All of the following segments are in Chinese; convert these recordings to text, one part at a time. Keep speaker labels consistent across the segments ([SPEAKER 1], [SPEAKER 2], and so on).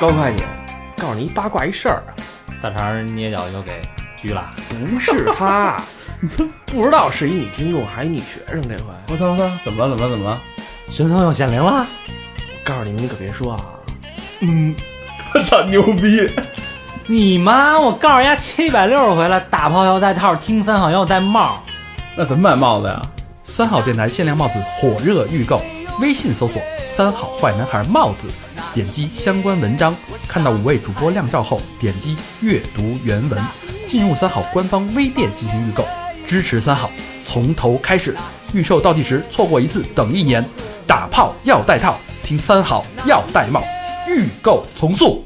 [SPEAKER 1] 高会计，告诉你一八卦一事儿，啊
[SPEAKER 2] 大肠捏脚就给拘了。
[SPEAKER 1] 不是他， 不知道是一女听众还是一女学生，这回
[SPEAKER 3] 我操我操，怎么了怎么了怎么了？
[SPEAKER 4] 神童又显灵了，
[SPEAKER 1] 告诉你们，你可别说啊，
[SPEAKER 3] 我操牛逼！
[SPEAKER 4] 你妈！我告诉人家七百六十回了，打泡腰带套，听三好腰带帽。
[SPEAKER 3] 那怎么买帽子呀？
[SPEAKER 5] 三好电台限量帽子火热预购，微信搜索“三好坏男孩帽子”，点击相关文章，看到五位主播靓照后，点击阅读原文，进入三好官方微店进行预购，支持三好，从头开始。预售倒计时，错过一次等一年。打炮要戴套，听三好要戴帽，预购从速。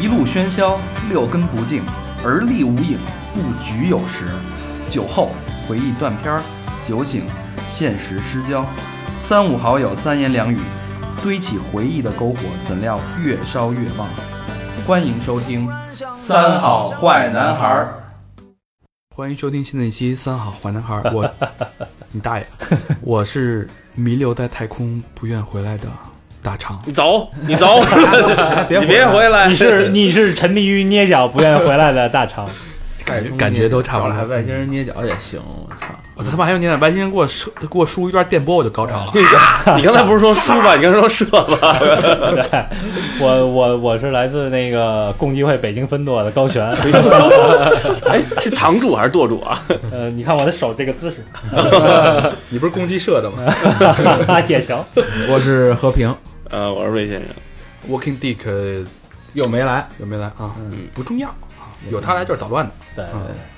[SPEAKER 6] 一路喧嚣，六根不净，而立无影，不局有时。酒后回忆断片儿，酒醒现实失焦。三五好友三言两语，堆起回忆的篝火，怎料越烧越旺。欢迎收听《三好坏男孩儿》。
[SPEAKER 5] 欢迎收听新的一期《三好坏男孩》， 我，你大爷，我是弥留在太空不愿回来的大肠。
[SPEAKER 1] 你走，你走，
[SPEAKER 5] 别
[SPEAKER 1] 你哎别回 来，
[SPEAKER 4] 你是你是沉迷于捏脚不愿回来的大肠，
[SPEAKER 5] 感感觉都差不多嗯
[SPEAKER 3] 找俩外星人捏脚也行，我操！
[SPEAKER 5] 我他妈还有你俩外星人给我输给我输一段电波，我就高潮了。
[SPEAKER 1] 这个，你刚才不是 说书吧？你刚才说射吧？
[SPEAKER 4] 我我我是 来自那个共济会北京分舵的高 璇。
[SPEAKER 1] 哎，是堂主还是舵主啊？
[SPEAKER 4] 呃，你看我的手这个 姿势
[SPEAKER 5] 你不是攻击社的吗
[SPEAKER 4] 也行。
[SPEAKER 3] 我是和平，
[SPEAKER 1] 呃，我是魏先生。
[SPEAKER 5] 嗯？Walking Dick 呃
[SPEAKER 3] 又没来。
[SPEAKER 5] 有没来啊？
[SPEAKER 3] 嗯
[SPEAKER 5] 不重要啊，有他来就是捣乱的
[SPEAKER 4] 对，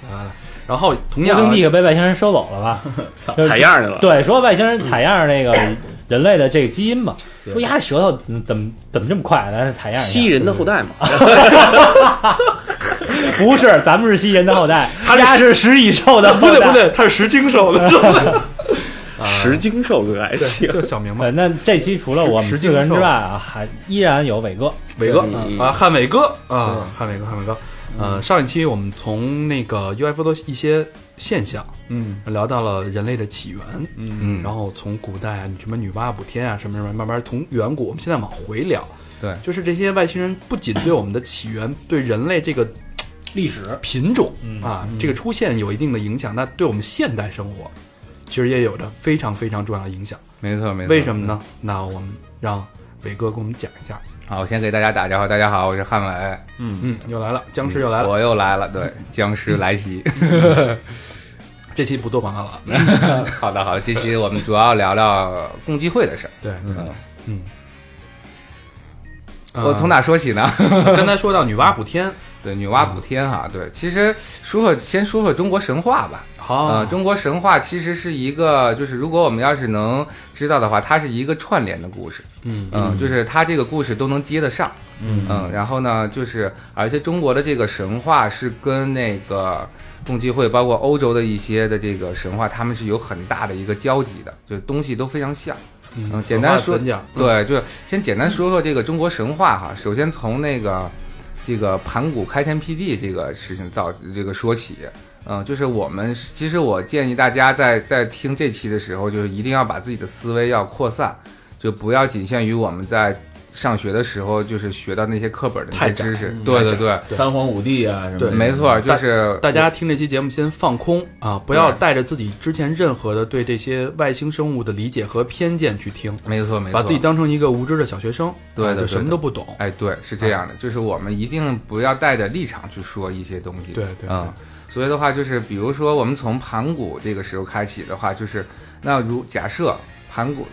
[SPEAKER 5] 啊。然后同
[SPEAKER 4] 牛
[SPEAKER 5] 样
[SPEAKER 4] 耕
[SPEAKER 5] 啊
[SPEAKER 4] 地可被外星人收走了吧？就是
[SPEAKER 1] 采样去了。
[SPEAKER 4] 对，说外星人采样那 个人类的这个基因嘛，说呀舌头怎么怎么怎么这么快？咱采样一下
[SPEAKER 1] 吸人的后代嘛，
[SPEAKER 4] 不是，咱们是西人的后代， 他家是食蚁兽 的
[SPEAKER 5] 不
[SPEAKER 4] 后
[SPEAKER 5] 对不
[SPEAKER 4] 代。
[SPEAKER 5] 对，他是石经手
[SPEAKER 3] 嗯
[SPEAKER 5] 的，啊
[SPEAKER 1] 十经受个还
[SPEAKER 5] 对，
[SPEAKER 1] 行。
[SPEAKER 5] 就小明嘛
[SPEAKER 4] 呃，，那这期除了我们四个人之外啊，还依然有伟哥。
[SPEAKER 5] 伟哥
[SPEAKER 1] 嗯
[SPEAKER 5] 啊，汉伟哥
[SPEAKER 3] 嗯
[SPEAKER 5] 啊，汉伟哥，汉伟哥。呃，上一期我们从那个 UFO 的一些现象
[SPEAKER 3] 嗯
[SPEAKER 5] 聊到了人类的起源，
[SPEAKER 3] 嗯，
[SPEAKER 5] 嗯，然后从古代啊，什么女娲补天啊，什么什么，慢慢从远古，我们现在往回聊，
[SPEAKER 3] 对
[SPEAKER 5] 就是这些外星人不仅对我们的起源，对人类这个
[SPEAKER 4] 历史，
[SPEAKER 5] 品种
[SPEAKER 4] 嗯
[SPEAKER 5] 啊，这个出现有一定的影响，那对我们现代生活其实也有着非常非常重要的影响。
[SPEAKER 3] 没错没错。
[SPEAKER 5] 为什么？呢？那我们让伟哥给我们讲一下。
[SPEAKER 7] 好，我先给大家打招呼，大家好，我是汉伟，
[SPEAKER 5] 嗯，又来了，僵尸又来了，
[SPEAKER 7] 我又来了，对，僵尸来袭。
[SPEAKER 5] 这期不做
[SPEAKER 1] 嗯
[SPEAKER 5] 广告了。
[SPEAKER 7] 好的，好的，这期我们主要聊聊共济会的事儿。
[SPEAKER 5] 对，
[SPEAKER 7] 嗯，
[SPEAKER 5] 嗯，
[SPEAKER 3] 嗯
[SPEAKER 7] 我从哪说起呢？
[SPEAKER 5] 呃刚才说到女娲补天，
[SPEAKER 7] 对，女娲补天哈，对，其实说说先说说中国神话吧。
[SPEAKER 5] 好
[SPEAKER 3] 哦
[SPEAKER 7] 呃，，中国神话其实是一个，就是如果我们要是能知道的话，它是一个串联的故事。
[SPEAKER 5] 嗯
[SPEAKER 7] 嗯，就是它这个故事都能接得上。
[SPEAKER 3] 嗯
[SPEAKER 7] 嗯，然后呢，就是而且中国的这个神话是跟那个共济会，包括欧洲的一些的这个神话，他们是有很大的一个交集的，就是东西都非常像。嗯简单说
[SPEAKER 5] 讲，
[SPEAKER 7] 对，就是先简单说说这个中国神话哈。首先从那个这个盘古开天辟地这个事情造这个说起，嗯、就是我们其实我建议大家在在听这期的时候，就是一定要把自己的思维要扩散，就不要仅限于我们在上学的时候就是学到那些课本的那
[SPEAKER 5] 太
[SPEAKER 7] 些
[SPEAKER 5] 窄
[SPEAKER 7] 知识
[SPEAKER 5] 嗯。
[SPEAKER 7] 对
[SPEAKER 5] 太
[SPEAKER 7] 对对，
[SPEAKER 3] 三皇五帝啊什么
[SPEAKER 5] 对
[SPEAKER 3] 的？
[SPEAKER 7] 没错，就是
[SPEAKER 5] 大家听这期节目先放空啊，不要带着自己之前任何的对这些外星生物的理解和偏见去听，
[SPEAKER 7] 没错没错，
[SPEAKER 5] 把自己当成一个无知的小学生，
[SPEAKER 7] 对
[SPEAKER 5] 啊
[SPEAKER 7] 对
[SPEAKER 5] 就
[SPEAKER 7] 对
[SPEAKER 5] 什么都不懂。
[SPEAKER 7] 哎，对，是这
[SPEAKER 5] 嗯
[SPEAKER 7] 样的，就是我们一定不要带着立场去说一些东西。
[SPEAKER 5] 对对
[SPEAKER 7] 嗯，所以的话，就是比如说我们从盘古这个时候开启的话，就是那如假设盘古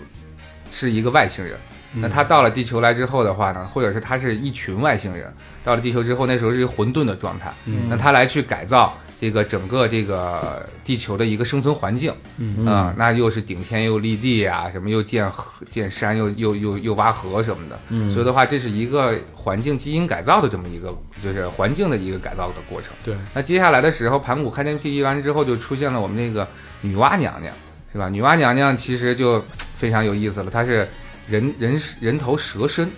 [SPEAKER 7] 是一个外星人，那
[SPEAKER 5] 嗯
[SPEAKER 7] 他到了地球来之后的话呢，或者是他是一群外星人到了地球之后，那时候是一个混沌的状态，
[SPEAKER 5] 嗯
[SPEAKER 7] 那他来去改造。这个整个这个地球的一个生存环境，
[SPEAKER 5] 嗯
[SPEAKER 7] 啊那又是顶天又立地啊，什么又建河建山又又又又挖河什么的，
[SPEAKER 3] 嗯
[SPEAKER 7] 所以的话，这是一个环境基因改造的这么一个，就是环境的一个改造的过程。
[SPEAKER 5] 对，
[SPEAKER 7] 那接下来的时候，盘古开天辟地完之后，就出现了我们那个女娲娘娘，是吧？女娲娘娘其实就非常有意思了，她是人人人头蛇身，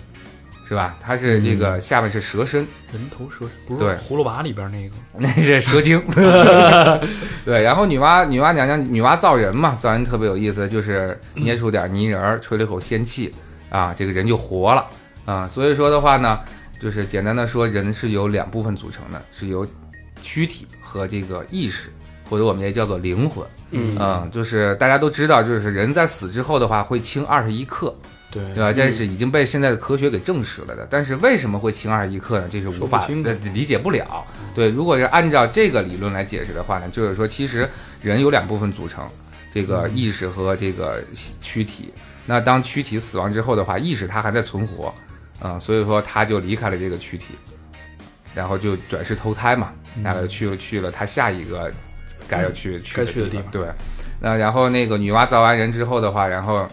[SPEAKER 7] 是吧？它是这个下面是蛇身，
[SPEAKER 5] 人头蛇身不
[SPEAKER 7] 对
[SPEAKER 5] 是葫芦娃里边那个
[SPEAKER 7] 那是蛇 精。 对，然后女娲女娲娘娘女娲造人嘛，造人特别有意思，就是捏出点泥人儿，吹了一口仙气，啊，这个人就活了啊。所以说的话呢，就是简单的说，人是由两部分组成的，是由躯体和这个意识，或者我们也叫做灵魂。
[SPEAKER 1] 嗯
[SPEAKER 7] 嗯，就是大家都知道，就是人在死之后的话会轻二十一克，
[SPEAKER 5] 对
[SPEAKER 7] 对吧？这是已经被现在的科学给证实了的。但是为什么会轻二十一克呢？这是无法
[SPEAKER 5] 说不清楚
[SPEAKER 7] 呃理解不了。对，如果是按照这个理论来解释的话呢，就是说其实人有两部分组成，这个
[SPEAKER 5] 嗯
[SPEAKER 7] 意识和这个躯体。那当躯体死亡之后的话，意识它还在存活，嗯，所以说它就离开了这个躯体，然后就转世投胎嘛，
[SPEAKER 5] 嗯
[SPEAKER 7] 大概去去了它下一个该要去去
[SPEAKER 5] 该去的地
[SPEAKER 7] 方。对，那然后那个女娲造完人之后的话，然后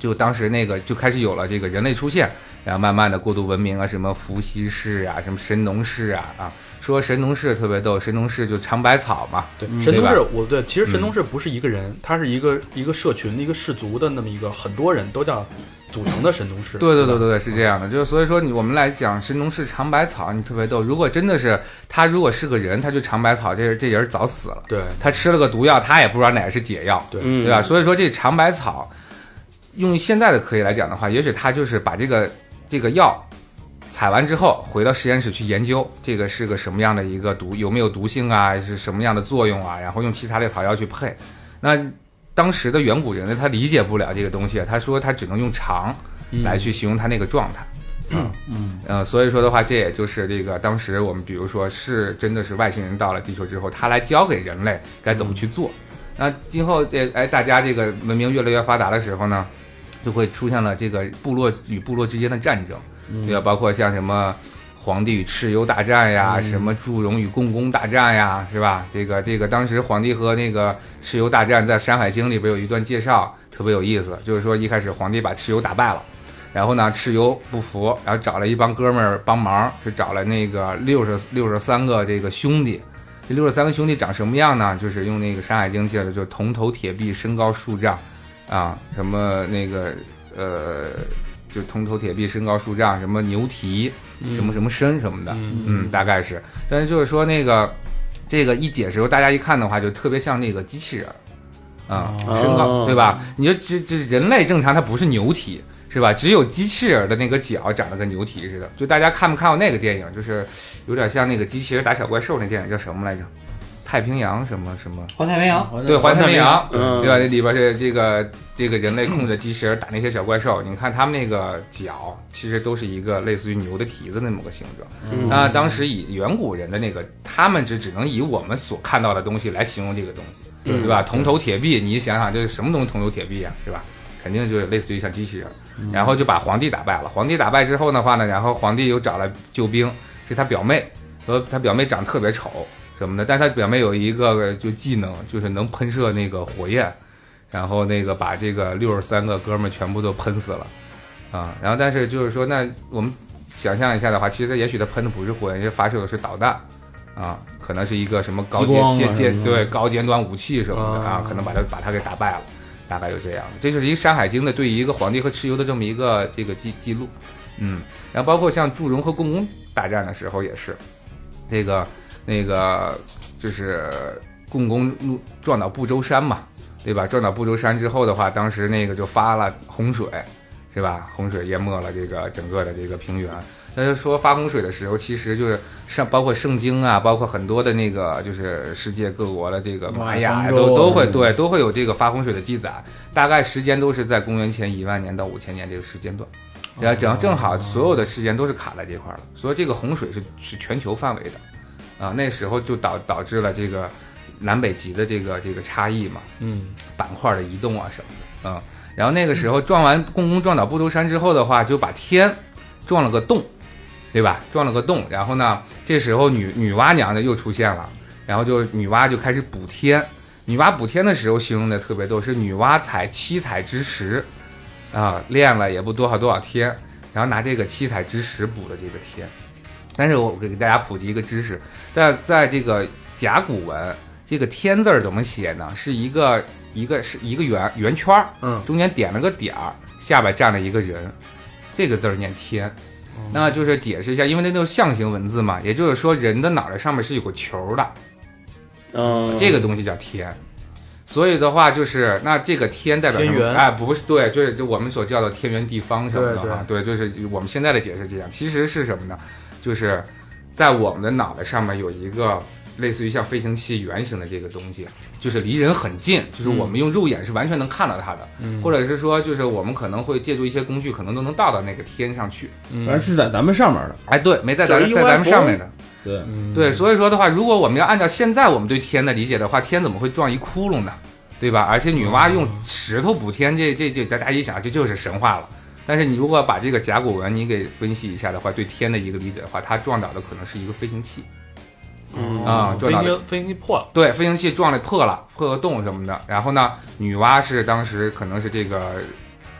[SPEAKER 7] 就当时那个就开始有了这个人类出现，然后慢慢的过渡文明啊，什么伏羲氏啊，什么神农氏啊啊，说神农氏特别逗，神农氏就尝百草嘛，
[SPEAKER 5] 对，神农
[SPEAKER 7] 对
[SPEAKER 5] 氏
[SPEAKER 7] 吧，
[SPEAKER 5] 我对，其实神农氏不是一个人，他是一个一个社群、一个氏族的那么一个，很多人都叫组成的神农氏。
[SPEAKER 7] 对对
[SPEAKER 5] 吧
[SPEAKER 7] 对
[SPEAKER 5] 嗯
[SPEAKER 7] 对对，是这样的，就是所以说你我们来讲神农氏尝百草，你特别逗。如果真的是他如果是个人，他就尝百草，这人这人早死了。
[SPEAKER 5] 对
[SPEAKER 7] 他吃了个毒药，他也不知道哪是解药，
[SPEAKER 5] 对
[SPEAKER 1] 嗯
[SPEAKER 7] 对吧？所以说这尝百草，用现在的科学来讲的话，也许他就是把这个这个药采完之后，回到实验室去研究这个是个什么样的一个毒，有没有毒性啊，是什么样的作用啊，然后用其他的草药去配。那当时的远古人呢，他理解不了这个东西，他说他只能用尝来去形容他那个状态。嗯呃，所以说的话，这也就是这个当时我们比如说是真的是外星人到了地球之后，他来教给人类该怎么去做。那今后这哎，大家这个文明越来越发达的时候呢，就会出现了这个部落与部落之间的战争，对吧？包括像什么皇帝与蚩尤大战呀，什么祝融与共工大战呀，是吧？这个这个，当时皇帝和那个蚩尤大战，在《山海经》里边有一段介绍，特别有意思，就是说一开始皇帝把蚩尤打败了。然后呢，蚩尤不服，然后找了一帮哥们儿帮忙，是找了那个六十六十三个这个兄弟。这六十三个兄弟长什么样呢？就是用那个《山海经》记载的，就是铜头铁臂，身高数丈，啊，什么那个呃，就铜头铁臂，身高数丈，什么牛蹄，什么什么身什么的，嗯，大概是。但是就是说那个这个一解释后，大家一看的话，就特别像那个机器人儿。啊，身高
[SPEAKER 1] 哦
[SPEAKER 7] 对吧？你就这这人类正常，它不是牛蹄，是吧？只有机器人的那个脚长得跟牛蹄似的。就大家看没看过那个电影？就是有点像那个机器人打小怪兽那电影叫什么来着？太平洋什么什么？
[SPEAKER 4] 环太平洋，
[SPEAKER 7] 对，环太平洋，
[SPEAKER 1] 嗯
[SPEAKER 7] 对吧？那里边是这个这个人类控制的机器人打那些小怪兽，你看他们那个脚其实都是一个类似于牛的蹄子那么个形状。
[SPEAKER 1] 嗯
[SPEAKER 7] 那当时以远古人的那个，他们只只能以我们所看到的东西来形容这个东西，对吧？铜头铁臂，你想想这是什么东西？铜头铁臂呀、是吧？肯定就是类似于像机器人，然后就把皇帝打败了。皇帝打败之后的话呢，然后皇帝又找了救兵，是他表妹，说他表妹长得特别丑什么的，但他表妹有一个就技能，就是能喷射那个火焰，然后那个把这个六十三个哥们儿全部都喷死了，啊，然后但是就是说，那我们想象一下的话，其实也许他喷的不是火焰，也发射的是导弹，啊，可能是一个什么高
[SPEAKER 2] 激光啊
[SPEAKER 7] 尖尖
[SPEAKER 2] 什
[SPEAKER 7] 尖
[SPEAKER 2] 么的
[SPEAKER 7] 对高尖端武器什么的啊，可能把他把他给打败了。大概就这样，这就是一个《山海经》的对于一个皇帝和蚩尤的这么一个这个记记录，嗯，然后包括像祝融和共工大战的时候也是，这个那个就是共工路撞到不周山嘛，对吧？撞到不周山之后的话，当时那个就发了洪水，是吧？洪水淹没了这个整个的这个平原。那就说发洪水的时候，其实就是上包括圣经啊，包括很多的那个就是世界各国的这个玛雅呀、
[SPEAKER 3] 方舟啊
[SPEAKER 7] 都都会
[SPEAKER 3] 嗯
[SPEAKER 7] 对都会有这个发洪水的记载，大概时间都是在公元前一万年到五千年这个时间段。然后正正好所有的时间都是卡在这块儿了，所以这个洪水是是全球范围的，啊，那时候就导导致了这个南北极的这个这个差异嘛，
[SPEAKER 5] 嗯，
[SPEAKER 7] 板块的移动啊什么的，嗯，然后那个时候撞完共工撞倒不周山之后的话，就把天撞了个洞，对吧？撞了个洞，然后呢，这时候女女娲娘娘又出现了，然后就女娲就开始补天。女娲补天的时候形容的特别逗，是女娲采七彩之石，啊，练了也不多少多少天，然后拿这个七彩之石补了这个天。但是我给大家普及一个知识，在在这个甲骨文，这个“天”字儿怎么写呢？是一个一个是一个圆圆圈儿，
[SPEAKER 5] 嗯，
[SPEAKER 7] 中间点了个点儿，下边站了一个人，这个字儿念“天”。那就是解释一下，因为那都是象形文字嘛，也就是说人的脑袋上面是有个球的，
[SPEAKER 1] 嗯，
[SPEAKER 7] 这个东西叫天。所以的话，就是那这个天代表什
[SPEAKER 3] 天
[SPEAKER 7] 么？
[SPEAKER 3] 元
[SPEAKER 7] 哎，不是，对，就是就我们所叫的天圆地方什么的哈，对，就是我们现在的解释这样。其实是什么呢？就是在我们的脑袋上面有一个类似于像飞行器圆形的这个东西，就是离人很近，就是我们用肉眼是完全能看到它的，
[SPEAKER 8] 嗯
[SPEAKER 1] 嗯
[SPEAKER 7] 或者是说，就是我们可能会借助一些工具，可能都能到到那个天上去。
[SPEAKER 1] 反正是在咱们上面的，
[SPEAKER 7] 哎，对，没在咱
[SPEAKER 1] 就是 UFO
[SPEAKER 7] 在咱们上面的。
[SPEAKER 1] 对
[SPEAKER 7] 对，所以说的话，如果我们要按照现在我们对天的理解的话，天怎么会撞一窟窿呢？对吧？而且女
[SPEAKER 1] 哦
[SPEAKER 7] 娲用石头补天，这这这大家一想，这就是神话了。但是你如果把这个甲骨文你给分析一下的话，对天的一个理解的话，它撞倒的可能是一个飞行器
[SPEAKER 1] 嗯
[SPEAKER 7] 啊、撞
[SPEAKER 3] 飞
[SPEAKER 7] 倒的
[SPEAKER 3] 行飞行器破了，
[SPEAKER 7] 对，飞行器撞了破了，破个洞什么的。然后呢，女娲是当时可能是这个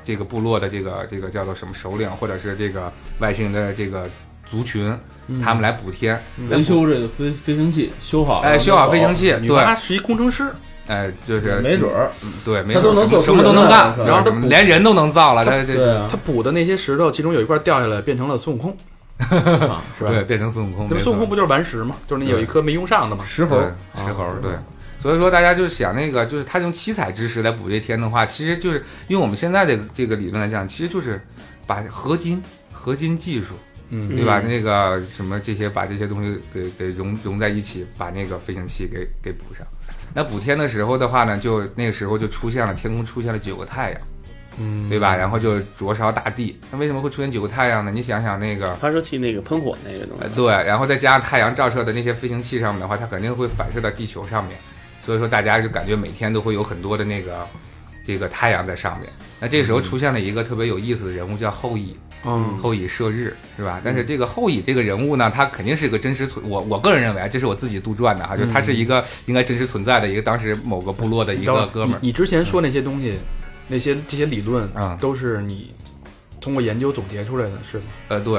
[SPEAKER 7] 这个部落的这个这个叫做什么首领，或者是这个外星人的这个族群，
[SPEAKER 1] 嗯
[SPEAKER 7] 他们来补天。
[SPEAKER 1] 维修这个飞飞行器修好了，
[SPEAKER 7] 哎修好飞行器
[SPEAKER 3] 女娲是一工程师，
[SPEAKER 7] 哎，就是
[SPEAKER 1] 没准儿
[SPEAKER 7] 嗯对，没
[SPEAKER 1] 他
[SPEAKER 7] 准
[SPEAKER 1] 都能
[SPEAKER 7] 什
[SPEAKER 1] 做
[SPEAKER 7] 么什
[SPEAKER 1] 出
[SPEAKER 7] 么都
[SPEAKER 1] 人
[SPEAKER 7] 能
[SPEAKER 1] 来
[SPEAKER 7] 干
[SPEAKER 1] 我，操
[SPEAKER 7] 然后
[SPEAKER 3] 他
[SPEAKER 7] 什么
[SPEAKER 3] 补
[SPEAKER 7] 连人都能造了，他这
[SPEAKER 1] 对啊，
[SPEAKER 3] 他补的那些石头，其中有一块掉下来变成了孙悟空，是吧？
[SPEAKER 7] 对变成孙悟空，
[SPEAKER 3] 那
[SPEAKER 7] 没
[SPEAKER 3] 么孙
[SPEAKER 7] 错
[SPEAKER 3] 悟空不就是顽石吗？就是那有一颗没用上的嘛。
[SPEAKER 1] 石
[SPEAKER 7] 对
[SPEAKER 1] 猴儿，
[SPEAKER 7] 石猴儿对。啊所以说，大家就是想那个，就是他用七彩之石来补这天的话，其实就是用我们现在的这个理论来讲，其实就是把合金、合金技术，
[SPEAKER 3] 嗯
[SPEAKER 7] 对吧？
[SPEAKER 1] 嗯
[SPEAKER 7] 那个什么这些，把这些东西给给融融在一起，把那个飞行器给给补上。那补天的时候的话呢，就那个时候就出现了天空出现了九个太阳，
[SPEAKER 3] 嗯
[SPEAKER 7] 对吧？？然后就灼烧大地。那为什么会出现九个太阳呢？你想想那个，
[SPEAKER 8] 发射器那个喷火那个东
[SPEAKER 7] 呃，
[SPEAKER 8] 西，
[SPEAKER 7] 对，然后再加上太阳照射的那些飞行器上面的话，它肯定会反射到地球上面，所以说大家就感觉每天都会有很多的那个这个太阳在上面。那这个时候出现了一个特别有意思的人物，叫后羿。
[SPEAKER 3] 嗯，
[SPEAKER 7] 后羿射日是吧？但是这个后羿这个人物呢，他肯定是个真实存，我我个人认为啊，这是我自己杜撰的啊哈，就他是一个应该真实存在的一个当时某个部落的一
[SPEAKER 3] 等会
[SPEAKER 7] 个
[SPEAKER 3] 儿
[SPEAKER 7] 哥们儿。
[SPEAKER 3] 你你之前说那些东西，那些这些理论
[SPEAKER 7] 嗯
[SPEAKER 3] 都是你通过研究总结出来的，是吗
[SPEAKER 7] 呃，对，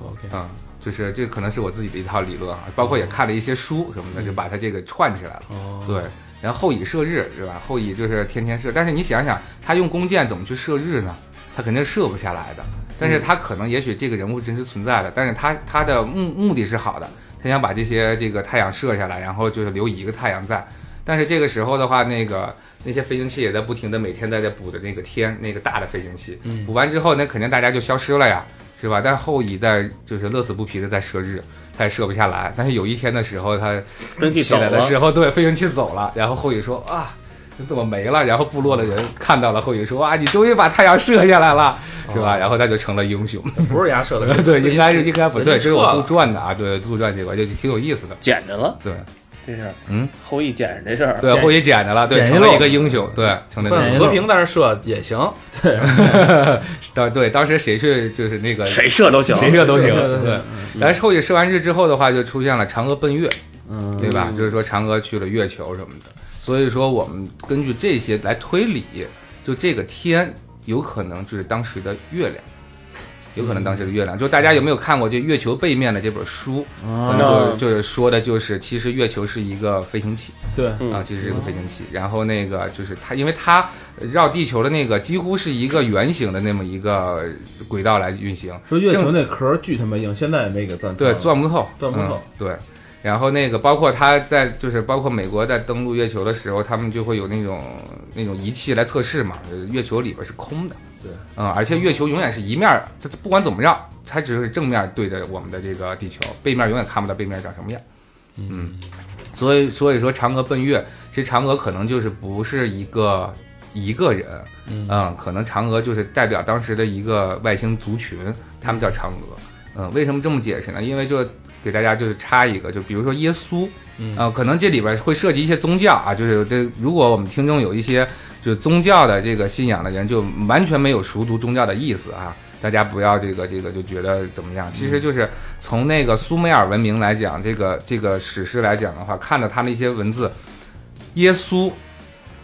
[SPEAKER 3] ？OK，
[SPEAKER 7] 嗯，就是这可能是我自己的一套理论啊，包括也看了一些书什么的，就把它这个串起来了。
[SPEAKER 3] 哦，
[SPEAKER 7] 对，然后后羿射日是吧？后羿就是天天射，但是你想想，他用弓箭怎么去射日呢？他肯定射不下来的。但是
[SPEAKER 3] 嗯
[SPEAKER 7] 他可能也许这个人物真实存在的，但是他他的目目的是好的，他想把这些这个太阳射下来，然后就是留一个太阳在。但是这个时候的话，那个那些飞行器也在不停的每天在在补的那个天那个大的飞行器，
[SPEAKER 3] 嗯
[SPEAKER 7] 补完之后，那肯定大家就消失了呀，是吧？但后羿在就是乐此不疲的在射日，他也射不下来。但是有一天的时候，他
[SPEAKER 8] 蒸汽
[SPEAKER 7] 起
[SPEAKER 8] 走
[SPEAKER 7] 来的
[SPEAKER 8] 了，
[SPEAKER 7] 时候，对，飞行器走了，然后后羿说啊，你怎么没了？然后部落的人看到了后羿说哇，你终于把太阳射下来了，是
[SPEAKER 8] 哦
[SPEAKER 7] 吧？然后他就成了英雄。
[SPEAKER 3] 不是牙 射的，
[SPEAKER 7] 对，应该是应该不对，
[SPEAKER 3] 人
[SPEAKER 7] 这
[SPEAKER 3] 家
[SPEAKER 7] 是我
[SPEAKER 3] 撤了
[SPEAKER 7] 杜撰的啊，对，杜撰这个就挺有意思的。
[SPEAKER 8] 捡着了
[SPEAKER 7] 对
[SPEAKER 8] 这事儿。
[SPEAKER 7] 嗯，
[SPEAKER 8] 后羿捡着这事儿，
[SPEAKER 7] 对，后羿捡着了，对，
[SPEAKER 4] 捡一
[SPEAKER 7] 成了
[SPEAKER 4] 漏嗯
[SPEAKER 7] 一个英雄，对，成了
[SPEAKER 3] 但
[SPEAKER 7] 一
[SPEAKER 4] 捡
[SPEAKER 7] 个
[SPEAKER 4] 一
[SPEAKER 3] 和平在那射也行，
[SPEAKER 7] 当对当时谁去就是那个
[SPEAKER 8] 谁射都行。
[SPEAKER 7] 谁射都行，对。然后后羿射完日之后的话，就出现了嫦娥奔月，嗯，对吧？就是说嫦娥去了月球什么的。所以说，我们根据这些来推理，就这个天有可能就是当时的月亮，有可能当时的月亮。就大家有没有看过就《月球背面》的这本书？可能就就是说的就是，其实月球是一个飞行器，
[SPEAKER 4] 对
[SPEAKER 8] 嗯
[SPEAKER 7] 啊，其实是一个飞行器。然后那个就是它，因为它绕地球的那个几乎是一个圆形的那么一个轨道来运行，
[SPEAKER 1] 说月球那壳儿巨他妈硬，现在也没给钻
[SPEAKER 7] 对，
[SPEAKER 1] 透
[SPEAKER 7] 钻不透，
[SPEAKER 1] 钻不透
[SPEAKER 7] 嗯对，然后那个包括他在就是包括美国在登陆月球的时候，他们就会有那种那种仪器来测试嘛，呃月球里边是空的。
[SPEAKER 1] 对，
[SPEAKER 7] 嗯，而且月球永远是一面儿，它它不管怎么绕，它只是正面对着我们的这个地球，背面永远看不到背面长什么样。嗯，所以所以说嫦娥奔月，其实嫦娥可能就是不是一个一个人，嗯，可能嫦娥就是代表当时的一个外星族群，他们叫嫦娥。嗯，为什么这么解释呢？因为就给大家就是插一个，就比如说耶稣，
[SPEAKER 3] 嗯
[SPEAKER 7] 呃，可能这里边会涉及一些宗教啊，就是这如果我们听众有一些就是宗教的这个信仰的人，就完全没有熟读宗教的意思啊。大家不要这个这个就觉得怎么样？其实就是从那个苏美尔文明来讲，这个这个史诗来讲的话，看到他那些文字，耶稣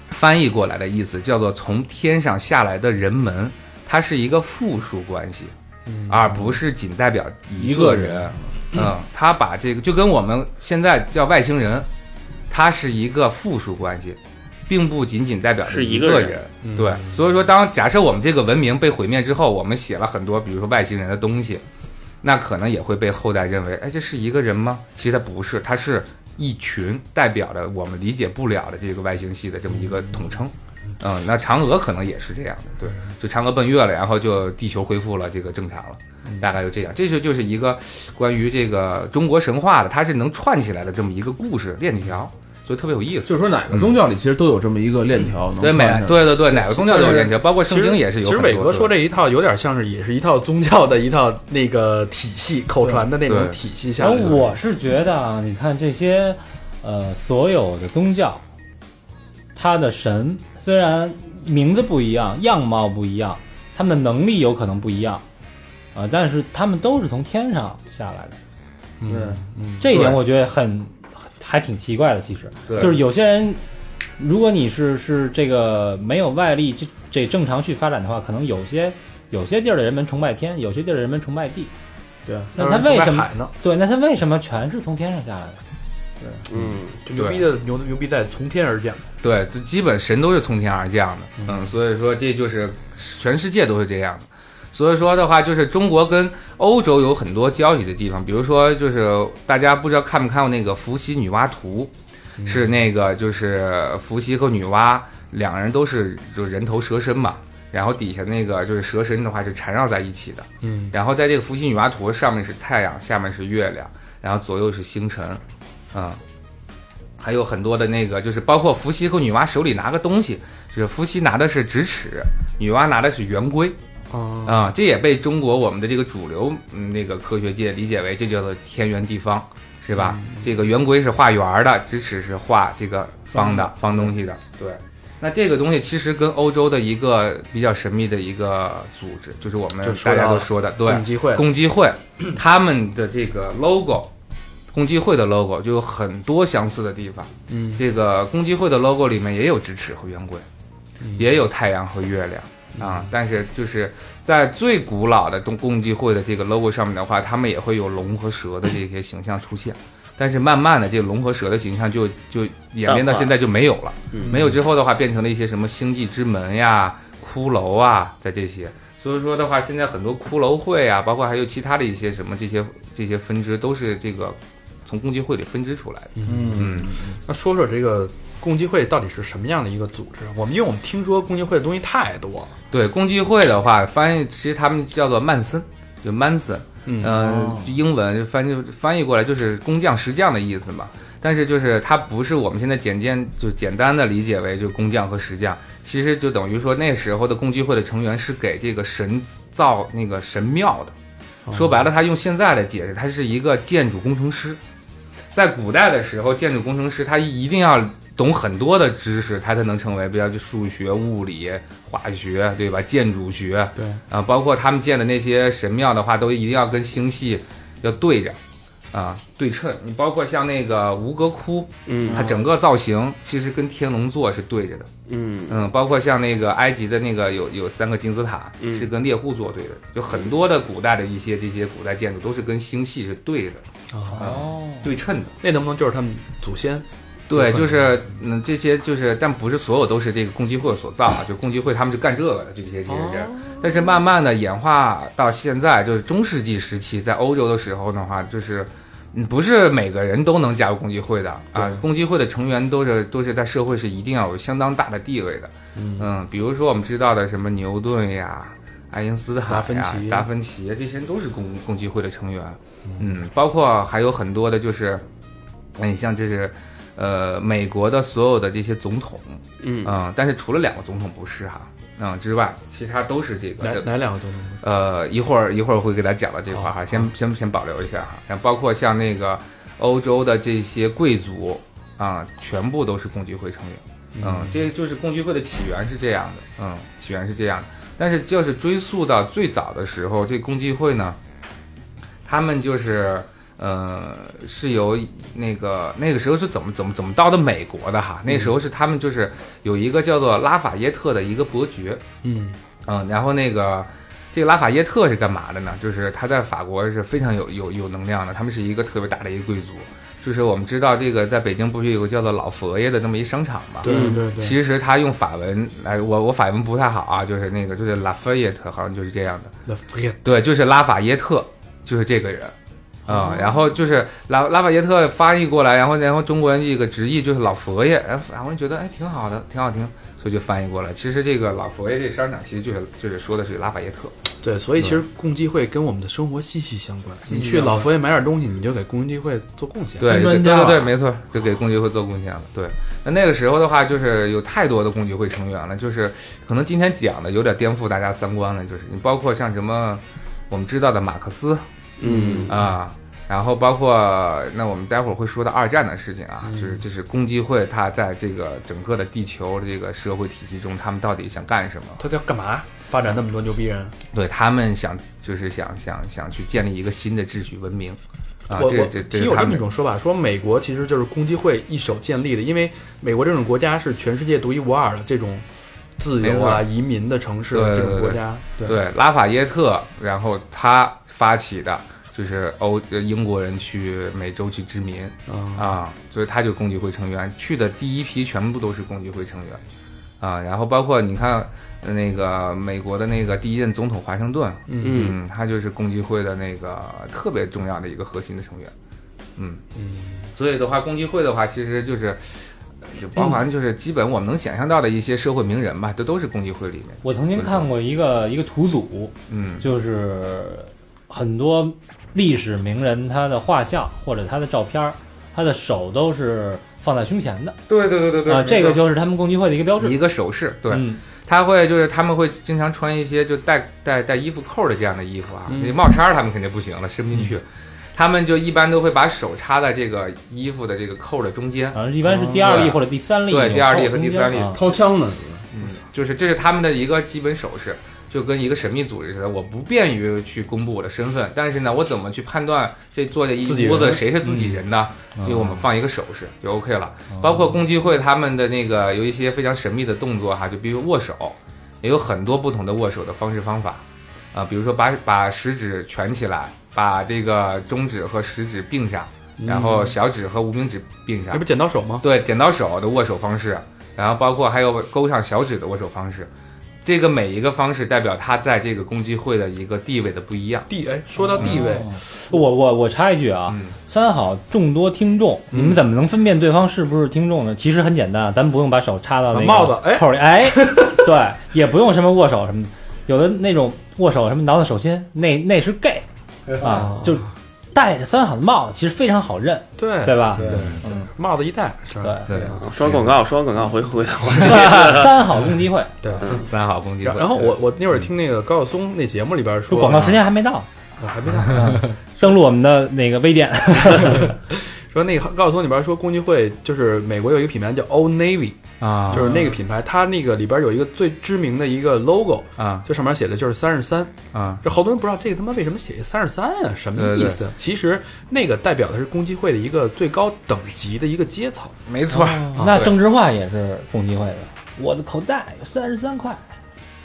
[SPEAKER 7] 翻译过来的意思叫做从天上下来的人们，它是一个复数关系，而不是仅代表嗯一个人。嗯，他把这个就跟我们现在叫外星人，它是一个复数关系，并不仅仅代表着
[SPEAKER 8] 是
[SPEAKER 7] 一
[SPEAKER 8] 一个
[SPEAKER 7] 个
[SPEAKER 8] 人
[SPEAKER 7] 人。
[SPEAKER 3] 嗯
[SPEAKER 7] 对，所以说当假设我们这个文明被毁灭之后，我们写了很多，比如说外星人的东西，那可能也会被后代认为，哎，这是一个人吗？其实他不是，他是一群代表了我们理解不了的这个外星系的这么一个统称。嗯，那嫦娥可能也是这样的，对，就嫦娥奔月了，然后就地球恢复了这个正常了，大概就这样。这就就是一个关于这个中国神话的，它是能串起来的这么一个故事链条，所以特别有意思。
[SPEAKER 9] 就是说哪个宗教里其实都有这么一个链条，能
[SPEAKER 7] 对，每
[SPEAKER 9] 串上
[SPEAKER 7] 对对对，哪个宗教都有链条，包括圣经也是有
[SPEAKER 3] 其实
[SPEAKER 7] 很多的。
[SPEAKER 3] 伟哥说这一套有点像是也是一套宗教的一套那个体系口传的那种
[SPEAKER 7] 对
[SPEAKER 3] 体系下
[SPEAKER 4] 然后
[SPEAKER 3] 来的。
[SPEAKER 4] 哎我是觉得啊，你看这些，呃，所有的宗教，它的神虽然名字不一样，样貌不一样，他们的能力有可能不一样，啊、但是他们都是从天上下来的。嗯，这一点我觉得很还挺奇怪的。其实，
[SPEAKER 3] 嗯
[SPEAKER 7] 对
[SPEAKER 4] 就是有些人，如果你是是这个没有外力，这这正常去发展的话，可能有些有些地儿的人们崇拜天，有些地儿的人们崇拜地。
[SPEAKER 3] 对，
[SPEAKER 4] 那他为什么
[SPEAKER 3] 海呢？
[SPEAKER 4] 对，那他为什么全是从天上下来的？
[SPEAKER 8] 嗯，
[SPEAKER 3] 就牛逼的牛牛逼在从天而降。
[SPEAKER 7] 对，就基本神都是从天而降的，嗯，所以说这就是全世界都是这样的。所以说的话，就是中国跟欧洲有很多交集的地方，比如说就是大家不知道看没看过那个《伏羲女娲图》，
[SPEAKER 3] 嗯
[SPEAKER 7] 是那个就是伏羲和女娲两个人都是就是人头蛇身嘛，然后底下那个就是蛇身的话是缠绕在一起的，
[SPEAKER 3] 嗯，
[SPEAKER 7] 然后在这个伏羲女娲图上面是太阳，下面是月亮，然后左右是星辰，嗯，还有很多的那个就是包括伏羲和女娲手里拿个东西，就是伏羲拿的是直尺，女娲拿的是圆规，
[SPEAKER 3] 哦，
[SPEAKER 7] 啊、这也被中国我们的这个主流、嗯、那个科学界理解为这叫做天圆地方，是吧？
[SPEAKER 3] 嗯
[SPEAKER 7] 这个圆规是画圆儿的，直尺是画这个方的方东西的。对，那这个东西其实跟欧洲的一个比较神秘的一个组织，就是我们
[SPEAKER 3] 就说
[SPEAKER 7] 大
[SPEAKER 3] 到
[SPEAKER 7] 家都说的，对
[SPEAKER 3] 共，济会
[SPEAKER 7] 共济会，他们的这个 logo，共济会的 logo 就有很多相似的地方。
[SPEAKER 3] 嗯，
[SPEAKER 7] 这个共济会的 logo 里面也有直尺和圆规，也有太阳和月亮啊。但是就是在最古老的东共济会的这个 logo 上面的话，他们也会有龙和蛇的这些形象出现。但是慢慢的，这个龙和蛇的形象就就演变到现在就没有了。
[SPEAKER 8] 嗯
[SPEAKER 7] 没有之后的话，变成了一些什么星际之门呀、骷髅啊，在这些。所以说的话，现在很多骷髅会啊，包括还有其他的一些什么这些这些分支，都是这个从共济会里分支出来的。嗯，
[SPEAKER 3] 那说说这个共济会到底是什么样的一个组织？我们因为我们听说共济会的东西太多了。
[SPEAKER 7] 对，共济会的话，翻译其实他们叫做曼森，就 Manson，
[SPEAKER 3] 嗯
[SPEAKER 7] 呃英文翻译翻译过来就是工匠、石匠的意思嘛。但是就是它不是我们现在简简就简单的理解为就工匠和石匠，其实就等于说那时候的共济会的成员是给这个神造那个神庙的。说白了，他用现在的解释，他是一个建筑工程师。在古代的时候，建筑工程师他一定要懂很多的知识，他才能成为，比如就数学、物理、化学，对吧？建筑学，
[SPEAKER 3] 对
[SPEAKER 7] 啊、包括他们建的那些神庙的话，都一定要跟星系要对着，啊、对称。你包括像那个吴哥窟，
[SPEAKER 8] 嗯
[SPEAKER 7] 它整个造型其实跟天龙座是对着的，
[SPEAKER 8] 嗯
[SPEAKER 7] 嗯，包括像那个埃及的那个有有三个金字塔，
[SPEAKER 8] 嗯
[SPEAKER 7] 是跟猎户座对着的，有很多的古代的一些这些古代建筑都是跟星系是对着的，哦、
[SPEAKER 4] 嗯
[SPEAKER 7] 对称的。
[SPEAKER 3] 那能不能就是他们祖先？
[SPEAKER 7] 对，
[SPEAKER 3] 有可能
[SPEAKER 7] 就是嗯，这些就是，但不是所有都是这个共济会所造啊，就共济会他们是干这个的，这些这些人。
[SPEAKER 3] 哦
[SPEAKER 7] 但是慢慢的演化到现在，就是中世纪时期，在欧洲的时候的话，就是。嗯不是每个人都能加入共济会的啊，共济会的成员都是都是在社会是一定要有相当大的地位的，嗯，比如说我们知道的什么牛顿呀、爱因斯坦呀、
[SPEAKER 3] 达芬奇
[SPEAKER 7] 达芬奇这些人都是共共济会的成员，嗯，包括还有很多的就是，嗯，像这是呃美国的所有的这些总统，
[SPEAKER 3] 啊
[SPEAKER 8] 嗯
[SPEAKER 7] 嗯，但是除了两个总统不是哈，嗯之外，其他都是这
[SPEAKER 3] 哪
[SPEAKER 7] 个。
[SPEAKER 3] 哪两个都能？
[SPEAKER 7] 呃，一会儿一会儿会给大家讲到这块儿哈，先先先保留一下哈。然后包括像那个欧洲的这些贵族啊，全部都是共济会成员。嗯，这就是共济会的起源是这样的，嗯，起源是这样的。但是就是追溯到最早的时候，这共济会呢，他们就是呃是由那个那个时候是怎么怎么怎么到的美国的哈，那时候是他们就是有一个叫做拉法耶特的一个伯爵，
[SPEAKER 3] 嗯
[SPEAKER 7] 嗯，然后那个这个拉法耶特是干嘛的呢？就是他在法国是非常有有有能量的，他们是一个特别大的一个贵族。就是我们知道这个在北京不是有个叫做老佛爷的这么一商场嘛？
[SPEAKER 3] 对
[SPEAKER 8] 嗯
[SPEAKER 3] 对对，
[SPEAKER 7] 其实他用法文来，我我法文不太好啊，就是那个就是拉法耶特，好像就是这样的。
[SPEAKER 3] La Fayette
[SPEAKER 7] 对，就是拉法耶特，就是这个人。啊、然后就是拉拉法耶特翻译过来，然后然后中国人这个直译就是老佛爷，然后然后人觉得哎挺好的，挺好听，所以就翻译过来。其实这个老佛爷这声儿呢，其实就是就是说的是拉法耶特。
[SPEAKER 3] 对，所以其实共济会跟我们的生活息息相关。
[SPEAKER 7] 息息
[SPEAKER 3] 你去
[SPEAKER 7] 相关
[SPEAKER 3] 老佛爷买点东西，你就给共济会做贡献。
[SPEAKER 7] 对
[SPEAKER 4] 分
[SPEAKER 7] 对
[SPEAKER 4] 专
[SPEAKER 7] 对
[SPEAKER 4] 家
[SPEAKER 7] 对对，
[SPEAKER 4] 吧
[SPEAKER 7] 没错，就给共济会做贡献了。对，那那个时候的话，就是有太多的共济会成员了，就是可能今天讲的有点颠覆大家三观了，就是你包括像什么我们知道的马克思
[SPEAKER 8] 嗯
[SPEAKER 7] 啊。然后包括那我们待会儿会说到二战的事情啊，
[SPEAKER 3] 嗯
[SPEAKER 7] 就是就是共济会它在这个整个的地球这个社会体系中，他们到底想干什么？
[SPEAKER 3] 他叫干嘛？发展那么多牛逼人？
[SPEAKER 7] 对他们想就是想想想去建立一个新的秩序文明啊，
[SPEAKER 3] 我
[SPEAKER 7] 这
[SPEAKER 3] 我
[SPEAKER 7] 这这
[SPEAKER 3] 听
[SPEAKER 7] 是
[SPEAKER 3] 有
[SPEAKER 7] 他
[SPEAKER 3] 这么一
[SPEAKER 7] 们
[SPEAKER 3] 种说法，说美国其实就是共济会一手建立的，因为美国这种国家是全世界独一无二的这种自由啊、
[SPEAKER 7] 没
[SPEAKER 3] 移民的城市啊
[SPEAKER 7] 对
[SPEAKER 3] 这
[SPEAKER 7] 对
[SPEAKER 3] 种国家。对
[SPEAKER 7] 对拉法耶特，然后他发起的就是欧呃英国人去美洲去殖民
[SPEAKER 3] 啊，
[SPEAKER 7] 啊，所以他就共济会成员，去的第一批全部都是共济会成员啊，然后包括你看呃那个美国的那个第一任总统华盛顿，
[SPEAKER 3] 嗯
[SPEAKER 8] 嗯，
[SPEAKER 7] 嗯，他就是共济会的那个特别重要的一个核心的成员，嗯
[SPEAKER 3] 嗯，
[SPEAKER 7] 所以的话，共济会的话，其实就是呃就包含就是基本我们能想象到的一些社会名人吧，这都是共济会里面，
[SPEAKER 4] 我曾经看过一个一个图组，
[SPEAKER 7] 嗯，
[SPEAKER 4] 就是很多历史名人他的画像或者他的照片儿，他的手都是放在胸前的
[SPEAKER 7] 对对对对
[SPEAKER 4] 啊、这个哦就是他们共济会的一个标志。
[SPEAKER 7] 一个手势，对，
[SPEAKER 4] 嗯，
[SPEAKER 7] 他会就是他们会经常穿一些就带带带衣服扣的这样的衣服啊，
[SPEAKER 4] 嗯
[SPEAKER 7] 那帽衫儿他们肯定不行了，伸不进去。他们就一般都会把手插在这个衣服的这个扣的中间，
[SPEAKER 4] 好啊像一般是第二例或者第三例，
[SPEAKER 7] 嗯对
[SPEAKER 4] 有
[SPEAKER 7] 第二例
[SPEAKER 4] 扣
[SPEAKER 7] 和第
[SPEAKER 4] 中间
[SPEAKER 7] 三例
[SPEAKER 4] 啊
[SPEAKER 9] 掏枪呢，
[SPEAKER 7] 嗯，就是这是他们的一个基本手势，就跟一个神秘组织似的。我不便于去公布我的身份，但是呢，我怎么去判断这坐这
[SPEAKER 3] 自己
[SPEAKER 7] 一
[SPEAKER 3] 人
[SPEAKER 7] 桌子谁是自己人呢？
[SPEAKER 4] 嗯
[SPEAKER 7] 因为我们放一个手势就 OK 了。
[SPEAKER 3] 嗯
[SPEAKER 7] 包括共济会他们的那个有一些非常神秘的动作哈，就比如握手，也有很多不同的握手的方式方法啊、比如说把把食指蜷起来，把这个中指和食指并上，
[SPEAKER 3] 嗯
[SPEAKER 7] 然后小指和无名指并上
[SPEAKER 3] 那，不剪刀手吗？
[SPEAKER 7] 对，剪刀手的握手方式，然后包括还有勾上小指的握手方式，这个每一个方式代表他在这个共济会的一个地位的不一样。
[SPEAKER 3] 地哎，说到地位，
[SPEAKER 4] 哦我我我插一句啊，
[SPEAKER 7] 嗯
[SPEAKER 4] 三好众多听众，
[SPEAKER 3] 嗯
[SPEAKER 4] 你们怎么能分辨对方是不是听众呢？其实很简单，啊咱不用把手插到那
[SPEAKER 3] 把
[SPEAKER 4] 个
[SPEAKER 3] 帽子哎
[SPEAKER 4] 口里，哎， 对，也不用什么握手什么的，有的那种握手什么挠挠手心，那那是 gay
[SPEAKER 3] 哦
[SPEAKER 4] 啊，就戴着三好的帽子，其实非常好认，
[SPEAKER 3] 哎对
[SPEAKER 4] 对吧？
[SPEAKER 3] 帽子一戴是吧？
[SPEAKER 4] 对，
[SPEAKER 7] 对，
[SPEAKER 8] 说完广告，说完广告，回回
[SPEAKER 4] 三好共 济会，
[SPEAKER 3] 对。
[SPEAKER 7] 嗯三好共济
[SPEAKER 3] 然
[SPEAKER 7] 会。
[SPEAKER 3] 然后我我那会儿听那个高晓松那节目里边
[SPEAKER 4] 说
[SPEAKER 3] 说，
[SPEAKER 4] 广告时间还没到，
[SPEAKER 3] 啊还没到，
[SPEAKER 4] 登录我们的那个微店，
[SPEAKER 3] 说那个高晓松里边说共济会就是美国有一个品牌叫 Old Navy，
[SPEAKER 7] 啊，
[SPEAKER 3] 就是那个品牌，它那个里边有一个最知名的一个 logo，
[SPEAKER 7] 啊
[SPEAKER 3] 这上面写的就是三十三。
[SPEAKER 7] 啊，
[SPEAKER 3] 这好多人不知道这个他妈为什么写三十三啊，什么
[SPEAKER 7] 对
[SPEAKER 3] 意
[SPEAKER 7] 对
[SPEAKER 3] 思？其实那个代表的是共济会的一个最高等级的一个阶层。
[SPEAKER 7] 没错儿。
[SPEAKER 3] 哦
[SPEAKER 4] 那郑智化也是共济会的，我的口袋有三十三块，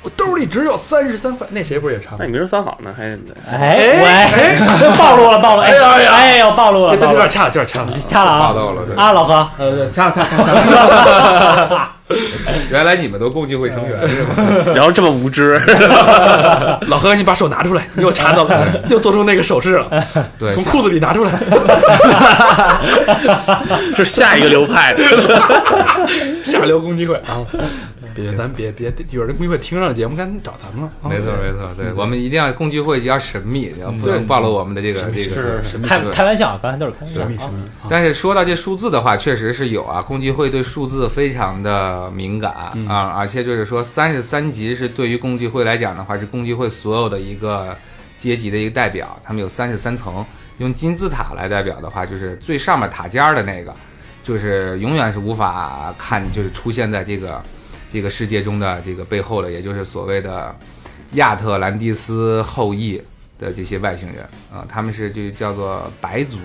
[SPEAKER 3] 我兜里只有三十三块，那谁不是也差不
[SPEAKER 8] 那
[SPEAKER 3] 多？
[SPEAKER 8] 你没说三好呢，还是
[SPEAKER 4] 哎喂， 暴露了，暴露了！哎呦哎呦，暴露了，
[SPEAKER 3] 这都
[SPEAKER 4] 暴
[SPEAKER 3] 有
[SPEAKER 4] 露了
[SPEAKER 3] 点掐了，有点掐了。
[SPEAKER 4] 掐了
[SPEAKER 7] 霸
[SPEAKER 4] 啊！
[SPEAKER 7] 道了，对。
[SPEAKER 4] 啊，老何，
[SPEAKER 9] 呃，掐掐
[SPEAKER 7] 原来你们都共济会成
[SPEAKER 4] 嗯
[SPEAKER 7] 员是吧？
[SPEAKER 8] 然后这么无知，
[SPEAKER 3] 老何，你把手拿出来，你又查 到了，又做出那个手势了，
[SPEAKER 7] 对，
[SPEAKER 3] 从裤子里拿出来。
[SPEAKER 8] 是下一个流派的。
[SPEAKER 3] 下流共济会啊！别，咱别别，有人共济会听上了节目，该找咱们了。啊
[SPEAKER 7] 没错没错，
[SPEAKER 4] 嗯
[SPEAKER 7] 对我们一定要共济会要神秘，要不
[SPEAKER 3] 对
[SPEAKER 7] 能暴露我们的这个这个
[SPEAKER 4] 是呃开
[SPEAKER 7] 对
[SPEAKER 4] 开玩笑，刚才都是开玩笑啊。
[SPEAKER 7] 但是说到这数字的话，确实是有啊，共济会对数字非常的敏感啊，而且就是说三十三级是对于共济会来讲的话，是共济会所有的一个阶级的一个代表，他们有三十三层，用金字塔来代表的话，就是最上面塔尖儿的那个，就是永远是无法看，就是出现在这个这个世界中的这个背后的，也就是所谓的亚特兰蒂斯后裔的这些外星人啊、他们是就叫做白族。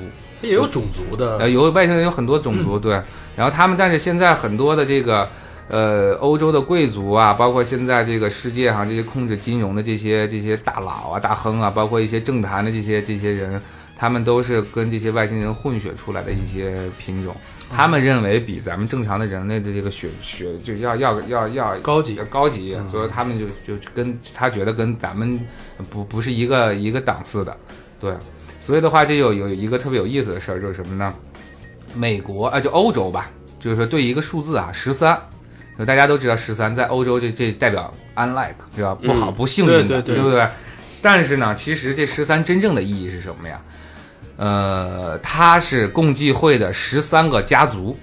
[SPEAKER 3] 也有种族的嗯
[SPEAKER 7] 呃，，有外星人有很多种族，对。然后他们，但是现在很多的这个，呃，欧洲的贵族啊，包括现在这个世界上这些控制金融的这些这些大佬啊、大亨啊，包括一些政坛的这些这些人，他们都是跟这些外星人混血出来的一些品种。
[SPEAKER 3] 嗯
[SPEAKER 7] 他们认为比咱们正常的人类的这个血血就要要要要
[SPEAKER 3] 高级
[SPEAKER 7] 高级，
[SPEAKER 3] 嗯
[SPEAKER 7] 所以他们就就跟他觉得跟咱们不不是一个一个档次的，对，所以的话就有有一个特别有意思的事儿，就是什么呢？美国啊，就欧洲吧，就是说对一个数字啊，十三，就大家都知道十三在欧洲这这代表 unlike 对吧？不好、
[SPEAKER 8] 嗯
[SPEAKER 7] 不幸运的，
[SPEAKER 3] 对对对
[SPEAKER 7] 不对？但是呢，其实这十三真正的意义是什么呀？呃，它是共济会的十三个家族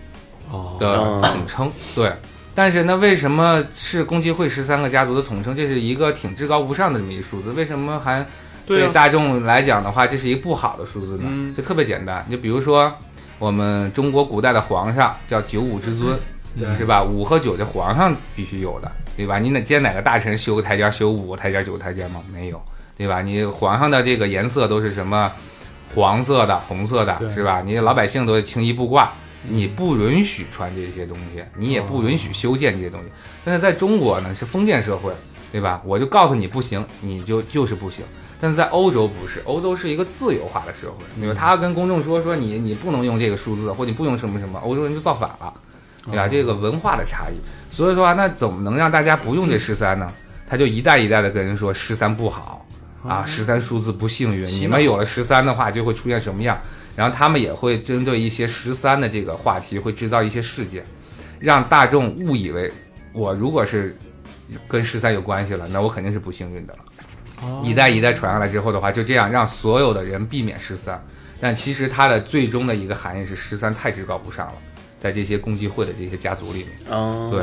[SPEAKER 7] 的
[SPEAKER 3] 哦
[SPEAKER 8] 嗯
[SPEAKER 7] 统称，对。但是那为什么是共济会十三个家族的统称？这是一个挺至高无上的这么一个数字，为什么还
[SPEAKER 3] 对
[SPEAKER 7] 对
[SPEAKER 3] 啊，
[SPEAKER 7] 大众来讲的话，这是一不好的数字呢？
[SPEAKER 3] 嗯
[SPEAKER 7] 就特别简单，你就比如说我们中国古代的皇上叫九五之尊，
[SPEAKER 3] 对
[SPEAKER 7] 是吧？五和九这皇上必须有的，对吧？你哪见哪个大臣修个台阶儿修五个台阶儿九个台阶儿吗？没有，对吧？你皇上的这个颜色都是什么黄色的、红色的，是吧？你老百姓都青衣布褂。你不允许穿这些东西，你也不允许修建这些东西。但是在中国呢，是封建社会，对吧？我就告诉你不行，你就就是不行。但是在欧洲不是，欧洲是一个自由化的社会，对吧？他跟公众说说你你不能用这个数字，或你不用什么什么，欧洲人就造反了，对吧？这个文化的差异，所以说啊，那怎么能让大家不用这十三呢？他就一代一代的跟人说十三不好啊，十三数字不幸运，你们有了十三的话就会出现什么样？然后他们也会针对一些十三的这个话题，会制造一些事件，让大众误以为我如果是跟十三有关系了，那我肯定是不幸运的了。一代一代传下来之后的话，就这样让所有的人避免十三，但其实它的最终的一个含义是十三太至高无上了，在这些共济会的这些家族里面。
[SPEAKER 8] 哦，
[SPEAKER 7] 对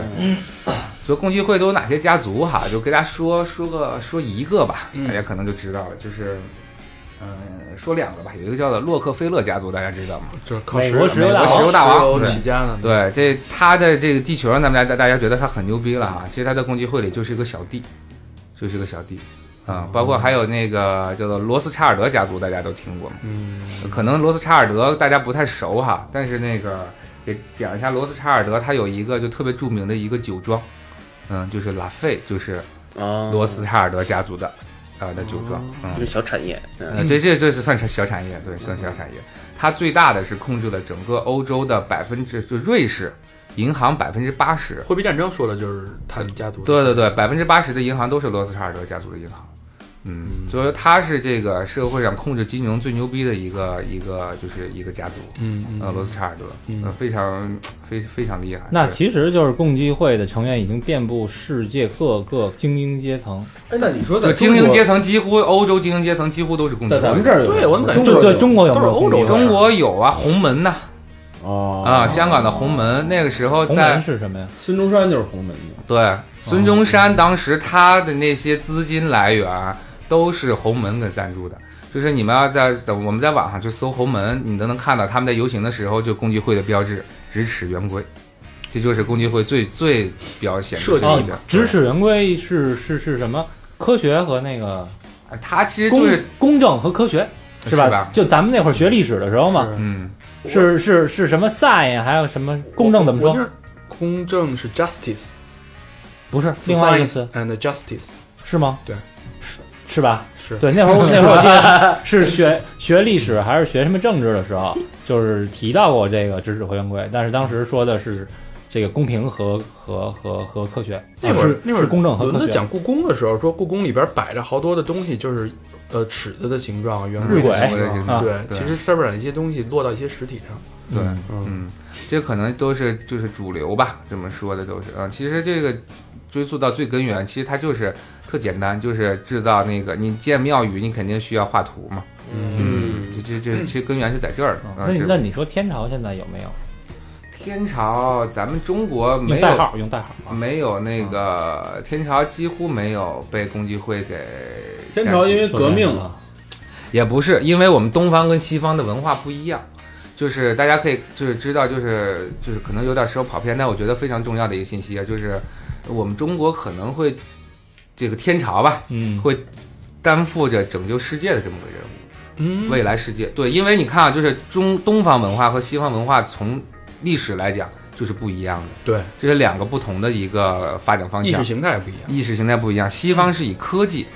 [SPEAKER 7] 所以共济会都有哪些家族哈？就跟大家说说个说一个吧，大家可能就知道了，就是。嗯，说两个吧，有一个叫做洛克菲勒家族，大家知道吗？
[SPEAKER 3] 就是靠
[SPEAKER 4] 美国石油大
[SPEAKER 7] 王
[SPEAKER 3] 石油
[SPEAKER 7] 石油
[SPEAKER 3] 起家的，
[SPEAKER 7] 对，这他的这个地球上，咱们大家大家觉得他很牛逼了哈。其实他在共济会里就是一个小弟，就是一个小弟啊、包括还有那个叫做罗斯查尔德家族，大家都听过吗？嗯，可能罗斯查尔德大家不太熟哈，但是那个给讲一下罗斯查尔德，他有一个就特别著名的一个酒庄，嗯，就是拉菲，就是
[SPEAKER 8] 哦，
[SPEAKER 7] 罗斯查尔德家族的啊、的酒庄，嗯
[SPEAKER 8] 一，个小产业，嗯
[SPEAKER 7] 呃，这这这是算是小产业，对，算小产业。它最大的是控制了整个欧洲的百分之，就瑞士银行百分之八十。
[SPEAKER 3] 货币战争说的就是他们家族的，
[SPEAKER 7] 对对对，百分之八十的银行都是罗斯查尔德家族的银行。嗯，所以说它是这个社会上控制金融最牛逼的一个一个就是一个家族。
[SPEAKER 3] 嗯嗯
[SPEAKER 7] 呃，罗斯查尔德，
[SPEAKER 3] 嗯
[SPEAKER 7] 呃，非常非非常厉害。
[SPEAKER 4] 那
[SPEAKER 7] 对
[SPEAKER 4] 其实就是共济会的成员已经遍布世界各个精英阶层，
[SPEAKER 9] 哎，那你说
[SPEAKER 7] 就
[SPEAKER 9] 在
[SPEAKER 7] 精英
[SPEAKER 9] 中国
[SPEAKER 7] 阶层几乎欧洲精英阶层几乎都是共济
[SPEAKER 9] 在
[SPEAKER 7] 会。
[SPEAKER 9] 咱们这儿有，
[SPEAKER 3] 对我们感觉
[SPEAKER 9] 中
[SPEAKER 4] 就
[SPEAKER 9] 国
[SPEAKER 4] 对
[SPEAKER 9] 有
[SPEAKER 4] 中国有没
[SPEAKER 3] 都是
[SPEAKER 4] 有
[SPEAKER 3] 欧
[SPEAKER 4] 共
[SPEAKER 3] 洲
[SPEAKER 4] 济会
[SPEAKER 7] 中国有啊，红门呐
[SPEAKER 9] 哦
[SPEAKER 7] 啊，香港的红门，那个时候
[SPEAKER 4] 红
[SPEAKER 7] 在
[SPEAKER 4] 门是什么呀？
[SPEAKER 9] 孙中山就是红门的。
[SPEAKER 7] 对，孙中山当时他的那些资金来源都是洪门给赞助的，就是你们要在等我们在网上去搜洪门，你都能看到他们在游行的时候就共济会的标志咫尺圆规，这就是共济会最最表显著
[SPEAKER 3] 设
[SPEAKER 7] 的
[SPEAKER 3] 计
[SPEAKER 7] 一
[SPEAKER 4] 哦
[SPEAKER 7] 点，
[SPEAKER 4] 咫尺圆规是是是什么？科学和那个
[SPEAKER 7] 对，它啊其实
[SPEAKER 4] 公
[SPEAKER 7] 就是
[SPEAKER 4] 公正和科学是吧？
[SPEAKER 7] 是吧
[SPEAKER 4] 就咱们那会儿学历史的时候嘛，
[SPEAKER 7] 嗯，
[SPEAKER 4] 是是是什么 sign，还有什么公正怎么
[SPEAKER 3] 我
[SPEAKER 4] 说
[SPEAKER 3] 这？儿公正是 justice，
[SPEAKER 4] 不是另外一个
[SPEAKER 3] Science
[SPEAKER 4] 词
[SPEAKER 3] and justice
[SPEAKER 4] 是吗？
[SPEAKER 3] 对，
[SPEAKER 4] 是是吧？
[SPEAKER 3] 是
[SPEAKER 4] 对，那会儿我那会儿我记得是学学历史还是学什么政治的时候，就是提到过这个知识和圆规，但是当时说的是这个公平和和和和科学，
[SPEAKER 3] 那会
[SPEAKER 4] 啊
[SPEAKER 3] 儿
[SPEAKER 4] 是
[SPEAKER 3] 那会儿
[SPEAKER 4] 是公正和
[SPEAKER 3] 轮
[SPEAKER 4] 科
[SPEAKER 3] 子
[SPEAKER 4] 学。
[SPEAKER 3] 讲故宫的时候，说故宫里边摆着好多的东西，就是呃尺子的形状、圆规的形
[SPEAKER 7] 日晷
[SPEAKER 3] 状，
[SPEAKER 7] 啊
[SPEAKER 3] 对，
[SPEAKER 7] 对
[SPEAKER 3] 其实上面把一些东西落到一些实体上。
[SPEAKER 7] 对，
[SPEAKER 3] 嗯，
[SPEAKER 7] 嗯，这可能都是就是主流吧，这么说的都是啊、嗯。其实这个追溯到最根源，其实它就是特简单，就是制造那个你建庙宇，你肯定需要画图嘛。
[SPEAKER 8] 嗯
[SPEAKER 7] 这这这其实根源是在这儿的。啊
[SPEAKER 4] 那
[SPEAKER 3] 嗯
[SPEAKER 4] 你
[SPEAKER 7] 这
[SPEAKER 4] 嗯那你说天朝现在有没有
[SPEAKER 7] 天朝，咱们中国
[SPEAKER 4] 用
[SPEAKER 7] 没
[SPEAKER 4] 代
[SPEAKER 7] 有
[SPEAKER 4] 号？用代号啊？
[SPEAKER 7] 没有那个天朝几乎没有被共济会给
[SPEAKER 9] 天朝因为
[SPEAKER 4] 说
[SPEAKER 9] 革
[SPEAKER 4] 白
[SPEAKER 9] 命
[SPEAKER 4] 了
[SPEAKER 9] 嘛，
[SPEAKER 7] 也不是，因为我们东方跟西方的文化不一样，就是大家可以就是知道，就是就是可能有点时候跑偏，但我觉得非常重要的一个信息啊，就是我们中国可能会这个天朝吧，
[SPEAKER 4] 嗯，
[SPEAKER 7] 会担负着拯救世界的这么个任务。
[SPEAKER 3] 嗯，
[SPEAKER 7] 未来世界。对，因为你看啊，就是中东方文化和西方文化从历史来讲就是不一样的，
[SPEAKER 3] 对，
[SPEAKER 7] 这是两个不同的一个发展方
[SPEAKER 3] 意
[SPEAKER 7] 向
[SPEAKER 3] 识，形态也不一样。
[SPEAKER 7] 意识形态不一样。西方是以科技，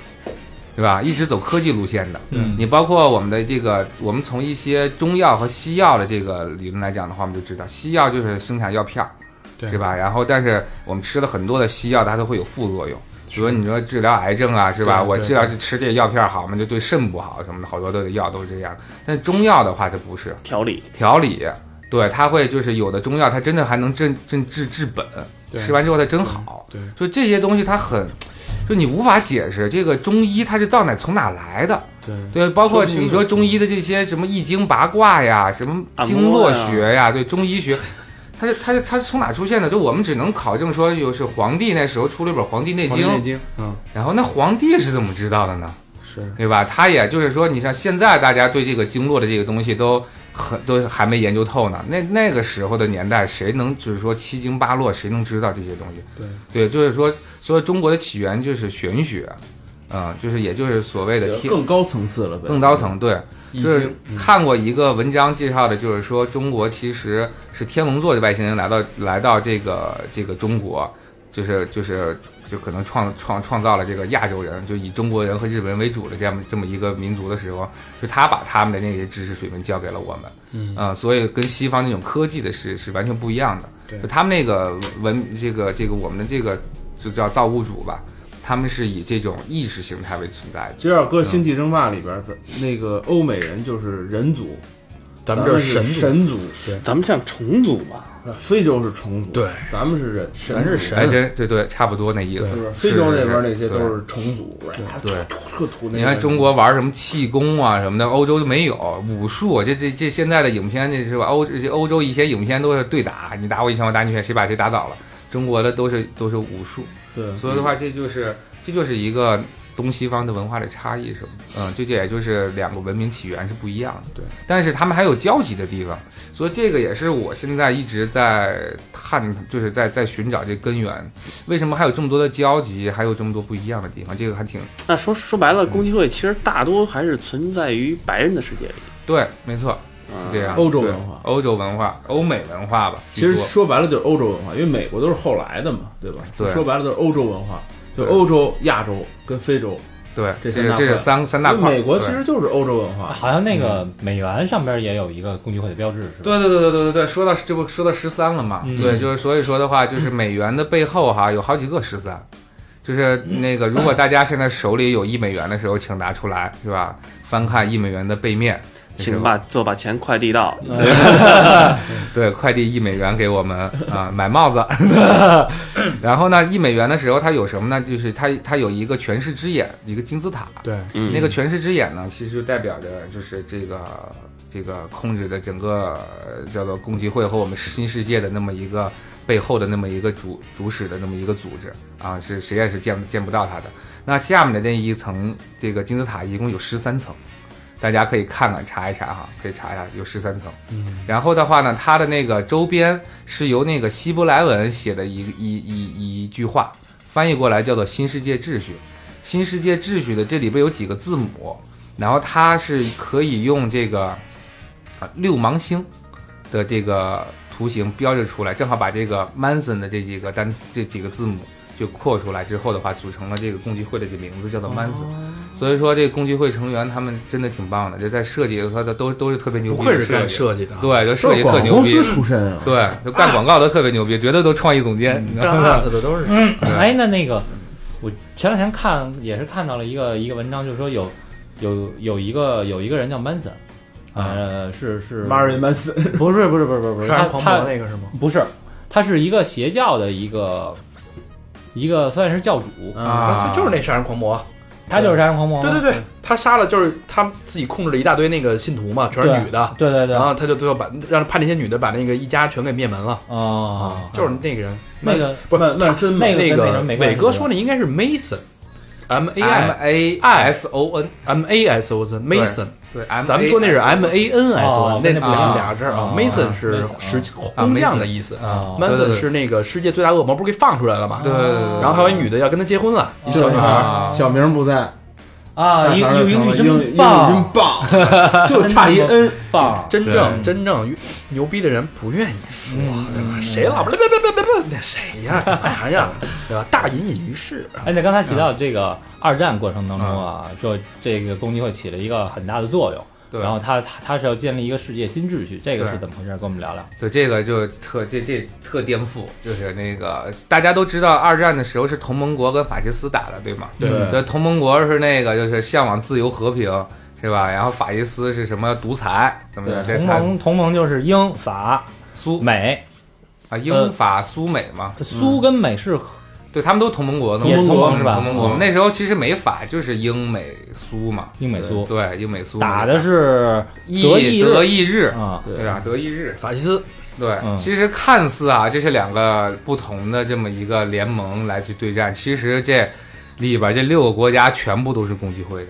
[SPEAKER 7] 对吧？一直走科技路线的。
[SPEAKER 4] 嗯
[SPEAKER 7] 你包括我们的这个，我们从一些中药和西药的这个理论来讲的话，我们就知道西药就是生产药片儿，
[SPEAKER 3] 对
[SPEAKER 7] 对吧？然后，但是我们吃了很多的西药，它都会有副作用。比如你说治疗癌症啊，是吧？
[SPEAKER 3] 对对
[SPEAKER 7] 我治疗就吃这药片好吗？就对肾不好什么的，好多的药都是这样。但中药的话，它不是
[SPEAKER 8] 调理
[SPEAKER 7] 调理，对，它会就是有的中药它真的还能治治治治本，
[SPEAKER 3] 对
[SPEAKER 7] 吃完之后它真好。
[SPEAKER 3] 对
[SPEAKER 7] 就这些东西它很，就你无法解释这个中医它是到哪从哪来的。
[SPEAKER 3] 对
[SPEAKER 7] 对，包
[SPEAKER 8] 说
[SPEAKER 7] 括
[SPEAKER 8] 不清
[SPEAKER 7] 你
[SPEAKER 8] 楚
[SPEAKER 7] 说中医的这些什么易经八卦呀，什么
[SPEAKER 8] 按
[SPEAKER 7] 经
[SPEAKER 8] 摩
[SPEAKER 7] 络
[SPEAKER 8] 呀
[SPEAKER 7] 学呀，对中医学，它是它是它是从哪出现的？就我们只能考证说，有是皇帝那时候出了一本《黄帝内
[SPEAKER 3] 《黄
[SPEAKER 7] 经
[SPEAKER 3] 帝》内，经》嗯，
[SPEAKER 7] 然后那皇帝是怎么知道的呢？
[SPEAKER 3] 是
[SPEAKER 7] 对吧？他也就是说，你像现在大家对这个经络的这个东西都很都还没研究透呢。那那个时候的年代，谁能就是说七经八络，谁能知道这些东西？
[SPEAKER 3] 对
[SPEAKER 7] 对，就是说说中国的起源就是玄学，嗯，就是也就是所谓的天
[SPEAKER 9] 更高层次了呗，
[SPEAKER 7] 更高层对。
[SPEAKER 3] 易
[SPEAKER 7] 就是
[SPEAKER 3] 经，嗯
[SPEAKER 7] 看过一个文章介绍的，就是说中国其实是天龙座的外星人来到来到这个这个中国，就是就是就可能创创创造了这个亚洲人，就以中国人和日本人为主的这样这么一个民族的时候，就他把他们的那些知识水平教给了我们，
[SPEAKER 3] 嗯
[SPEAKER 7] 啊、所以跟西方那种科技的是是完全不一样的。
[SPEAKER 3] 对
[SPEAKER 7] 就他们那个文文这个这个我们的这个就叫造物主吧，他们是以这种意识形态为存在的。
[SPEAKER 9] 就要搁《星际争霸》里边儿，那个欧美人就是人族，
[SPEAKER 3] 咱们
[SPEAKER 9] 们
[SPEAKER 3] 这儿
[SPEAKER 9] 是
[SPEAKER 3] 神族，
[SPEAKER 9] 神族，
[SPEAKER 8] 咱们像虫族吧，
[SPEAKER 9] 非洲是虫族，
[SPEAKER 3] 对，
[SPEAKER 9] 咱们是人，
[SPEAKER 3] 全是
[SPEAKER 9] 神
[SPEAKER 3] 神
[SPEAKER 7] 哎，，真对对，差不多那意思
[SPEAKER 9] 族，是不是？。
[SPEAKER 7] 是
[SPEAKER 9] 嗯非洲那边那些
[SPEAKER 7] 是对
[SPEAKER 9] 都是虫族，哇
[SPEAKER 7] 对，
[SPEAKER 9] 特土那。
[SPEAKER 7] 你看中国，玩什么气功啊什么的，欧洲就没有武术。这这这现在的影片，这是吧？欧这欧洲一些影片都是对打，你打我一拳，我打你一拳，谁把谁打倒了？中国的都是都是武术，
[SPEAKER 9] 对，
[SPEAKER 7] 所以的话，这就是这就是一个东西方的文化的差异，是吧？嗯，就这也就是两个文明起源是不一样的，
[SPEAKER 3] 对。
[SPEAKER 7] 但是他们还有交集的地方，所以这个也是我现在一直在探，就是在在寻找这根源，为什么还有这么多的交集，还有这么多不一样的地方？这个还挺
[SPEAKER 8] 那说说白了，共济会其实大多还是存在于白人的世界里，
[SPEAKER 7] 对，没错。
[SPEAKER 8] 啊
[SPEAKER 7] 是这样，
[SPEAKER 9] 欧洲
[SPEAKER 7] 对
[SPEAKER 9] 文化
[SPEAKER 7] 欧洲文化、欧美文化吧，
[SPEAKER 9] 其实
[SPEAKER 7] 居多
[SPEAKER 9] 说白了就是欧洲文化，因为美国都是后来的嘛，对吧？
[SPEAKER 7] 对
[SPEAKER 9] 说白了就是欧洲文化，就
[SPEAKER 7] 对
[SPEAKER 9] 欧洲、亚洲跟非洲。
[SPEAKER 7] 对，
[SPEAKER 9] 这
[SPEAKER 7] 这是
[SPEAKER 9] 三大
[SPEAKER 7] 这是
[SPEAKER 9] 块
[SPEAKER 7] 三三大
[SPEAKER 9] 就
[SPEAKER 7] 块。
[SPEAKER 9] 美国
[SPEAKER 7] 对
[SPEAKER 9] 其实就是欧洲文化，
[SPEAKER 4] 好像那个美元上边也有一个共济会的标志，是吧？
[SPEAKER 7] 对对对对对对对，说到这不说到十三了嘛？
[SPEAKER 4] 嗯
[SPEAKER 7] 对，就是所以说的话，就是美元的背后哈有好几个十三，就是那个如果大家现在手里有一美元的时候，请拿出来，是吧？翻看一美元的背面，
[SPEAKER 8] 请
[SPEAKER 7] 吧？
[SPEAKER 8] 把做把钱快递到，
[SPEAKER 9] 嗯
[SPEAKER 7] 对，快递一美元给我们啊、买帽子。然后呢，一美元的时候它有什么呢？就是它它有一个权势之眼，一个金字塔。
[SPEAKER 3] 对，
[SPEAKER 8] 嗯，
[SPEAKER 7] 那个权势之眼呢，其实就代表着就是这个这个控制的整个呃叫做共济会和我们新世界的那么一个背后的那么一个主主使的那么一个组织啊，是谁也是见见不到它的。那下面的那一层这个金字塔一共有十三层，大家可以看看查一查哈，可以查一下有十三层。
[SPEAKER 3] 嗯，
[SPEAKER 7] 然后的话呢，它的那个周边是由那个希伯来文写的一一一一句话，翻译过来叫做“新世界秩序”。新世界秩序的这里边有几个字母，然后它是可以用这个啊六芒星的这个图形标志出来，正好把这个 Manson 的这几个单词这几个字母就扩出来之后的话，组成了这个共济会的这名字叫
[SPEAKER 9] 哦
[SPEAKER 7] 做 Manson。所以说，这个共济会成员他们真的挺棒的，这在设计的时候都都是特别牛
[SPEAKER 3] 不
[SPEAKER 7] 逼
[SPEAKER 3] 愧
[SPEAKER 7] 的
[SPEAKER 3] 是干
[SPEAKER 7] 计。
[SPEAKER 3] 设计的，，啊
[SPEAKER 7] 对，就
[SPEAKER 9] 都
[SPEAKER 7] 设
[SPEAKER 9] 是
[SPEAKER 7] 计
[SPEAKER 9] 广
[SPEAKER 7] 特
[SPEAKER 9] 告
[SPEAKER 7] 牛
[SPEAKER 9] 公
[SPEAKER 7] 逼
[SPEAKER 9] 司，出身啊。
[SPEAKER 7] 对，就干广告的特别牛逼，绝对都创意总监。你 知道
[SPEAKER 3] 干
[SPEAKER 7] 吗
[SPEAKER 3] art 的 都是
[SPEAKER 4] 哎，那那个，我前两天看也是看到了一个一个文章，就是说有有有一个有一个人叫 Manson，呃，是是
[SPEAKER 9] Marilyn Manson，
[SPEAKER 4] 不是不是不是不是不是
[SPEAKER 3] 杀
[SPEAKER 4] 他
[SPEAKER 3] 人狂魔
[SPEAKER 4] 他
[SPEAKER 3] 那个是吗？
[SPEAKER 4] 不是，他是一个邪教的一个一个算是教主，
[SPEAKER 9] 嗯
[SPEAKER 7] 啊，
[SPEAKER 3] 就就是那杀人狂魔，
[SPEAKER 4] 他就是杀人狂魔吗，
[SPEAKER 3] 对对对，他杀了就是他自己控制了一大堆那个信徒嘛，全是女的，
[SPEAKER 4] 对对对
[SPEAKER 3] 然后他就最后把让怕那些女的把那个一家全给灭门了
[SPEAKER 4] 哦，
[SPEAKER 3] 就是那个人，
[SPEAKER 4] 那个
[SPEAKER 3] 不
[SPEAKER 9] 曼曼森嘛
[SPEAKER 4] 那
[SPEAKER 3] 嗯那
[SPEAKER 4] 个跟那
[SPEAKER 3] 个
[SPEAKER 4] 人没关
[SPEAKER 3] 伟
[SPEAKER 4] 系
[SPEAKER 3] 哥说那应该是 Mason，M A
[SPEAKER 7] M
[SPEAKER 3] I
[SPEAKER 7] A S O N，
[SPEAKER 3] M A S O N Mason，
[SPEAKER 7] 对，M
[SPEAKER 3] 咱们说那是 M A N S
[SPEAKER 4] 哦
[SPEAKER 3] O，N，
[SPEAKER 4] 那
[SPEAKER 3] 那
[SPEAKER 4] 不
[SPEAKER 7] 一样
[SPEAKER 3] 那俩字儿啊
[SPEAKER 4] 哦
[SPEAKER 3] ，Mason 是
[SPEAKER 4] Mason，
[SPEAKER 3] 石
[SPEAKER 7] 啊
[SPEAKER 3] 工匠的意思
[SPEAKER 4] 哦
[SPEAKER 7] 对对
[SPEAKER 3] ，Mason
[SPEAKER 7] 对
[SPEAKER 3] 是那个世界最大恶魔，不是给放出来了吗？
[SPEAKER 7] 对对对对，
[SPEAKER 3] 然后还有一女的要跟他结婚了，一
[SPEAKER 9] 小
[SPEAKER 3] 小
[SPEAKER 9] 女
[SPEAKER 3] 女
[SPEAKER 9] 孩
[SPEAKER 3] 孩儿，
[SPEAKER 9] 儿，小明不在，
[SPEAKER 4] 啊，
[SPEAKER 9] 大
[SPEAKER 4] 有
[SPEAKER 9] 肠儿
[SPEAKER 4] 有
[SPEAKER 9] 成
[SPEAKER 4] 英语
[SPEAKER 9] 了英
[SPEAKER 4] 真
[SPEAKER 9] 英语
[SPEAKER 4] 棒
[SPEAKER 9] 真，棒，就差一 N。
[SPEAKER 4] 棒，
[SPEAKER 3] 真正 真正牛逼的人不愿意说，对吧？谁老别别别别别别，那谁呀？干嘛呀？对吧？大隐隐于市，
[SPEAKER 4] 而哎且
[SPEAKER 7] 嗯
[SPEAKER 4] 刚才提到这个二战过程当中啊，说这个共济会起了一个很大的作用，
[SPEAKER 7] 对
[SPEAKER 4] 然后他他他是要建立一个世界新秩序，这个
[SPEAKER 7] 对
[SPEAKER 4] 是怎么回事？跟我们聊聊。
[SPEAKER 7] 对，这个就特这这特颠覆，就是那个大家都知道，二战的时候是同盟国跟法西斯打的，对吗？
[SPEAKER 9] 对
[SPEAKER 7] 对，同盟国是那个就是向往自由和平，是吧？然后法西斯是什么独裁，怎么的？这
[SPEAKER 4] 同
[SPEAKER 7] 才
[SPEAKER 4] 盟同盟就是英法
[SPEAKER 7] 苏
[SPEAKER 4] 美，
[SPEAKER 7] 啊，
[SPEAKER 4] 呃
[SPEAKER 7] 英法苏美嘛，
[SPEAKER 4] 苏跟美是合
[SPEAKER 7] 对他们都同盟国的嘛，
[SPEAKER 4] 也是同盟
[SPEAKER 7] 盟
[SPEAKER 4] 是吧
[SPEAKER 7] 同盟国嘛
[SPEAKER 4] 嗯
[SPEAKER 7] 那时候其实美法就是英美苏嘛，
[SPEAKER 4] 英美苏
[SPEAKER 7] 对英美苏
[SPEAKER 4] 打的是
[SPEAKER 7] 意
[SPEAKER 4] 德意日
[SPEAKER 7] 德意嗯日，
[SPEAKER 4] 啊，
[SPEAKER 7] 对吧？德意日，
[SPEAKER 3] 法西斯
[SPEAKER 7] 对，
[SPEAKER 4] 嗯
[SPEAKER 7] 其实看似啊，这是两个不同的这么一个联盟来去对战，其实这里边这六个国家全部都是共济会的。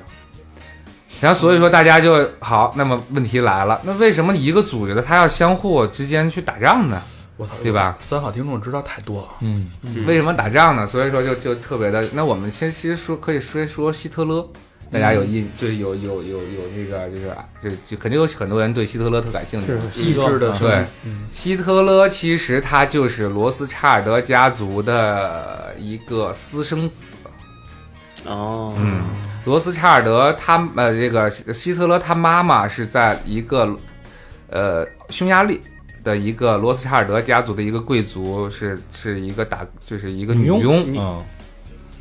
[SPEAKER 7] 然后所以说大家就好，那么问题来了，那为什么一个组织的他要相互之间去打仗呢？
[SPEAKER 3] 我操，
[SPEAKER 7] 对吧？
[SPEAKER 3] 三好听众知道太多了，
[SPEAKER 4] 嗯，
[SPEAKER 8] 嗯
[SPEAKER 7] 为什么打仗呢？所以说就就特别的。那我们先其实说可以说说希特勒，大家有
[SPEAKER 4] 嗯
[SPEAKER 7] 印就是有有有有那个就是就就肯定有很多人对希特勒特感兴趣。
[SPEAKER 4] 是是
[SPEAKER 3] 意志
[SPEAKER 4] 嗯
[SPEAKER 3] 的
[SPEAKER 7] 对，希特勒其实他就是罗斯查尔德家族的一个私生子。
[SPEAKER 8] 哦，
[SPEAKER 7] 嗯，罗斯查尔德他呃，这个希特勒他妈妈是在一个呃匈牙利的一个罗斯查尔德家族的一个贵族，是是一个打就是一个女
[SPEAKER 4] 佣
[SPEAKER 7] 佣，
[SPEAKER 4] 嗯，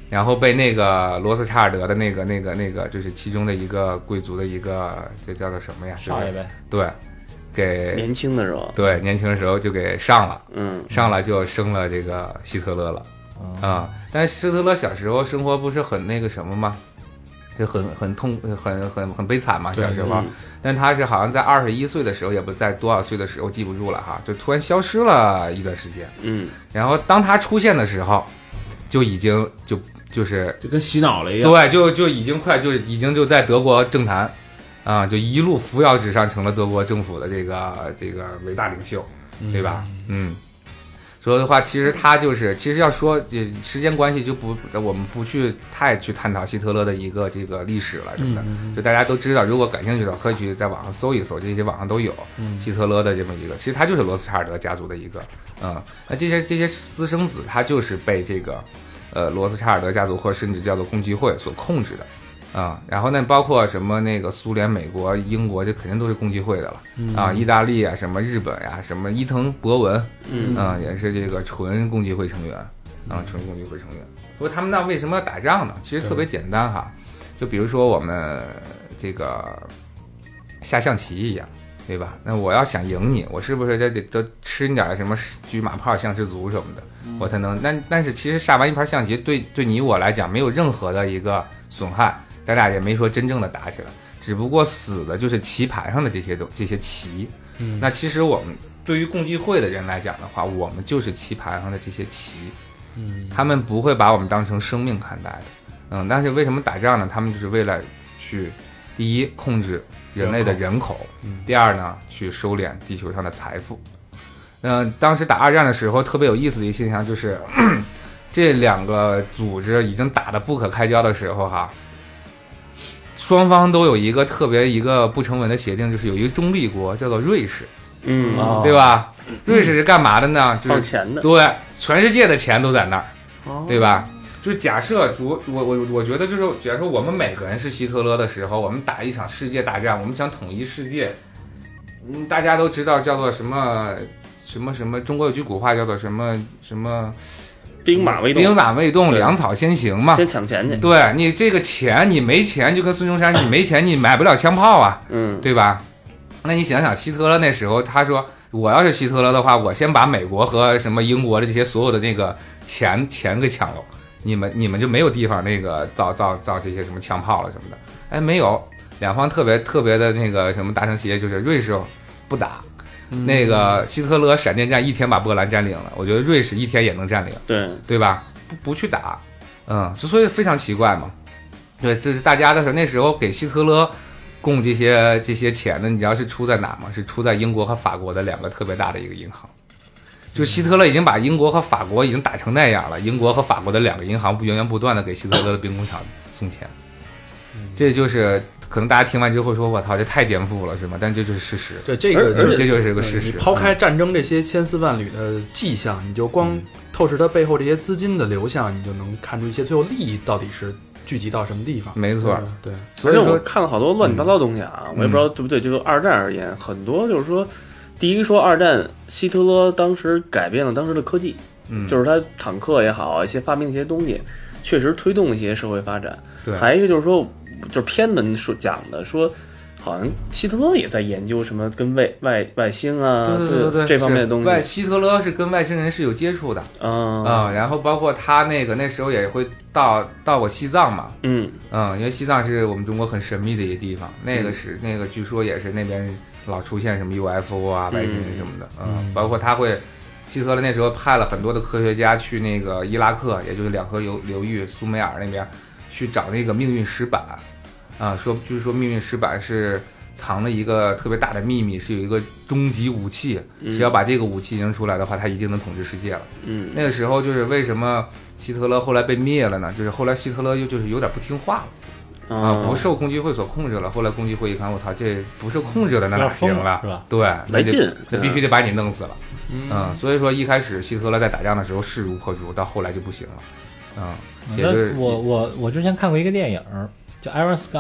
[SPEAKER 7] 然后被那个罗斯查尔德的那个那个那个就是其中的一个贵族的一个这叫做什么呀？
[SPEAKER 4] 少爷呗，
[SPEAKER 7] 对，给
[SPEAKER 8] 年轻的时候，
[SPEAKER 7] 对年轻的时候就给上了。
[SPEAKER 8] 嗯，
[SPEAKER 7] 上来就生了这个希特勒了
[SPEAKER 4] 嗯
[SPEAKER 7] 啊、但是希特勒小时候生活不是很那个什么吗？就很很痛，很很很悲惨嘛，小时候
[SPEAKER 8] 嗯。
[SPEAKER 7] 但他是好像在二十一岁的时候，也不在多少岁的时候，记不住了哈，就突然消失了一段时间。
[SPEAKER 8] 嗯，
[SPEAKER 7] 然后当他出现的时候，就已经就就是
[SPEAKER 9] 就跟洗脑了一样。
[SPEAKER 7] 对，就就已经快就已经就在德国政坛啊、就一路扶摇直上，成了德国政府的这个这个伟大领袖，对吧？嗯。所以的话，其实他就是，其实要说，也时间关系就不，我们不去太去探讨希特勒的一个这个历史了什么
[SPEAKER 9] 嗯
[SPEAKER 7] 的，就大家都知道。如果感兴趣的，可以去在网上搜一搜，这些网上都有
[SPEAKER 9] 嗯
[SPEAKER 7] 希特勒的这么一个。其实他就是罗斯查尔德家族的一个，嗯，那这些这些私生子，他就是被这个呃罗斯查尔德家族，或者甚至叫做共济会所控制的啊、然后呢，包括什么那个苏联、美国、英国，这肯定都是共济会的了、啊。意大利啊，什么日本呀、什么伊藤博文，
[SPEAKER 8] 嗯
[SPEAKER 7] 啊、也是这个纯共济会成员啊，纯共济会成员。说他们那为什么要打仗呢？其实特别简单哈，就比如说我们这个下象棋一样。对吧？那我要想赢你，我是不是得得得吃你点儿什么车马炮、象士卒什么的？我才能。但但是其实下完一盘象棋，对对你我来讲没有任何的一个损害，咱俩也没说真正的打起来，只不过死的就是棋盘上的这些东这些棋。嗯，那其实我们对于共济会的人来讲的话，我们就是棋盘上的这些棋。嗯，他们不会把我们当成生命看待的。嗯，但是为什么打仗呢？他们就是为了去，第一控制人类的人口，嗯第二呢去收敛地球上的财富。嗯，当时打二战的时候，特别有意思的一个现象就是， 这两个组织已经打得不可开交的时候，哈，双方都有一个特别一个不成文的协定，就是有一个中立国叫做瑞士，
[SPEAKER 8] 嗯，
[SPEAKER 4] 哦
[SPEAKER 7] 对吧？瑞士是干嘛的呢？就
[SPEAKER 8] 放
[SPEAKER 7] 是
[SPEAKER 8] 钱的，
[SPEAKER 7] 对，全世界的钱都在那儿，
[SPEAKER 8] 哦
[SPEAKER 7] 对吧？就是假设主我我我觉得就是，假设我们每个人是希特勒的时候，我们打一场世界大战，我们想统一世界，嗯，大家都知道叫做什么什么什么，中国有句古话叫做什么什么
[SPEAKER 8] 兵马未动，
[SPEAKER 7] 兵马未动，
[SPEAKER 8] 对
[SPEAKER 7] 粮草先行嘛。
[SPEAKER 8] 先抢钱去，
[SPEAKER 7] 对你这个钱，你没钱就跟孙中山，你没钱你买不了枪炮啊，
[SPEAKER 8] 嗯，
[SPEAKER 7] 对吧？那你想想希特勒那时候，他说我要是希特勒的话，我先把美国和什么英国的这些所有的那个钱钱给抢了，你们你们就没有地方那个造造造这些什么枪炮了什么的。哎，没有，两方特别特别的那个什么达成协议，就是瑞士不打。那个希特勒闪电战一天把波兰占领了，我觉得瑞士一天也能占领。
[SPEAKER 8] 对，
[SPEAKER 7] 对吧？不不去打，嗯，就所以非常奇怪嘛。对，就是大家的时候，那时候给希特勒供这些这些钱的，你知道是出在哪吗？是出在英国和法国的两个特别大的一个银行。就希特勒已经把英国和法国已经打成那样了，英国和法国的两个银行不源源不断的给希特勒的兵工厂送钱，
[SPEAKER 8] 嗯
[SPEAKER 7] 这就是可能大家听完之后说：“我操，这太颠覆了，是吗？”但这就是事实，
[SPEAKER 3] 对这
[SPEAKER 8] 而
[SPEAKER 3] 个
[SPEAKER 8] 而
[SPEAKER 3] 就是
[SPEAKER 8] 且
[SPEAKER 7] 这就是个
[SPEAKER 3] 嗯
[SPEAKER 7] 事
[SPEAKER 3] 你
[SPEAKER 7] 实。
[SPEAKER 3] 抛开战争这些千丝万缕的迹象，你就光透视它背后这些资金的流向，你就能看出一些最后利益到底是聚集到什么地方。
[SPEAKER 7] 没错，
[SPEAKER 3] 对，
[SPEAKER 4] 啊
[SPEAKER 7] 所
[SPEAKER 8] 而
[SPEAKER 7] 以
[SPEAKER 8] 且我
[SPEAKER 7] 说嗯
[SPEAKER 8] 看了好多乱七八糟东西啊，我也不知道对不对。就二战而言，很多就是说，第一说二战，希特勒当时改变了当时的科技，
[SPEAKER 7] 嗯
[SPEAKER 8] 就是他坦克也好，一些发明一些东西，确实推动一些社会发展。
[SPEAKER 7] 对
[SPEAKER 8] 还有一个就是说，就是片子说讲的说。好像希特勒也在研究什么跟外外外星啊，
[SPEAKER 7] 对对对对，
[SPEAKER 8] 这方面的
[SPEAKER 7] 是
[SPEAKER 8] 东西。
[SPEAKER 7] 外希特勒是跟外星人是有接触的
[SPEAKER 8] 嗯
[SPEAKER 7] 啊、然后包括他那个那时候也会到到过西藏嘛，
[SPEAKER 8] 嗯，
[SPEAKER 7] 嗯，因为西藏是我们中国很神秘的一个地方，那个是、那个据说也是那边老出现什么 UFO 啊、
[SPEAKER 8] 嗯
[SPEAKER 7] 外星人什么的，嗯，包括他会。希特勒那时候派了很多的科学家去那个伊拉克，也就是两河流流域苏美尔那边，去找那个命运石板，啊，说据说命运石板是藏了一个特别大的秘密，是有一个终极武器，
[SPEAKER 8] 嗯
[SPEAKER 7] 只要把这个武器扔出来的话，他一定能统治世界了。
[SPEAKER 8] 嗯
[SPEAKER 7] 那个时候就是为什么希特勒后来被灭了呢？就是后来希特勒又就是有点不听话了。
[SPEAKER 8] 嗯
[SPEAKER 7] 啊，不受共济会所控制了。后来共济会一看，我操，这不受控制的那
[SPEAKER 4] 有
[SPEAKER 7] 哪
[SPEAKER 4] 点疯
[SPEAKER 7] 行
[SPEAKER 4] 了
[SPEAKER 7] 了？
[SPEAKER 4] 是吧？
[SPEAKER 7] 对，那
[SPEAKER 8] 来
[SPEAKER 7] 就
[SPEAKER 8] 劲，
[SPEAKER 7] 那必须得把你弄死了。嗯，所以说一开始希特勒在打仗的时候势如破竹，到后来就不行了。嗯，也
[SPEAKER 4] 那
[SPEAKER 7] 就是
[SPEAKER 4] 我我我之前看过一个电影儿叫《Iron Sky》，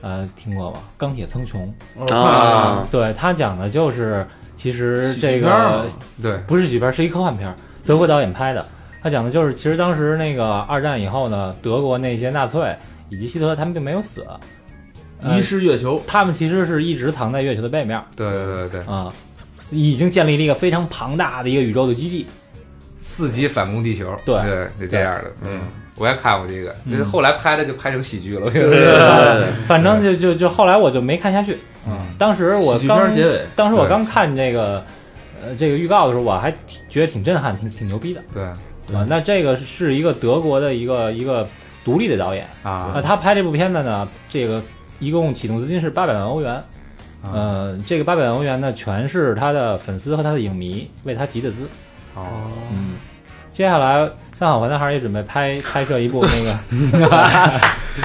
[SPEAKER 4] 呃，听过吧？钢铁苍穹。
[SPEAKER 8] 啊，
[SPEAKER 4] 对他讲的就是，其实这
[SPEAKER 9] 喜剧片儿嘛嗯
[SPEAKER 4] 个
[SPEAKER 7] 对，
[SPEAKER 4] 不是喜剧片儿，是一科幻片儿，德国导演拍的。他讲的就是，其实当时那个二战以后呢，德国那些纳粹以及希特勒他们并没有死，呃
[SPEAKER 9] 遗失月球，
[SPEAKER 4] 他们其实是一直藏在月球的背面儿
[SPEAKER 7] 对对对
[SPEAKER 9] 嗯
[SPEAKER 7] 对，
[SPEAKER 4] 啊、已经建立了一个非常庞大的一个宇宙的基地。
[SPEAKER 7] 四级反攻地球，
[SPEAKER 4] 对
[SPEAKER 7] 对，是这样的。嗯，我也看过这个，
[SPEAKER 4] 嗯
[SPEAKER 7] 就是后来拍的就拍成喜剧了。我觉
[SPEAKER 8] 对
[SPEAKER 7] 得，
[SPEAKER 8] 对对，
[SPEAKER 4] 反正就就就后来我就没看下去。
[SPEAKER 7] 嗯，
[SPEAKER 4] 当时我
[SPEAKER 9] 喜剧片
[SPEAKER 4] 刚
[SPEAKER 9] 儿结尾，
[SPEAKER 4] 当时我
[SPEAKER 7] 对
[SPEAKER 4] 刚看这个呃这个预告的时候，我还挺觉得挺震撼，挺挺牛逼的。
[SPEAKER 7] 对
[SPEAKER 4] 啊，那这个是一个德国的一个一个独立的导演，
[SPEAKER 7] 啊
[SPEAKER 4] 那他拍这部片子呢，这个一共启动资金是八百万欧元，呃，这个八百万欧元呢，全是他的粉丝和他的影迷为他集的资。
[SPEAKER 7] 哦，
[SPEAKER 4] 嗯，接下来三好坏男孩也准备拍拍摄一部那个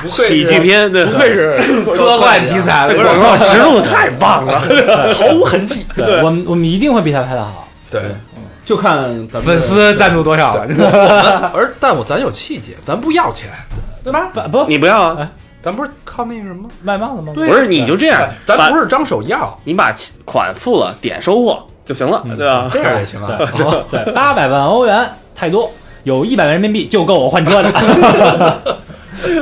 [SPEAKER 8] 喜剧片，对，不愧是
[SPEAKER 7] 科幻题材的
[SPEAKER 8] 广告植入啊太棒了，
[SPEAKER 3] 毫无痕迹。
[SPEAKER 4] 对，我们我们一定会比他拍的好。
[SPEAKER 3] 对，
[SPEAKER 9] 就看咱们
[SPEAKER 7] 粉丝赞助多少？
[SPEAKER 3] 而但我咱有气节，咱不要钱，对吧？
[SPEAKER 4] 不不
[SPEAKER 8] 你不要啊，
[SPEAKER 3] 咱不是靠那个什么？
[SPEAKER 4] 卖帽子吗？
[SPEAKER 3] 对
[SPEAKER 8] 不是你就这样，
[SPEAKER 3] 咱
[SPEAKER 8] 把
[SPEAKER 3] 不是张手要，
[SPEAKER 8] 你把钱款付了，点收获就行了，对吧？
[SPEAKER 3] 这样也行啊。
[SPEAKER 4] 对，八百万欧元太多，有一百万人民币就够我换车的。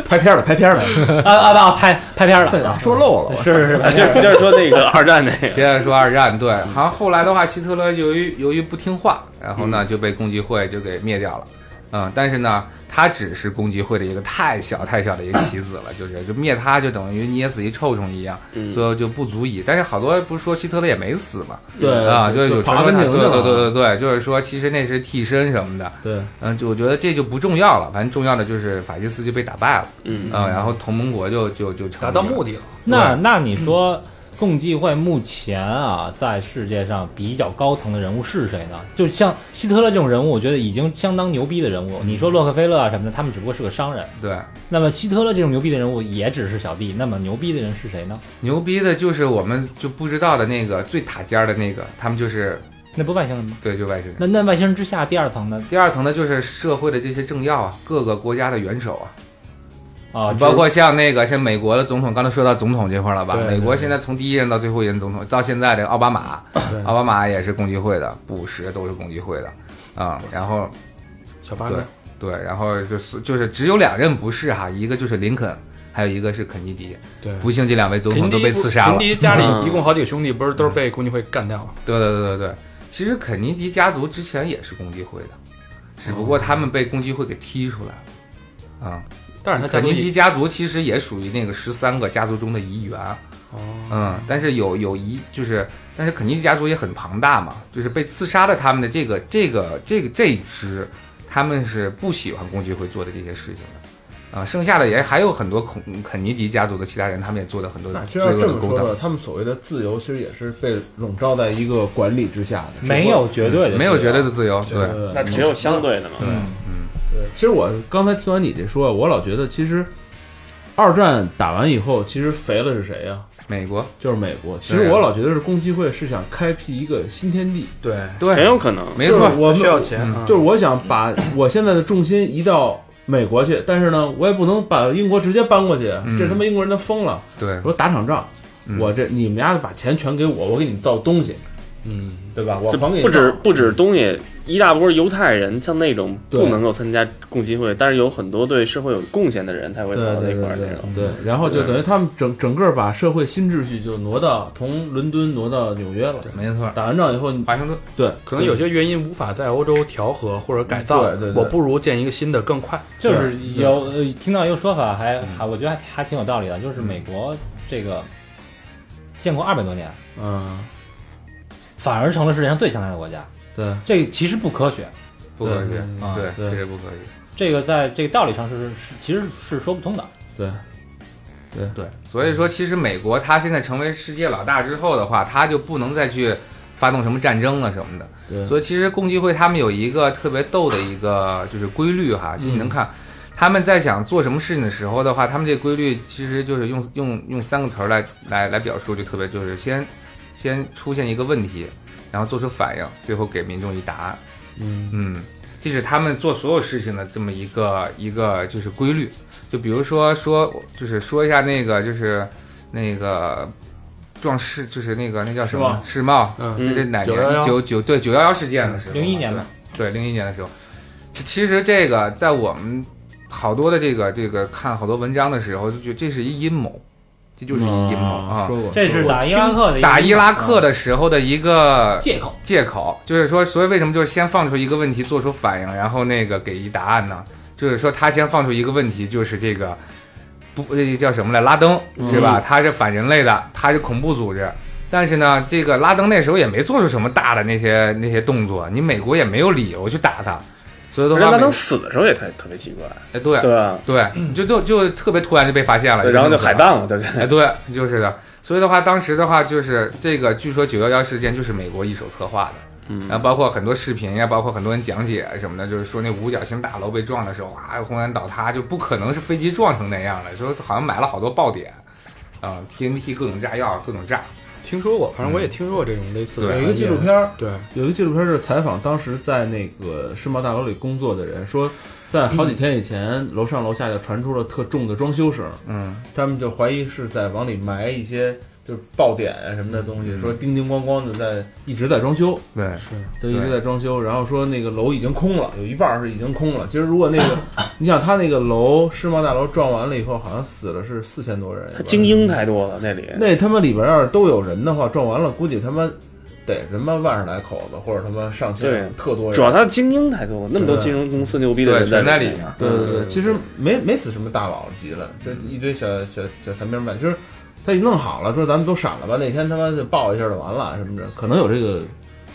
[SPEAKER 3] 拍片了，拍片了，
[SPEAKER 4] 啊啊啊！拍拍片了啊，
[SPEAKER 3] 说漏了。
[SPEAKER 4] 是是是，
[SPEAKER 8] 啊，就接着说那个二战那个，
[SPEAKER 7] 接着说二战，对，好像后来的话，希特勒由于由于不听话，然后呢就被共济会就给灭掉了，嗯，但是呢，他只是共济会的一个太小太小的一个棋子了，就是就灭他就等于捏死一臭虫一样，
[SPEAKER 8] 嗯，
[SPEAKER 7] 所以就不足以。但是好多不是说希特勒也没死嘛，
[SPEAKER 9] 对
[SPEAKER 4] 呃
[SPEAKER 7] 啊，就是有传
[SPEAKER 9] 华
[SPEAKER 7] 闻
[SPEAKER 9] 文
[SPEAKER 7] 他，
[SPEAKER 9] 婷
[SPEAKER 7] 对
[SPEAKER 9] 的
[SPEAKER 7] 对对对对，就是说其实那是替身什么的，
[SPEAKER 9] 对，
[SPEAKER 7] 嗯，就我觉得这就不重要了，反正重要的就是法西斯就被打败了，
[SPEAKER 8] 嗯，
[SPEAKER 7] 嗯，然后同盟国就就就成
[SPEAKER 3] 达到
[SPEAKER 7] 立了
[SPEAKER 3] 目的了，
[SPEAKER 4] 那那你说，共济会目前啊，在世界上比较高层的人物是谁呢？就像希特勒这种人物，我觉得已经相当牛逼的人
[SPEAKER 7] 嗯
[SPEAKER 4] 物。你说洛克菲勒啊什么的，他们只不过是个商人。
[SPEAKER 7] 对。
[SPEAKER 4] 那么希特勒这种牛逼的人物也只是小弟。那么牛逼的人是谁呢？
[SPEAKER 7] 牛逼的就是我们就不知道的那个最塔尖儿的那个，他们就是
[SPEAKER 4] 那不外星人吗？
[SPEAKER 7] 对，就外星人。
[SPEAKER 4] 那那外星人之下第二层呢？
[SPEAKER 7] 第二层呢，就是社会的这些政要啊，各个国家的元首啊，
[SPEAKER 4] 啊，
[SPEAKER 7] 包括像那个像美国的总统，刚才说到总统这块儿了吧？
[SPEAKER 3] 对对
[SPEAKER 7] 美国现在从第一任到最后一任总统，到现在的奥巴马，
[SPEAKER 3] 啊
[SPEAKER 7] 奥巴马也是共济会的，布什都是共济会的，啊、然后
[SPEAKER 3] 小八哥，
[SPEAKER 7] 对，然后就是就是只有两任不是哈，一个就是林肯，还有一个是肯尼迪，
[SPEAKER 3] 对
[SPEAKER 7] 不幸这两位总统
[SPEAKER 3] 肯
[SPEAKER 7] 都
[SPEAKER 3] 迪
[SPEAKER 7] 被刺杀了
[SPEAKER 3] 肯。迪家
[SPEAKER 8] 嗯
[SPEAKER 3] 里一共好几个兄弟，不是都是被共济会干掉了？
[SPEAKER 7] 对对对对对，其实肯尼迪家族之前也是共济会的，只不过他们被共济会给踢出来了。啊、
[SPEAKER 3] 但是他
[SPEAKER 7] 肯尼
[SPEAKER 3] 迪
[SPEAKER 7] 迪家族其实也属于那个十三个家族中的一员。嗯，但是有有一就是，但是肯尼迪家族也很庞大嘛，就是被刺杀的他们的这个这个这个这一支，他们是不喜欢共济会做的这些事情的。啊，剩下的也还有很多肯肯尼迪家族的其他人，他们也做了很多
[SPEAKER 9] 那其
[SPEAKER 7] 罪恶
[SPEAKER 9] 实要这
[SPEAKER 7] 的
[SPEAKER 9] 么
[SPEAKER 7] 勾
[SPEAKER 9] 说
[SPEAKER 7] 当，
[SPEAKER 9] 的，他们所谓的自由，其实也是被笼罩在一个管理之下的，
[SPEAKER 4] 没有绝对的，
[SPEAKER 7] 没有绝对的自由，对，嗯
[SPEAKER 9] 对
[SPEAKER 8] 嗯那只有相对的嘛，
[SPEAKER 9] 对，其实我刚才听完你这说，我老觉得其实二战打完以后，其实肥了是谁呀、
[SPEAKER 7] 美国，
[SPEAKER 9] 就是美国。其实
[SPEAKER 7] 对啊
[SPEAKER 9] 我老觉得是共济会是想开辟一个新天地，
[SPEAKER 8] 嗯
[SPEAKER 3] 对，
[SPEAKER 7] 对
[SPEAKER 8] 很，有可能，
[SPEAKER 7] 没
[SPEAKER 9] 就是
[SPEAKER 7] 错，
[SPEAKER 9] 我们
[SPEAKER 3] 需要钱啊
[SPEAKER 9] 就是我想把我现在的重心移到美国去，但是呢，我也不能把英国直接搬过去，啊
[SPEAKER 8] 嗯
[SPEAKER 9] 这他妈英国人都疯了。
[SPEAKER 7] 对
[SPEAKER 9] 我，说打场仗，
[SPEAKER 7] 嗯
[SPEAKER 9] 我这你们家把钱全给我，我给你们造东西，
[SPEAKER 3] 嗯，
[SPEAKER 9] 对吧？我
[SPEAKER 8] 这
[SPEAKER 9] 甭给你
[SPEAKER 8] 不止
[SPEAKER 9] 造
[SPEAKER 8] 不止东西，一大波犹太人，像那种不
[SPEAKER 9] 对
[SPEAKER 8] 能够参加共济会，但是有很多对社会有贡献的人，他会
[SPEAKER 9] 对
[SPEAKER 8] 跑到那
[SPEAKER 9] 对对
[SPEAKER 8] 块儿
[SPEAKER 9] 对
[SPEAKER 8] 那种。
[SPEAKER 9] 对，然后就等于他们整整个把社会新秩序就挪到从伦敦挪到纽约了。
[SPEAKER 7] 没错，
[SPEAKER 9] 打完仗以后，
[SPEAKER 7] 华盛顿
[SPEAKER 9] 对，
[SPEAKER 3] 可能有些原因无法在欧洲调和或者改造，
[SPEAKER 9] 对对对
[SPEAKER 3] 我不如建一个新的更快。
[SPEAKER 4] 就是有呃听到一个说法还，还我觉得还还挺有道理的，就是美国这个建国二百多年，
[SPEAKER 9] 嗯，
[SPEAKER 4] 反而成了世界上最强大的国家，
[SPEAKER 9] 对，
[SPEAKER 4] 这其实不科学
[SPEAKER 7] 不科学，
[SPEAKER 4] 啊。
[SPEAKER 7] 对，
[SPEAKER 9] 对
[SPEAKER 7] 确实不科学。
[SPEAKER 4] 这个在这个道理上是是其实是说不通的。
[SPEAKER 7] 所以说，其实美国它现在成为世界老大之后的话，它就不能再去发动什么战争啊了什么的。
[SPEAKER 9] 对
[SPEAKER 7] 所以其实共济会他们有一个特别逗的一个就是规律哈，就你能看。他们在想做什么事情的时候的话，他们这规律其实就是用用用三个词儿来来来表述，就特别就是先先出现一个问题，然后做出反应，最后给民众一答案。嗯这是他们做所有事情的这么一个一个就是规律。就比如说说就是说一下那个就是那个壮士，就是那个那叫什么世贸，
[SPEAKER 3] 嗯，
[SPEAKER 7] 这
[SPEAKER 8] 嗯，
[SPEAKER 7] 是哪年？
[SPEAKER 3] 911
[SPEAKER 7] 九九对九幺幺事件的时候嘛，
[SPEAKER 4] 01年吧
[SPEAKER 7] 对，对，零一年的时候，其其实这个在我们好多的这个这个看好多文章的时候，就觉得这是一阴谋，这就是一阴谋啊。
[SPEAKER 9] 说过
[SPEAKER 4] 这是打伊拉克的一个啊
[SPEAKER 7] 打伊拉克的时候的一个
[SPEAKER 4] 借口，
[SPEAKER 7] 借口，就是说，所以为什么就是先放出一个问题，做出反应，然后那个给一答案呢？就是说他先放出一个问题，就是这个不这叫什么来拉登是
[SPEAKER 8] 嗯
[SPEAKER 7] 吧？他是反人类的，他是恐怖组织。但是呢，这个拉登那时候也没做出什么大的那些那些动作，你美国也没有理由去打他，所以
[SPEAKER 8] 而
[SPEAKER 7] 的
[SPEAKER 8] 且
[SPEAKER 7] 话
[SPEAKER 8] 拉
[SPEAKER 7] 美，
[SPEAKER 8] 登死的时候也特特别奇怪，
[SPEAKER 7] 哎对
[SPEAKER 8] 对吧？
[SPEAKER 7] 对，你就就就特别突然就被发现了，
[SPEAKER 8] 对，然后就
[SPEAKER 7] 这么
[SPEAKER 8] 海
[SPEAKER 7] 说
[SPEAKER 8] 葬了，对不对？
[SPEAKER 7] 哎，对，就是的。所以的话，当时的话就是这个，据说九幺幺事件就是美国一手策划的，
[SPEAKER 8] 嗯
[SPEAKER 7] 然后包括很多视频呀，包括很多人讲解啊什么的，就是说那五角星大楼被撞的时候啊，轰然倒塌，就不可能是飞机撞成那样的，说好像买了好多爆点，啊、t n t 各种炸药，各种炸，
[SPEAKER 3] 听说过，反正我也听说过这种类似的
[SPEAKER 7] 对
[SPEAKER 9] 有一个
[SPEAKER 3] 案件
[SPEAKER 9] 纪录，片儿，
[SPEAKER 3] 对，
[SPEAKER 9] 有一个纪录片是采访当时在那个世贸大楼里工作的人，说在好几天以前，楼上楼下就传出了特重的装修声，
[SPEAKER 7] 嗯，
[SPEAKER 9] 他们就怀疑是在往里埋一些就是爆点啊什么的东西，
[SPEAKER 7] 嗯
[SPEAKER 9] 说叮叮咣咣的在一直在装修，
[SPEAKER 7] 对，
[SPEAKER 9] 都一直在装修，然后说那个楼已经空了，有一半儿是已经空了。其实如果那个你想他那个楼世贸大楼撞完了以后，好像死了是四千多人，
[SPEAKER 8] 他精英太多了那里，
[SPEAKER 9] 那他妈里边要是都有人的话，撞完了估计他妈得他妈万十来口子，或者他妈上
[SPEAKER 8] 对
[SPEAKER 9] 千，特多人。
[SPEAKER 8] 主要他的精英太多了，那么多金融公司牛逼的
[SPEAKER 7] 对，
[SPEAKER 8] 人
[SPEAKER 7] 全在里
[SPEAKER 8] 里
[SPEAKER 7] 面。
[SPEAKER 9] 对对对，其实没没死什么大佬级了，
[SPEAKER 8] 嗯
[SPEAKER 9] 就一堆小小小残兵败，就是他一弄好了，说咱们都闪了吧，那天他妈就爆一下就完了什么的，可能有这个，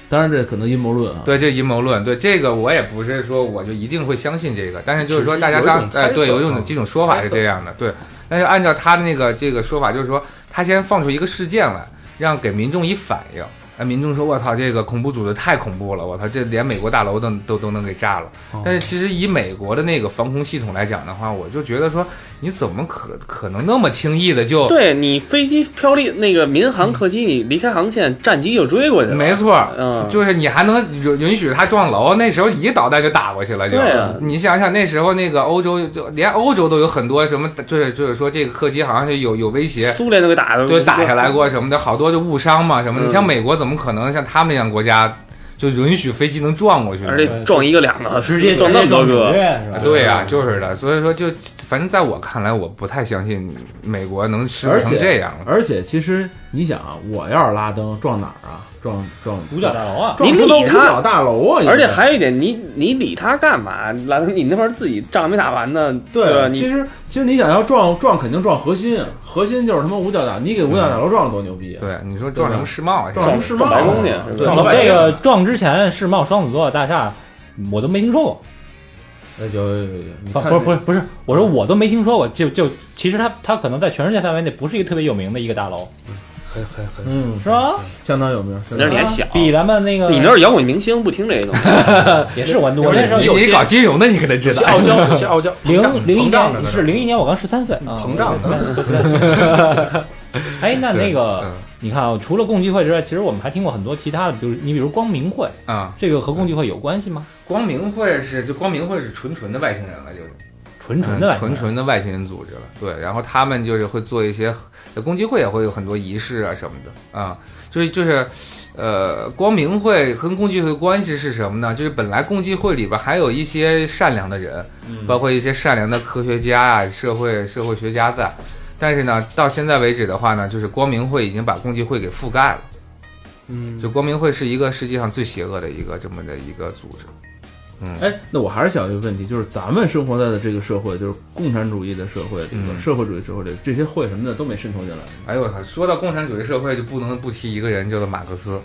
[SPEAKER 9] 当然这可能阴谋论啊。
[SPEAKER 7] 对，这阴谋论，对这个我也不是说我就一定会相信这个，但是就是说
[SPEAKER 3] 只是
[SPEAKER 7] 大家
[SPEAKER 3] 有一
[SPEAKER 7] 当
[SPEAKER 3] 种猜
[SPEAKER 7] 哎对
[SPEAKER 3] 测
[SPEAKER 7] 有一种
[SPEAKER 3] 啊
[SPEAKER 7] 这种说法是这样的，对。但是按照他的那个这个说法，就是说他先放出一个事件来，让给民众以反应。那民众说：“我操，这个恐怖组织太恐怖了！我操，这连美国大楼都都都能给炸了。”
[SPEAKER 3] 哦
[SPEAKER 7] 但是其实以美国的那个防空系统来讲的话，我就觉得说，你怎么可可能那么轻易的就
[SPEAKER 8] 对你飞机飘离那个民航客机，你离开航线，战机就追过去了。
[SPEAKER 7] 没，错，
[SPEAKER 8] 嗯，
[SPEAKER 7] 就是你还能允允许他撞楼，那时候一个导弹就打过去了，就、
[SPEAKER 8] 对啊
[SPEAKER 7] 你想想那时候那个欧洲，就连欧洲都有很多什么，就是就是说这个客机好像是有有威胁，
[SPEAKER 8] 苏联都给打的，
[SPEAKER 7] 就打下来过什么的，好多就误伤嘛什么
[SPEAKER 8] 嗯
[SPEAKER 7] 的。你像美国怎么可能像他们那样国家就允许飞机能撞过去呢？啊
[SPEAKER 8] 而且撞一个两个，
[SPEAKER 4] 直接
[SPEAKER 8] 撞那么多
[SPEAKER 4] 纽
[SPEAKER 8] 个，
[SPEAKER 4] 约是吧？
[SPEAKER 7] 对呀、就是的，所以说就反正在我看来，我不太相信美国能失
[SPEAKER 9] 而
[SPEAKER 7] 误
[SPEAKER 9] 且
[SPEAKER 7] 成这样。
[SPEAKER 9] 而且其实你想啊，我要是拉登撞哪儿啊？撞撞
[SPEAKER 4] 五角大楼啊，
[SPEAKER 9] 撞
[SPEAKER 8] 你
[SPEAKER 9] 他妈
[SPEAKER 8] 理
[SPEAKER 9] 五
[SPEAKER 8] 他
[SPEAKER 9] 角大楼啊！
[SPEAKER 8] 而且
[SPEAKER 9] 应该
[SPEAKER 8] 还有一点，你你理他干嘛？兰，你那边自己仗没打完呢，对吧？
[SPEAKER 9] 对，
[SPEAKER 8] 你
[SPEAKER 9] 其实其实你想要撞撞，肯定撞核心，啊，核心就是他妈五角大，你给五角大楼撞了多牛逼啊！
[SPEAKER 7] 对，你说撞什么世贸啊？
[SPEAKER 9] 撞什么世贸
[SPEAKER 8] 撞白
[SPEAKER 9] 啊？
[SPEAKER 8] 宫去是吧
[SPEAKER 9] 对
[SPEAKER 8] 撞
[SPEAKER 4] 你
[SPEAKER 8] 老百姓
[SPEAKER 4] 这个撞之前世贸双子座大厦，我都没听说过。
[SPEAKER 9] 哎有有有有，你
[SPEAKER 4] 不不
[SPEAKER 9] 看
[SPEAKER 4] 是不
[SPEAKER 9] 是
[SPEAKER 4] 是不是，我说我都没听说过，就就其实它它可能在全世界范围内不是一个特别有名的一个大楼，
[SPEAKER 3] 很很很
[SPEAKER 4] 嗯，是吧？
[SPEAKER 9] 相当有名，相
[SPEAKER 8] 那
[SPEAKER 9] 当
[SPEAKER 8] 是你
[SPEAKER 9] 有
[SPEAKER 8] 还
[SPEAKER 9] 名
[SPEAKER 8] 小，
[SPEAKER 4] 比咱们那个
[SPEAKER 8] 你那是摇滚明星，不听这个。
[SPEAKER 4] 也是我我那时候
[SPEAKER 7] 你
[SPEAKER 4] 有
[SPEAKER 7] 你搞金融的，你可得知道。
[SPEAKER 3] 傲娇，有些傲娇，
[SPEAKER 4] 零零一
[SPEAKER 3] 膨胀的
[SPEAKER 4] 年是零一年，我刚十三岁啊，
[SPEAKER 3] 膨胀
[SPEAKER 4] 的。 哎，那那
[SPEAKER 7] 嗯
[SPEAKER 4] 个你看啊，除了共济会之外，其实我们还听过很多其他的，比如你比如光明会，
[SPEAKER 7] 啊、
[SPEAKER 4] 这个和共济会有关系吗？
[SPEAKER 7] 光明会是就光明会是纯纯的外星人了，就是
[SPEAKER 4] 纯纯
[SPEAKER 7] 嗯
[SPEAKER 4] 的外星
[SPEAKER 7] 纯
[SPEAKER 4] 人
[SPEAKER 7] 纯的外星人组织了。对，然后他们就是会做一些共济会也会有很多仪式啊什么的啊、就是就是。呃，光明会跟共济会的关系是什么呢？就是本来共济会里边还有一些善良的人，
[SPEAKER 4] 嗯
[SPEAKER 7] 包括一些善良的科学家啊、社会社会学家在。但是呢，到现在为止的话呢，就是光明会已经把共济会给覆盖了。嗯，就光明会是一个世界上最邪恶的一个这么的一个组织。
[SPEAKER 9] 哎，那我还是想一个问题，就是咱们生活在的这个社会，就是共产主义的社会，这个
[SPEAKER 7] 嗯
[SPEAKER 9] 社会主义社会里，这些会什么的都没渗透进来，
[SPEAKER 7] 哎呦我操！说到共产主义社会，就不能不提一个人，叫做马克思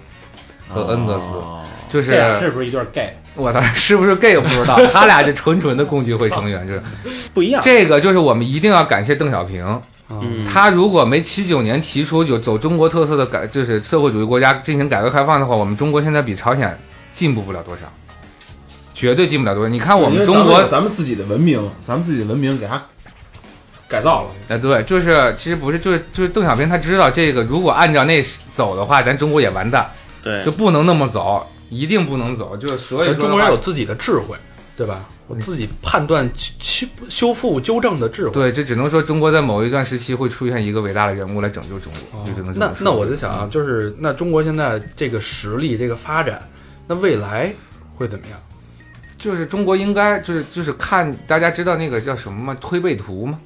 [SPEAKER 7] 和恩格斯，
[SPEAKER 9] 哦
[SPEAKER 7] 就是
[SPEAKER 4] 这俩是不是一对 gay？
[SPEAKER 7] 我操，是不是 gay 我不知道，他俩是纯纯的共济会成员， 就是
[SPEAKER 8] 不一样。
[SPEAKER 7] 这个就是我们一定要感谢邓小平，
[SPEAKER 8] 嗯，
[SPEAKER 7] 他如果没七九年提出有走中国特色的改，就是社会主义国家进行改革开放的话，我们中国现在比朝鲜进步不了多少，绝对进不了多少。你看我
[SPEAKER 9] 因
[SPEAKER 7] 们
[SPEAKER 9] 为
[SPEAKER 7] 中
[SPEAKER 9] 咱
[SPEAKER 7] 国
[SPEAKER 9] 有，咱们自己的文明，咱们自己的文明给它改造了，
[SPEAKER 7] 哎，对，就是其实不是，就是就是邓小平他知道这个，如果按照那走的话，咱中国也完蛋，
[SPEAKER 8] 对
[SPEAKER 7] 就，不能那么走，一定不能走。就是所以说
[SPEAKER 3] 咱
[SPEAKER 7] 的话
[SPEAKER 3] 中国人有自己的智慧，对吧？我自己判断、修修复、纠正的智慧。
[SPEAKER 7] 对，这只能说中国在某一段时期会出现一个伟大的人物来拯救中国，就只嗯能这
[SPEAKER 3] 那
[SPEAKER 7] 么说。
[SPEAKER 3] 那我就想啊，就是那中国现在这个实力、这个发展，那未来会怎么样？
[SPEAKER 7] 就是中国应该就是就是看大家知道那个叫什么吗？推背图吗？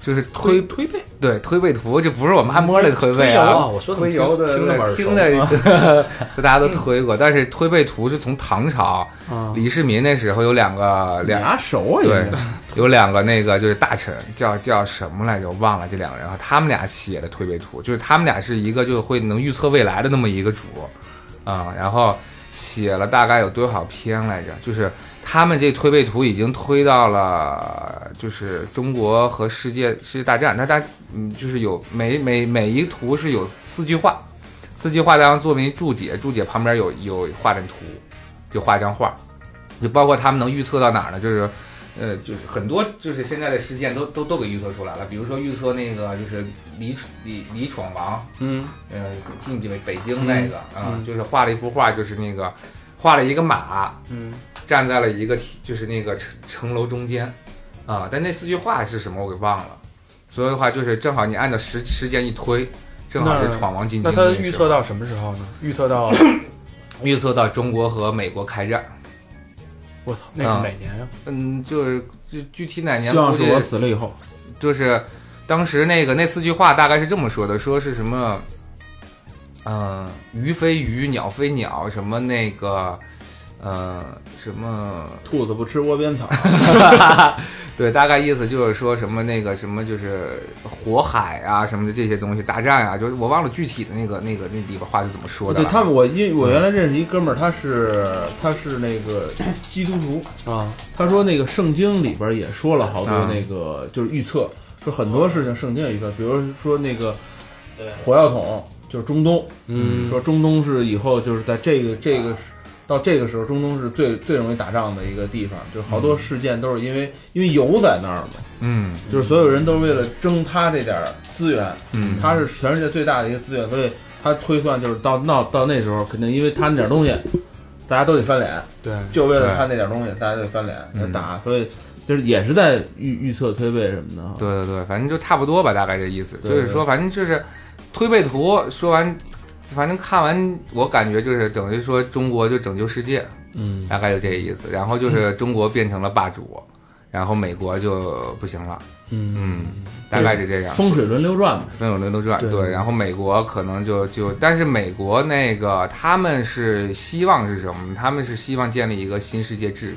[SPEAKER 7] 就是推
[SPEAKER 3] 推背
[SPEAKER 7] 对推背图，这不是我们按摩的推背
[SPEAKER 3] 啊，
[SPEAKER 7] 啊，
[SPEAKER 3] 我说怎么
[SPEAKER 7] 推油的
[SPEAKER 3] 听着耳熟？
[SPEAKER 7] 听的，就 大家都推过。但是推背图是从唐朝
[SPEAKER 3] 啊
[SPEAKER 7] 李世民那时候有两个
[SPEAKER 9] 俩
[SPEAKER 7] 两
[SPEAKER 9] 熟啊，
[SPEAKER 7] 对
[SPEAKER 9] 应该，
[SPEAKER 7] 有两个那个就是大臣，叫叫什么来着？我忘了这两个人啊，他们俩写的推背图，就是他们俩是一个就会能预测未来的那么一个主，啊、然后写了大概有多少篇来着？就是他们这推背图已经推到了，就是中国和世界世界大战，那大嗯，就是有每每每一图是有四句话，四句话当中做为注解，注解旁边有有画张图，就画一张画，就包括他们能预测到哪儿呢？就是。呃，就是很多就是现在的事件都都都给预测出来了，比如说预测那个就是李李李闯王，
[SPEAKER 3] 嗯，
[SPEAKER 7] 呃，进北北京那个啊、就是画了一幅画，就是那个画了一个马，
[SPEAKER 3] 嗯，
[SPEAKER 7] 站在了一个体就是那个城城楼中间，啊，但那四句话是什么我给忘了，所以的话就是正好你按照时时间一推，正好是
[SPEAKER 3] 那
[SPEAKER 7] 闯王进京
[SPEAKER 3] 那
[SPEAKER 7] 时候，
[SPEAKER 3] 他预测到什么时候呢？预测到
[SPEAKER 7] 预测到中国和美国开战，
[SPEAKER 3] 我操，那是哪年呀？
[SPEAKER 7] 嗯，就是具具体哪年
[SPEAKER 9] 希望
[SPEAKER 7] 估
[SPEAKER 9] 是
[SPEAKER 7] 计
[SPEAKER 9] 我死了以后，
[SPEAKER 7] 就是当时那个那四句话大概是这么说的，说是什么，嗯、鱼非鱼，鸟非鸟，什么那个，呃，什么，
[SPEAKER 9] 兔子不吃窝边草，
[SPEAKER 7] 对，大概意思就是说什么那个什么就是火海啊什么的这些东西，大战啊，就是我忘了具体的那个那个那里边话是怎么说的
[SPEAKER 9] 对
[SPEAKER 7] 了。
[SPEAKER 9] 他们，我因为我原来认识一哥们儿，他是他是那个基督徒
[SPEAKER 3] 啊，
[SPEAKER 9] 他说那个圣经里边也说了好多
[SPEAKER 7] 啊
[SPEAKER 9] 那个就是预测，说很多事情圣经也预测，比如说那个火药桶就是中东，
[SPEAKER 3] 嗯
[SPEAKER 9] 说中东是以后就是在这个这个到这个时候，中东是最最容易打仗的一个地方，就是好多事件都是因为因为油在那儿嘛，
[SPEAKER 7] 嗯
[SPEAKER 9] 就是所有人都是为了争他这点儿资源，
[SPEAKER 7] 嗯，
[SPEAKER 9] 他是全世界最大的一个资源，所以他推算就是到闹到那时候，肯定因为他那点东西，大家都得翻脸，
[SPEAKER 3] 对，
[SPEAKER 9] 就为了他那点东西，大家都得翻脸
[SPEAKER 7] 哎嗯
[SPEAKER 9] 打，所以就是也是在预预测推背什么的哈。
[SPEAKER 7] 对对对，反正就差不多吧，大概这意思。
[SPEAKER 9] 啊对
[SPEAKER 7] 就是说，反正就是推背图说完，反正看完，我感觉就是等于说中国就拯救世界，
[SPEAKER 9] 嗯，
[SPEAKER 7] 大概就这意思。然后就是中国变成了霸主，然后美国就不行了。嗯大概是这样。
[SPEAKER 9] 风水轮流转嘛，
[SPEAKER 7] 风有轮流转，
[SPEAKER 3] 对
[SPEAKER 7] 对。然后美国可能就就，但是美国那个他们是希望是什么？他们是希望建立一个新世界秩序。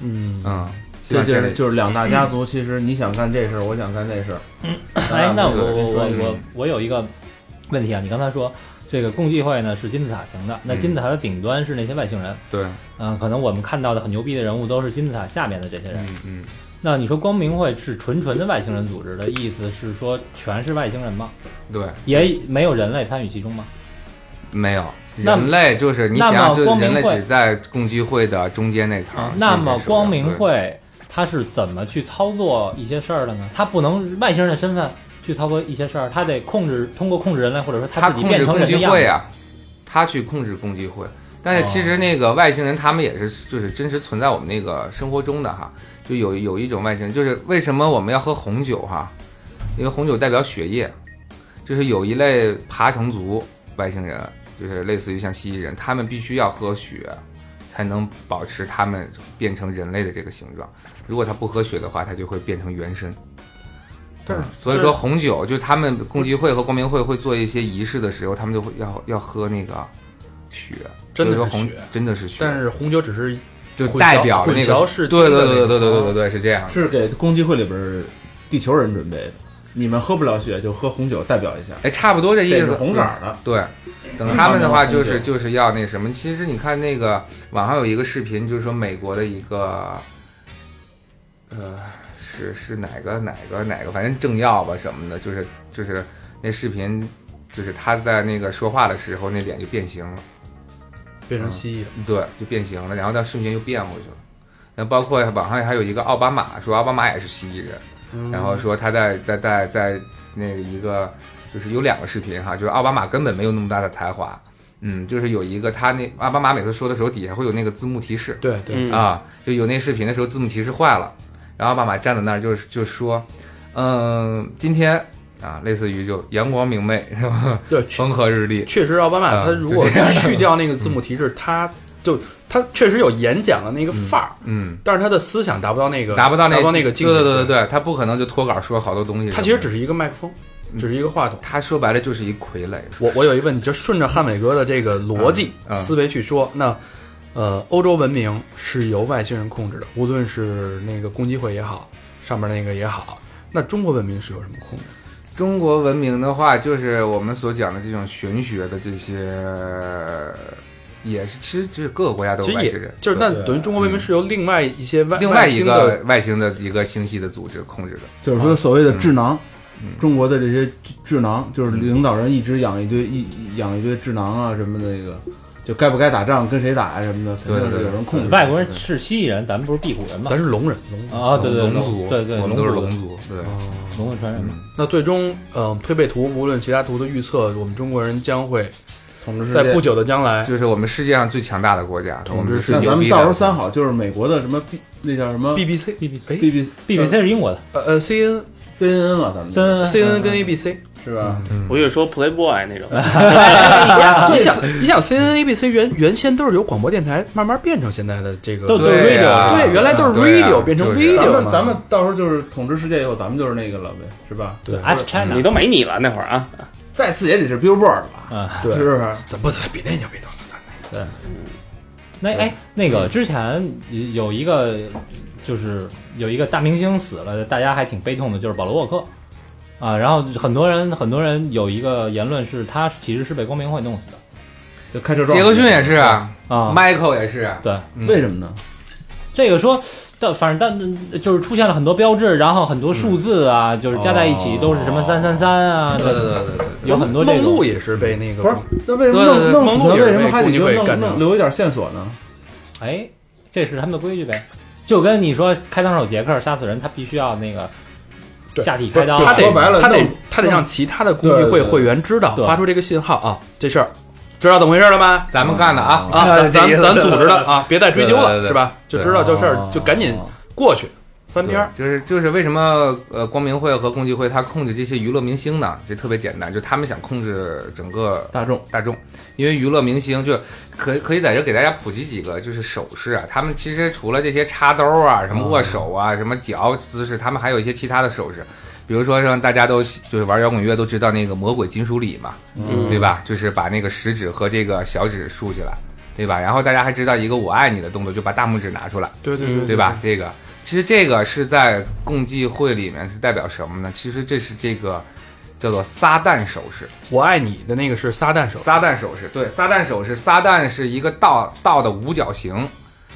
[SPEAKER 3] 嗯
[SPEAKER 7] 嗯，希
[SPEAKER 9] 这
[SPEAKER 7] 望
[SPEAKER 9] 就
[SPEAKER 7] 建
[SPEAKER 9] 是
[SPEAKER 7] 立。
[SPEAKER 9] 就是两大家族，其实你想干这事儿，我想干那事儿。
[SPEAKER 4] 哎，那我
[SPEAKER 7] 对
[SPEAKER 4] 我我
[SPEAKER 7] 嗯
[SPEAKER 4] 我我有一个问题啊，你刚才说这个共济会呢是金字塔型的，那
[SPEAKER 7] 嗯
[SPEAKER 4] 金字塔的顶端是那些外星人，
[SPEAKER 7] 对，
[SPEAKER 4] 嗯、可能我们看到的很牛逼的人物都是金字塔下面的这些人。
[SPEAKER 7] 嗯嗯。
[SPEAKER 4] 那你说光明会是纯纯的外星人组织的意思是说全是外星人吗？
[SPEAKER 7] 对，
[SPEAKER 4] 也没有人类参与其中吗？
[SPEAKER 7] 没有，
[SPEAKER 4] 那么
[SPEAKER 7] 人类就是你
[SPEAKER 4] 那
[SPEAKER 7] 想
[SPEAKER 4] 么
[SPEAKER 7] 想，啊就是
[SPEAKER 4] 光明
[SPEAKER 7] 人类
[SPEAKER 4] 会
[SPEAKER 7] 只在共济会的中间那层
[SPEAKER 4] 啊
[SPEAKER 7] 儿。，
[SPEAKER 4] 那
[SPEAKER 7] 是
[SPEAKER 4] 么
[SPEAKER 7] 是
[SPEAKER 4] 光明
[SPEAKER 7] 对
[SPEAKER 4] 会它是怎么去操作一些事儿的呢？它不能外星人的身份去操作一些事儿，它得控制，通过控制人类，或者说
[SPEAKER 7] 他
[SPEAKER 4] 自己
[SPEAKER 7] 控
[SPEAKER 4] 变
[SPEAKER 7] 制
[SPEAKER 4] 成
[SPEAKER 7] 共
[SPEAKER 4] 人的
[SPEAKER 7] 济
[SPEAKER 4] 样哦
[SPEAKER 7] 会
[SPEAKER 4] 子。
[SPEAKER 7] 啊，他去控制共济会。但是其实那个外星人他们也是就是真实存在我们那个生活中的哈，就有有一种外星人，就是为什么我们要喝红酒哈？因为红酒代表血液，就是有一类爬虫族外星人，就是类似于像蜥蜴人，他们必须要喝血。才能保持他们变成人类的这个形状。如果他不喝血的话，他就会变成原身。
[SPEAKER 3] 但是
[SPEAKER 7] 嗯所以说红酒就是他们共济会和光明会会做一些仪式的时候，他们就会要要喝那个血，
[SPEAKER 3] 真的是
[SPEAKER 7] 所以说红
[SPEAKER 3] 血
[SPEAKER 7] 真的是血，
[SPEAKER 3] 但是红酒只是
[SPEAKER 7] 就
[SPEAKER 3] 混
[SPEAKER 7] 代
[SPEAKER 3] 淆
[SPEAKER 7] 表
[SPEAKER 3] 混
[SPEAKER 7] 那
[SPEAKER 3] 淆
[SPEAKER 7] 个
[SPEAKER 3] 视听
[SPEAKER 7] 对对
[SPEAKER 3] 的那
[SPEAKER 7] 对对
[SPEAKER 3] 个哦
[SPEAKER 7] 对对对对是这样的。
[SPEAKER 9] 是给共济会里边儿地球人准备的。你们喝不了血，就喝红酒代表一下，
[SPEAKER 7] 哎，差不多这意
[SPEAKER 9] 这
[SPEAKER 7] 思
[SPEAKER 9] 是。红色儿的。
[SPEAKER 7] 对，等他们的话就
[SPEAKER 9] 嗯
[SPEAKER 7] 是就是要那什么。其实你看那个网上有一个视频，就是说美国的一个，呃，是是哪个哪个哪个，反正政要吧什么的，就是就是那视频，就是他在那个说话的时候，那脸就变形了，
[SPEAKER 3] 变成蜥蜴了。
[SPEAKER 7] 嗯对，就变形了，然后到瞬间又变回去了。那包括网上还有一个奥巴马，说奥巴马也是蜥蜴人。
[SPEAKER 3] 嗯
[SPEAKER 7] 然后说他在在在在那个一个就是有两个视频哈，就是奥巴马根本没有那么大的才华，嗯，就是有一个他那奥巴马每次说的时候底下会有那个字幕提示
[SPEAKER 3] 对对，
[SPEAKER 8] 嗯，
[SPEAKER 7] 啊，就有那视频的时候字幕提示坏了，然后奥巴马站在那儿就是就说，嗯，今天啊，类似于就阳光明媚，是吧
[SPEAKER 3] 对，确
[SPEAKER 7] 风和日丽，
[SPEAKER 3] 确实奥巴马
[SPEAKER 7] 啊
[SPEAKER 3] 他如果
[SPEAKER 7] 就这样嗯
[SPEAKER 3] 去掉那个字幕提示，他就他确实有演讲的那个范儿，
[SPEAKER 7] 嗯，
[SPEAKER 3] 但是他的思想达不到那个
[SPEAKER 7] 达不到那
[SPEAKER 3] 达不到那个境界。
[SPEAKER 7] 对对对对，他不可能就脱稿说好多东西，
[SPEAKER 3] 他其实只是一个麦克风，
[SPEAKER 7] 嗯
[SPEAKER 3] 只是一个话筒。
[SPEAKER 7] 他说白了就是一傀儡，
[SPEAKER 3] 我我有一问，你就顺着汉伟哥的这个逻辑
[SPEAKER 7] 嗯嗯
[SPEAKER 3] 思维去说，那呃，欧洲文明是由外星人控制的，无论是那个共济会也好，上面那个也好，那中国文明是由什么控制的？
[SPEAKER 7] 中国文明的话，就是我们所讲的这种玄学的这些，呃也是其实就是各个国家都
[SPEAKER 3] 其
[SPEAKER 7] 有
[SPEAKER 3] 实
[SPEAKER 7] 外
[SPEAKER 3] 也
[SPEAKER 7] 星人，
[SPEAKER 3] 就是那
[SPEAKER 7] 对
[SPEAKER 3] 等于中国文明是由另外一些外
[SPEAKER 7] 另外一
[SPEAKER 3] 星
[SPEAKER 7] 个
[SPEAKER 3] 的
[SPEAKER 7] 外星的一个星系的组织控制的。
[SPEAKER 9] 就是说所谓的
[SPEAKER 7] 嗯
[SPEAKER 9] 智囊，
[SPEAKER 7] 嗯
[SPEAKER 9] 中国的这些智智囊，就是领导人一直养一堆一一养一堆智囊啊什么的，那个就该不该打仗，跟谁打呀、什么的，肯
[SPEAKER 7] 对
[SPEAKER 9] 定
[SPEAKER 7] 对
[SPEAKER 9] 是
[SPEAKER 7] 对
[SPEAKER 9] 有人控制。
[SPEAKER 4] 外国人是蜥蜴人，咱们不是壁虎人吗
[SPEAKER 3] 咱？是龙人，龙人。
[SPEAKER 4] 啊，对对，
[SPEAKER 7] 龙族，
[SPEAKER 4] 对对，
[SPEAKER 7] 我们都是
[SPEAKER 4] 龙
[SPEAKER 7] 龙
[SPEAKER 4] 族的，
[SPEAKER 7] 族，对，
[SPEAKER 4] 龙的传人嘛。
[SPEAKER 3] 那最终，嗯、推背图无论其他图的预测，我们中国人将会
[SPEAKER 9] 统治世界
[SPEAKER 3] 在不久的将来，
[SPEAKER 7] 就是我们世界上最强大的国家，我
[SPEAKER 3] 统治
[SPEAKER 7] 们是
[SPEAKER 3] 世
[SPEAKER 9] 那
[SPEAKER 7] 牛
[SPEAKER 9] 咱们
[SPEAKER 7] 逼的
[SPEAKER 9] 到时候三好就是美国的什么 B 那叫什么
[SPEAKER 3] BBC
[SPEAKER 4] BBC
[SPEAKER 9] B B
[SPEAKER 4] BBC 是英国的
[SPEAKER 3] 呃呃 CN
[SPEAKER 9] C N N 嘛，咱
[SPEAKER 4] CNN
[SPEAKER 9] 们
[SPEAKER 3] CN 跟 ABC，
[SPEAKER 9] 是吧？
[SPEAKER 8] 我以为说 Playboy 那种，
[SPEAKER 3] 你想你想 CNN ABC 原原先都是由广播电台慢慢变成现在的这个，
[SPEAKER 4] 都
[SPEAKER 7] 对呀
[SPEAKER 3] 啊
[SPEAKER 5] 啊
[SPEAKER 3] 对原来都是
[SPEAKER 7] 对呀
[SPEAKER 3] radio 变
[SPEAKER 7] 就
[SPEAKER 3] 成
[SPEAKER 7] 是
[SPEAKER 5] 嗯
[SPEAKER 9] 咱
[SPEAKER 3] video
[SPEAKER 9] 们咱们到时候就是统治世界以后，咱们就是那个了呗，是吧？
[SPEAKER 3] 对
[SPEAKER 4] As China，
[SPEAKER 8] 你都没你了那会儿啊，
[SPEAKER 9] 再次也得是 Billboard 了吧？
[SPEAKER 3] 对，
[SPEAKER 9] 是不是？
[SPEAKER 3] 咱不比那牛逼多了，咱
[SPEAKER 4] 那哎，那个之前有一个就是有一个大明星死了，大家还挺悲痛的，就是保罗沃克啊。然后很多人很多人有一个言论是他其实是被光明会弄死的
[SPEAKER 9] 就开车撞。
[SPEAKER 7] 杰克逊也是啊
[SPEAKER 4] 啊。
[SPEAKER 7] ，Michael 也是，
[SPEAKER 4] 对，
[SPEAKER 7] 嗯
[SPEAKER 9] 为什么呢？
[SPEAKER 4] 这个说，但反正但就是出现了很多标志，然后很多数字啊，就是加在一起都是什么三三三啊，
[SPEAKER 7] 对对对对对，
[SPEAKER 4] 有很多这
[SPEAKER 3] 梦露
[SPEAKER 4] 种。
[SPEAKER 3] 也是被那个
[SPEAKER 9] 不是，那为什么
[SPEAKER 7] 对对对
[SPEAKER 9] 弄弄死
[SPEAKER 3] 蒙古
[SPEAKER 9] 他？
[SPEAKER 3] 也是
[SPEAKER 9] 为什么还得
[SPEAKER 3] 被
[SPEAKER 9] 留
[SPEAKER 3] 顾
[SPEAKER 9] 弄
[SPEAKER 3] 宁
[SPEAKER 9] 弄留一点线索呢？
[SPEAKER 4] 哎，这是他们的规矩呗。就跟你说开膛手杰克杀死人，他必须要那个
[SPEAKER 3] 对
[SPEAKER 4] 下体开刀，
[SPEAKER 7] 啊
[SPEAKER 3] 他得
[SPEAKER 9] 说白了
[SPEAKER 3] 他得
[SPEAKER 9] 弄
[SPEAKER 3] 他得让其他的公益
[SPEAKER 9] 对
[SPEAKER 3] 会
[SPEAKER 9] 对对
[SPEAKER 3] 会员知道，
[SPEAKER 4] 对
[SPEAKER 3] 发出这个信号啊，这事儿知道怎么回事了吧？
[SPEAKER 7] 咱们干的啊，
[SPEAKER 3] 啊，咱咱咱组织的啊，别再追究
[SPEAKER 7] 对对
[SPEAKER 3] 了，
[SPEAKER 7] 对
[SPEAKER 3] 是吧？就知道这事儿，就赶紧过去翻篇儿。
[SPEAKER 7] 对就是就是为什么呃光明会和共济会它控制这些娱乐明星呢？这特别简单，就他们想控制整个
[SPEAKER 9] 大众
[SPEAKER 7] 大众，因为娱乐明星就可可以在这儿给大家普及几个就是手势啊，他们其实除了这些插兜啊、什么握手啊、什么脚姿势，他们还有一些其他的手势。比如说，让大家都就是玩摇滚乐都知道那个魔鬼金属礼嘛，
[SPEAKER 8] 嗯
[SPEAKER 7] 对吧？就是把那个食指和这个小指竖起来，对吧？然后大家还知道一个“我爱你”的动作，就把大拇指拿出来，
[SPEAKER 3] 嗯对对
[SPEAKER 8] 对
[SPEAKER 7] 对吧？这个其实这个是在共济会里面是代表什么呢？其实这是这个叫做撒旦手势，
[SPEAKER 3] 我爱你的那个是撒旦手，
[SPEAKER 7] 撒旦手势，对，撒旦手势，撒旦是一个倒倒的五角形，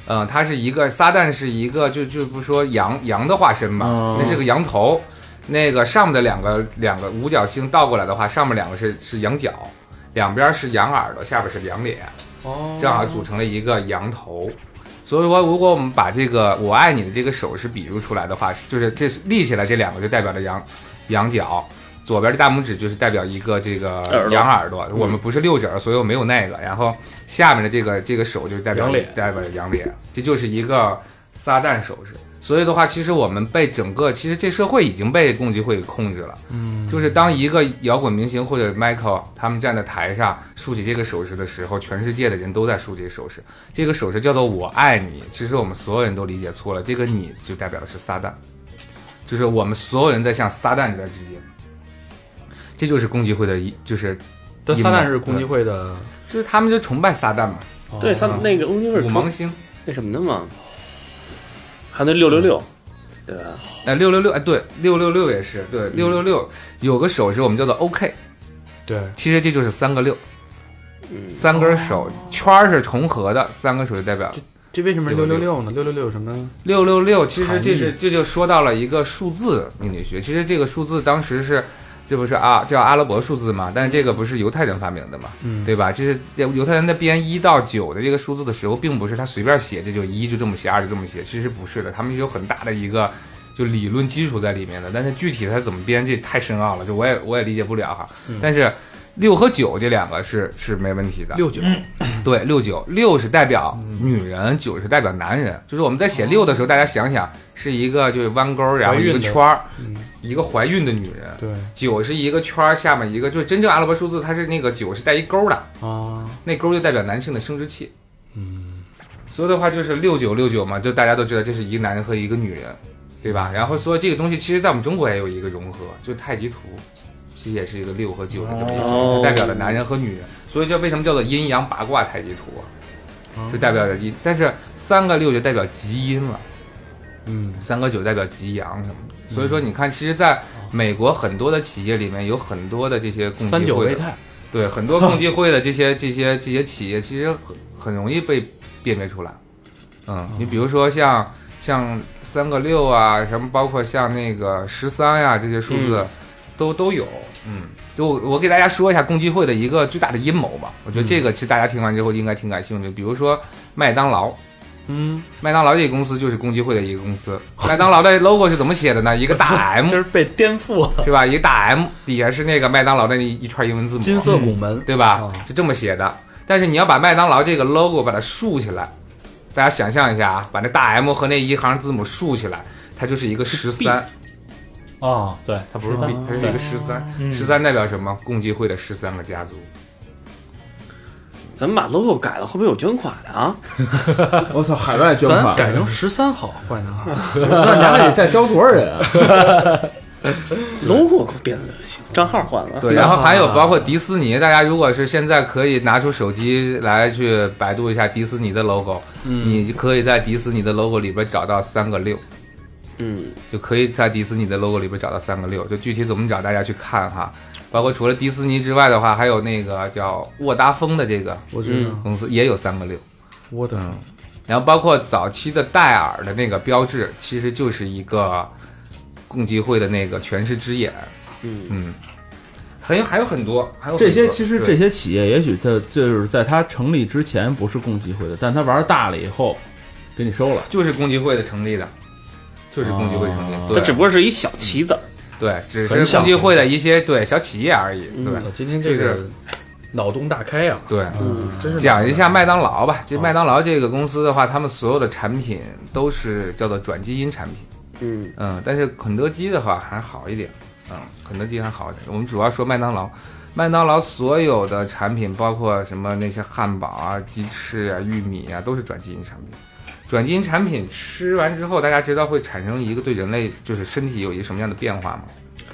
[SPEAKER 7] 嗯、它是一个撒旦是一个就就不说羊羊的化身吧，
[SPEAKER 9] 嗯
[SPEAKER 7] 那是个羊头，那个上面的两个两个五角星倒过来的话，上面两个是是羊角，两边是羊耳朵，下边是羊脸，
[SPEAKER 3] 哦
[SPEAKER 7] 正好组成了一个羊头。所以说，如果我们把这个“我爱你”的这个手势比喻出来的话，就是这立起来这两个就代表着羊羊角，左边的大拇指就是代表一个这个
[SPEAKER 8] 耳朵嗯
[SPEAKER 7] 羊耳朵，我们不是六指儿，所以我没有那个。然后下面的这个这个手就是代表
[SPEAKER 3] 羊脸
[SPEAKER 7] 代表羊脸，这就是一个撒旦手势。所以的话，其实我们被整个，其实这社会已经被共济会控制了。嗯，就是当一个摇滚明星或者 Michael 他们站在台上竖起这个手势的时候，全世界的人都在竖起手势。这个手势叫做“我爱你”，其实我们所有人都理解错了，这个“你”就代表的是撒旦，就是我们所有人在向撒旦在致敬。这就是共济会的一，就是
[SPEAKER 3] 但
[SPEAKER 7] 阴
[SPEAKER 3] 撒旦
[SPEAKER 7] 谋
[SPEAKER 3] 是共济会的，
[SPEAKER 7] 就是他们就崇拜撒旦嘛，
[SPEAKER 8] 对，他那个欧尼尔
[SPEAKER 7] 五芒星。
[SPEAKER 8] 那什么的嘛，还有那六六六，对吧？
[SPEAKER 7] 哎，六六六，哎，对，六六六也是，对，
[SPEAKER 3] 嗯
[SPEAKER 7] 六六六有个手势我们叫做 OK，
[SPEAKER 3] 对，
[SPEAKER 7] 其实这就是三个六，
[SPEAKER 8] 嗯，
[SPEAKER 7] 三根手圈儿是重合的，三个手就代表
[SPEAKER 3] 哦这为什么是六
[SPEAKER 7] 六六
[SPEAKER 3] 六六呢？六六六什么？
[SPEAKER 7] 六六六。其实这
[SPEAKER 3] 含
[SPEAKER 7] 是这就说到了一个数字命理学，其实这个数字当时是。这不是啊，叫阿拉伯数字嘛？但是这个不是犹太人发明的嘛，
[SPEAKER 3] 嗯，
[SPEAKER 7] 对吧？这是犹太人在编一到九的这个数字的时候，并不是他随便写，这就一就这么写，二就这么写，其实不是的，他们有很大的一个就理论基础在里面的。但是具体它怎么编，这太深奥了，就我也我也理解不了哈。
[SPEAKER 3] 嗯
[SPEAKER 7] 但是六和九这两个是是没问题的，
[SPEAKER 3] 六九，嗯
[SPEAKER 7] 对，六九六是代表女人，九是代表男人。就是我们在写六的时候，大家想想是一个就是弯钩，然后一
[SPEAKER 3] 哦怀
[SPEAKER 7] 个
[SPEAKER 3] 孕的
[SPEAKER 7] 圈儿，
[SPEAKER 3] 嗯，
[SPEAKER 7] 一个怀孕的女人。
[SPEAKER 3] 对
[SPEAKER 7] 九是一个圈儿，下面一个就是真正阿拉伯数字，它是那个九是带一勾的，
[SPEAKER 3] 啊，
[SPEAKER 7] 那勾就代表男性的生殖器。嗯，所以的话就是六九六九嘛，就大家都知道这是一个男人和一个女人，对吧？然后所以这个东西其实在我们中国也有一个融合，就是太极图，其实也是一个六和九的这么一个
[SPEAKER 8] 哦
[SPEAKER 7] 它代表了男人和女人，所以叫为什么叫做阴阳八卦太极图
[SPEAKER 3] 嗯
[SPEAKER 7] 啊，就代表着阴，但是三个六就代表极阴了，
[SPEAKER 3] 嗯，
[SPEAKER 7] 三个九代表极阳什么的。所以说你看，其实在美国很多的企业里面有很多的这些共济
[SPEAKER 3] 三九
[SPEAKER 7] 会
[SPEAKER 3] 位
[SPEAKER 7] 的
[SPEAKER 3] 泰，
[SPEAKER 7] 对，很多共济会的这些这些这些企业，其实很很容易被辨别出来。嗯，你比如说像像三个六啊，什么包括像那个十三呀这些数字，
[SPEAKER 3] 嗯
[SPEAKER 7] 都都有。嗯，就我我给大家说一下共济会的一个最大的阴谋吧。我觉得
[SPEAKER 3] 嗯
[SPEAKER 7] 这个其实大家听完之后应该挺感兴趣。比如说麦当劳，
[SPEAKER 3] 嗯，
[SPEAKER 7] 麦当劳这个公司就是共济会的一个公司。麦当劳的 logo 是怎么写的呢？一个大 M
[SPEAKER 3] 就是被颠覆了，
[SPEAKER 7] 是吧？一个大 M 底下是那个麦当劳的那一串英文字母，
[SPEAKER 3] 金色拱门，
[SPEAKER 7] 对吧
[SPEAKER 3] 啊？
[SPEAKER 7] 是这么写的。但是你要把麦当劳这个 logo 把它竖起来，大家想象一下啊，把那大 M 和那一行字母竖起来，它就是一个十三，
[SPEAKER 4] 啊，对，
[SPEAKER 7] 它不是 B，它是哦一个十三。
[SPEAKER 4] 嗯
[SPEAKER 7] 十三代表什么？共济会的十三个家族。
[SPEAKER 8] 咱们把 logo 改了，会不会有捐款的啊？
[SPEAKER 9] 我操，海外捐
[SPEAKER 3] 咱
[SPEAKER 9] 款
[SPEAKER 3] 改成十三好坏男孩，
[SPEAKER 9] 那咱得再招多少人啊？
[SPEAKER 8] logo 给我变了就行，账号换了。
[SPEAKER 7] 对，然啊后还有包括迪士尼，大家如果是现在可以拿出手机来去百度一下迪士尼的 logo，你可以在迪士尼的 logo 里边找到三个六。
[SPEAKER 8] 嗯，
[SPEAKER 7] 就可以在迪士尼的 logo 里边找到三个六，就具体怎么找大家去看哈。包括除了迪士尼之外的话，还有那个叫沃达丰的这个
[SPEAKER 3] 我知道，
[SPEAKER 7] 公司也有三个六，
[SPEAKER 3] 我的
[SPEAKER 7] 嗯，然后包括早期的戴尔的那个标志，其实就是一个共济会的那个权势之眼，
[SPEAKER 8] 嗯
[SPEAKER 7] 嗯，还有还有很多，还有很
[SPEAKER 9] 这
[SPEAKER 7] 多
[SPEAKER 9] 些其实
[SPEAKER 7] 对
[SPEAKER 9] 这些企业，也许它就是在它成立之前不是共济会的，但它玩大了以后，给你收了。
[SPEAKER 7] 就是共济会的成立的，就是共济会成立，
[SPEAKER 9] 哦
[SPEAKER 8] 它
[SPEAKER 7] 对
[SPEAKER 8] 只不过是一小旗子，
[SPEAKER 7] 对，只
[SPEAKER 3] 很
[SPEAKER 7] 是
[SPEAKER 3] 小
[SPEAKER 7] 共济会的一些对小企业而已，对、
[SPEAKER 9] 嗯
[SPEAKER 3] 我今天这个脑洞大开啊，
[SPEAKER 7] 对。
[SPEAKER 3] 嗯，真是
[SPEAKER 7] 讲一下麦当劳吧。这麦当劳这个公司的话，他们所有的产品都是叫做转基因产品。
[SPEAKER 8] 嗯，
[SPEAKER 7] 嗯，但是肯德基的话还好一点。嗯，肯德基还好一点。我们主要说麦当劳，麦当劳所有的产品，包括什么那些汉堡啊、鸡翅啊、玉米啊，都是转基因产品。转基因产品吃完之后，大家知道会产生一个对人类就是身体有一个什么样的变化吗？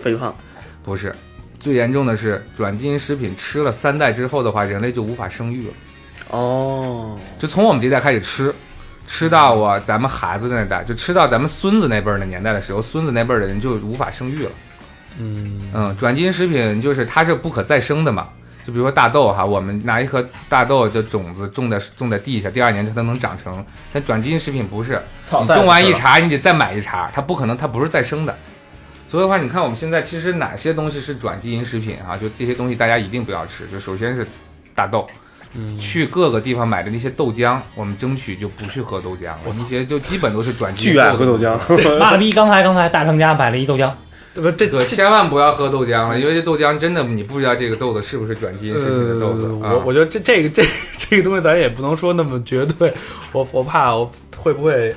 [SPEAKER 8] 肥胖，
[SPEAKER 7] 不是，最严重的是转基因食品吃了三代之后的话，人类就无法生育了。
[SPEAKER 8] 哦，
[SPEAKER 7] 就从我们这代开始吃，吃到我咱们孩子那代，就吃到咱们孙子那辈儿的年代的时候，孙子那辈儿的人就无法生育了。
[SPEAKER 3] 嗯，
[SPEAKER 7] 嗯，转基因食品就是它是不可再生的嘛。就比如说大豆哈，我们拿一颗大豆的种子种在种在地下，第二年它都能长成。但转基因食品不是，啊你种完一茬，你得再买一茬，它不可能，它不是再生的。所以的话，你看我们现在其实哪些东西是转基因食品啊？就这些东西大家一定不要吃。就首先是大豆，去各个地方买的那些豆浆，我们争取就不去喝豆浆了。那些就基本都是转基因
[SPEAKER 8] 巨爱喝豆浆，
[SPEAKER 4] 妈了逼！刚才刚才大成家买了一豆浆，
[SPEAKER 3] 不这
[SPEAKER 7] 可千万不要喝豆浆了，因为这豆浆真的你不知道这个豆子是不是卷基因食品的豆子。啊
[SPEAKER 3] 呃我我觉得这这个 这这个东西咱也不能说那么绝对，我我怕我会不会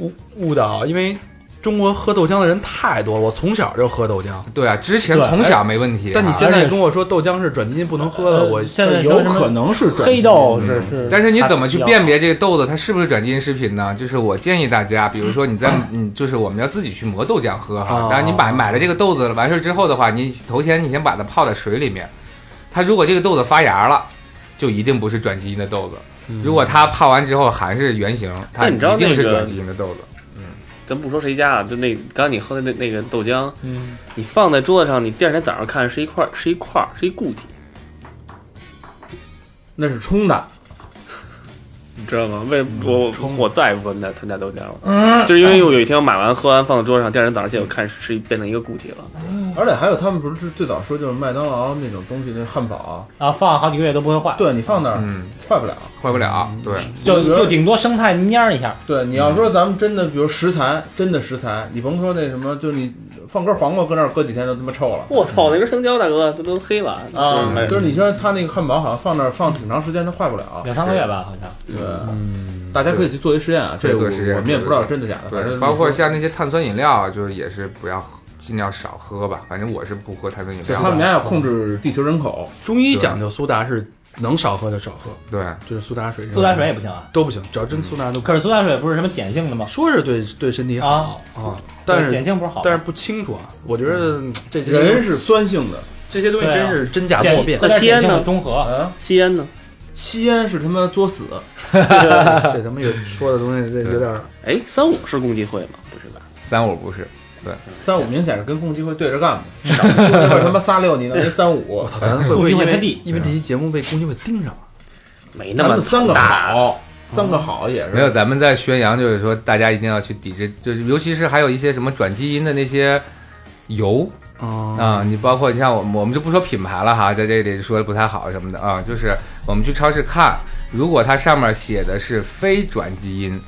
[SPEAKER 3] 误误导，啊因为中国喝豆浆的人太多了，我从小就喝豆浆。
[SPEAKER 7] 对啊，之前
[SPEAKER 4] 对
[SPEAKER 7] 从小没问题啊，
[SPEAKER 3] 但你现
[SPEAKER 4] 而
[SPEAKER 3] 在
[SPEAKER 4] 且
[SPEAKER 3] 跟我说豆浆是转基因不能喝的，
[SPEAKER 4] 呃
[SPEAKER 3] 我
[SPEAKER 4] 现在
[SPEAKER 9] 有
[SPEAKER 4] 说什么
[SPEAKER 9] 可能是转
[SPEAKER 4] 黑豆是是，
[SPEAKER 7] 嗯但是你怎么去辨别这个豆子它是不是转基因食品呢？就是我建议大家，比如说你 在，嗯，就是我们要自己去磨豆浆喝哈
[SPEAKER 8] 啊
[SPEAKER 3] 哦。
[SPEAKER 7] 当然你买买了这个豆子了，完事儿之后的话，你头先你先把它泡在水里面，它如果这个豆子发芽了，就一定不是转基因的豆子。如果它泡完之后还是原形，
[SPEAKER 8] 嗯
[SPEAKER 7] 它
[SPEAKER 8] 但你知道
[SPEAKER 7] 一定是
[SPEAKER 8] 那个
[SPEAKER 7] 转基因的豆子。
[SPEAKER 8] 咱不说谁家啊，就那刚刚你喝的那那个豆浆，嗯，你放在桌子上，你第二天早上看是一块是一块是一固体，
[SPEAKER 9] 那是冲的，
[SPEAKER 7] 嗯
[SPEAKER 8] 你知道吗？为我我再也不喝那他家豆浆了，
[SPEAKER 7] 嗯
[SPEAKER 8] 就是因为我有一天我买完喝完放在桌上，第二天早上起来我看是变成一个固体了。
[SPEAKER 7] 嗯
[SPEAKER 9] 而且还有他们不是最早说就是麦当劳那种东西那汉堡，
[SPEAKER 4] 啊，放好几个月都不会坏，
[SPEAKER 9] 对你放那儿
[SPEAKER 7] 嗯，
[SPEAKER 9] 坏不了。
[SPEAKER 7] 坏不了。啊
[SPEAKER 8] 嗯
[SPEAKER 7] 对，
[SPEAKER 4] 就
[SPEAKER 9] 我觉得
[SPEAKER 4] 就顶多生态蔫一下，
[SPEAKER 9] 对，你要说咱们真的，比如食材，真的食材，你甭说那什么，就是你放根黄瓜搁那儿搁几天就他妈臭了。
[SPEAKER 8] 我操，那根生姜大哥这都黑了
[SPEAKER 9] 嗯啊，
[SPEAKER 7] 哎
[SPEAKER 8] 没
[SPEAKER 9] 就是你说他那个汉堡好像放那儿放挺长时间，它坏不了。
[SPEAKER 7] 嗯
[SPEAKER 4] 两三个月吧，好像。
[SPEAKER 9] 对，大家可以去做一实验啊，
[SPEAKER 7] 对
[SPEAKER 9] 这个
[SPEAKER 7] 做
[SPEAKER 9] 我
[SPEAKER 7] 实验
[SPEAKER 9] 我们也不知道真的假的，反
[SPEAKER 7] 对，
[SPEAKER 9] 正
[SPEAKER 7] 包括
[SPEAKER 9] 像
[SPEAKER 7] 像那些碳酸饮料啊，就是也是不要喝，尽量少喝吧。反正我是不喝碳酸饮
[SPEAKER 9] 对他
[SPEAKER 7] 料
[SPEAKER 9] 们
[SPEAKER 7] 的。
[SPEAKER 9] 家要控制地球人口，
[SPEAKER 3] 中医讲究苏打是能少喝就少喝，
[SPEAKER 7] 对，
[SPEAKER 3] 就是苏打水这种，
[SPEAKER 4] 苏打水也不行啊，
[SPEAKER 3] 都不行，只要真苏打都
[SPEAKER 4] 可是苏打水不是什么碱性的吗？
[SPEAKER 3] 说是对对身体好啊，但
[SPEAKER 4] 碱
[SPEAKER 3] 是
[SPEAKER 4] 性不是好吗，
[SPEAKER 3] 但是不清楚啊，我觉得嗯这些
[SPEAKER 9] 人是酸性的。
[SPEAKER 3] 这些东西
[SPEAKER 4] 对啊
[SPEAKER 3] 真是真假
[SPEAKER 4] 碱
[SPEAKER 3] 莫辨，
[SPEAKER 8] 那
[SPEAKER 4] 但是
[SPEAKER 8] 吸烟
[SPEAKER 4] 碱性
[SPEAKER 8] 呢
[SPEAKER 4] 的中和，
[SPEAKER 9] 啊，
[SPEAKER 8] 吸烟呢？
[SPEAKER 9] 吸烟是他妈作死，
[SPEAKER 3] 这他妈有说的东西这有点儿
[SPEAKER 8] 哎，三五是共济会吗？不是吧？
[SPEAKER 7] 三五不是。
[SPEAKER 9] 三五明显是跟共济会对着干嘛，少一会儿他妈仨六，你弄一三五，
[SPEAKER 3] 咱会不
[SPEAKER 4] 共 济
[SPEAKER 3] 会因
[SPEAKER 4] 会
[SPEAKER 3] 为
[SPEAKER 4] 他弟
[SPEAKER 3] 因为这期节目被公鸡会盯上了？
[SPEAKER 8] 没那
[SPEAKER 9] 咱
[SPEAKER 8] 么
[SPEAKER 9] 们三个
[SPEAKER 8] 大。
[SPEAKER 9] 好，三个好也是
[SPEAKER 7] 没有，咱们在宣扬，就是说大家一定要去抵制，就是尤其是还有一些什么转基因的那些油
[SPEAKER 3] 啊，
[SPEAKER 7] 啊、你包括你像我们，我们就不说品牌了哈，在这里说的不太好什么的啊、就是我们去超市看，如果它上面写的是非转基因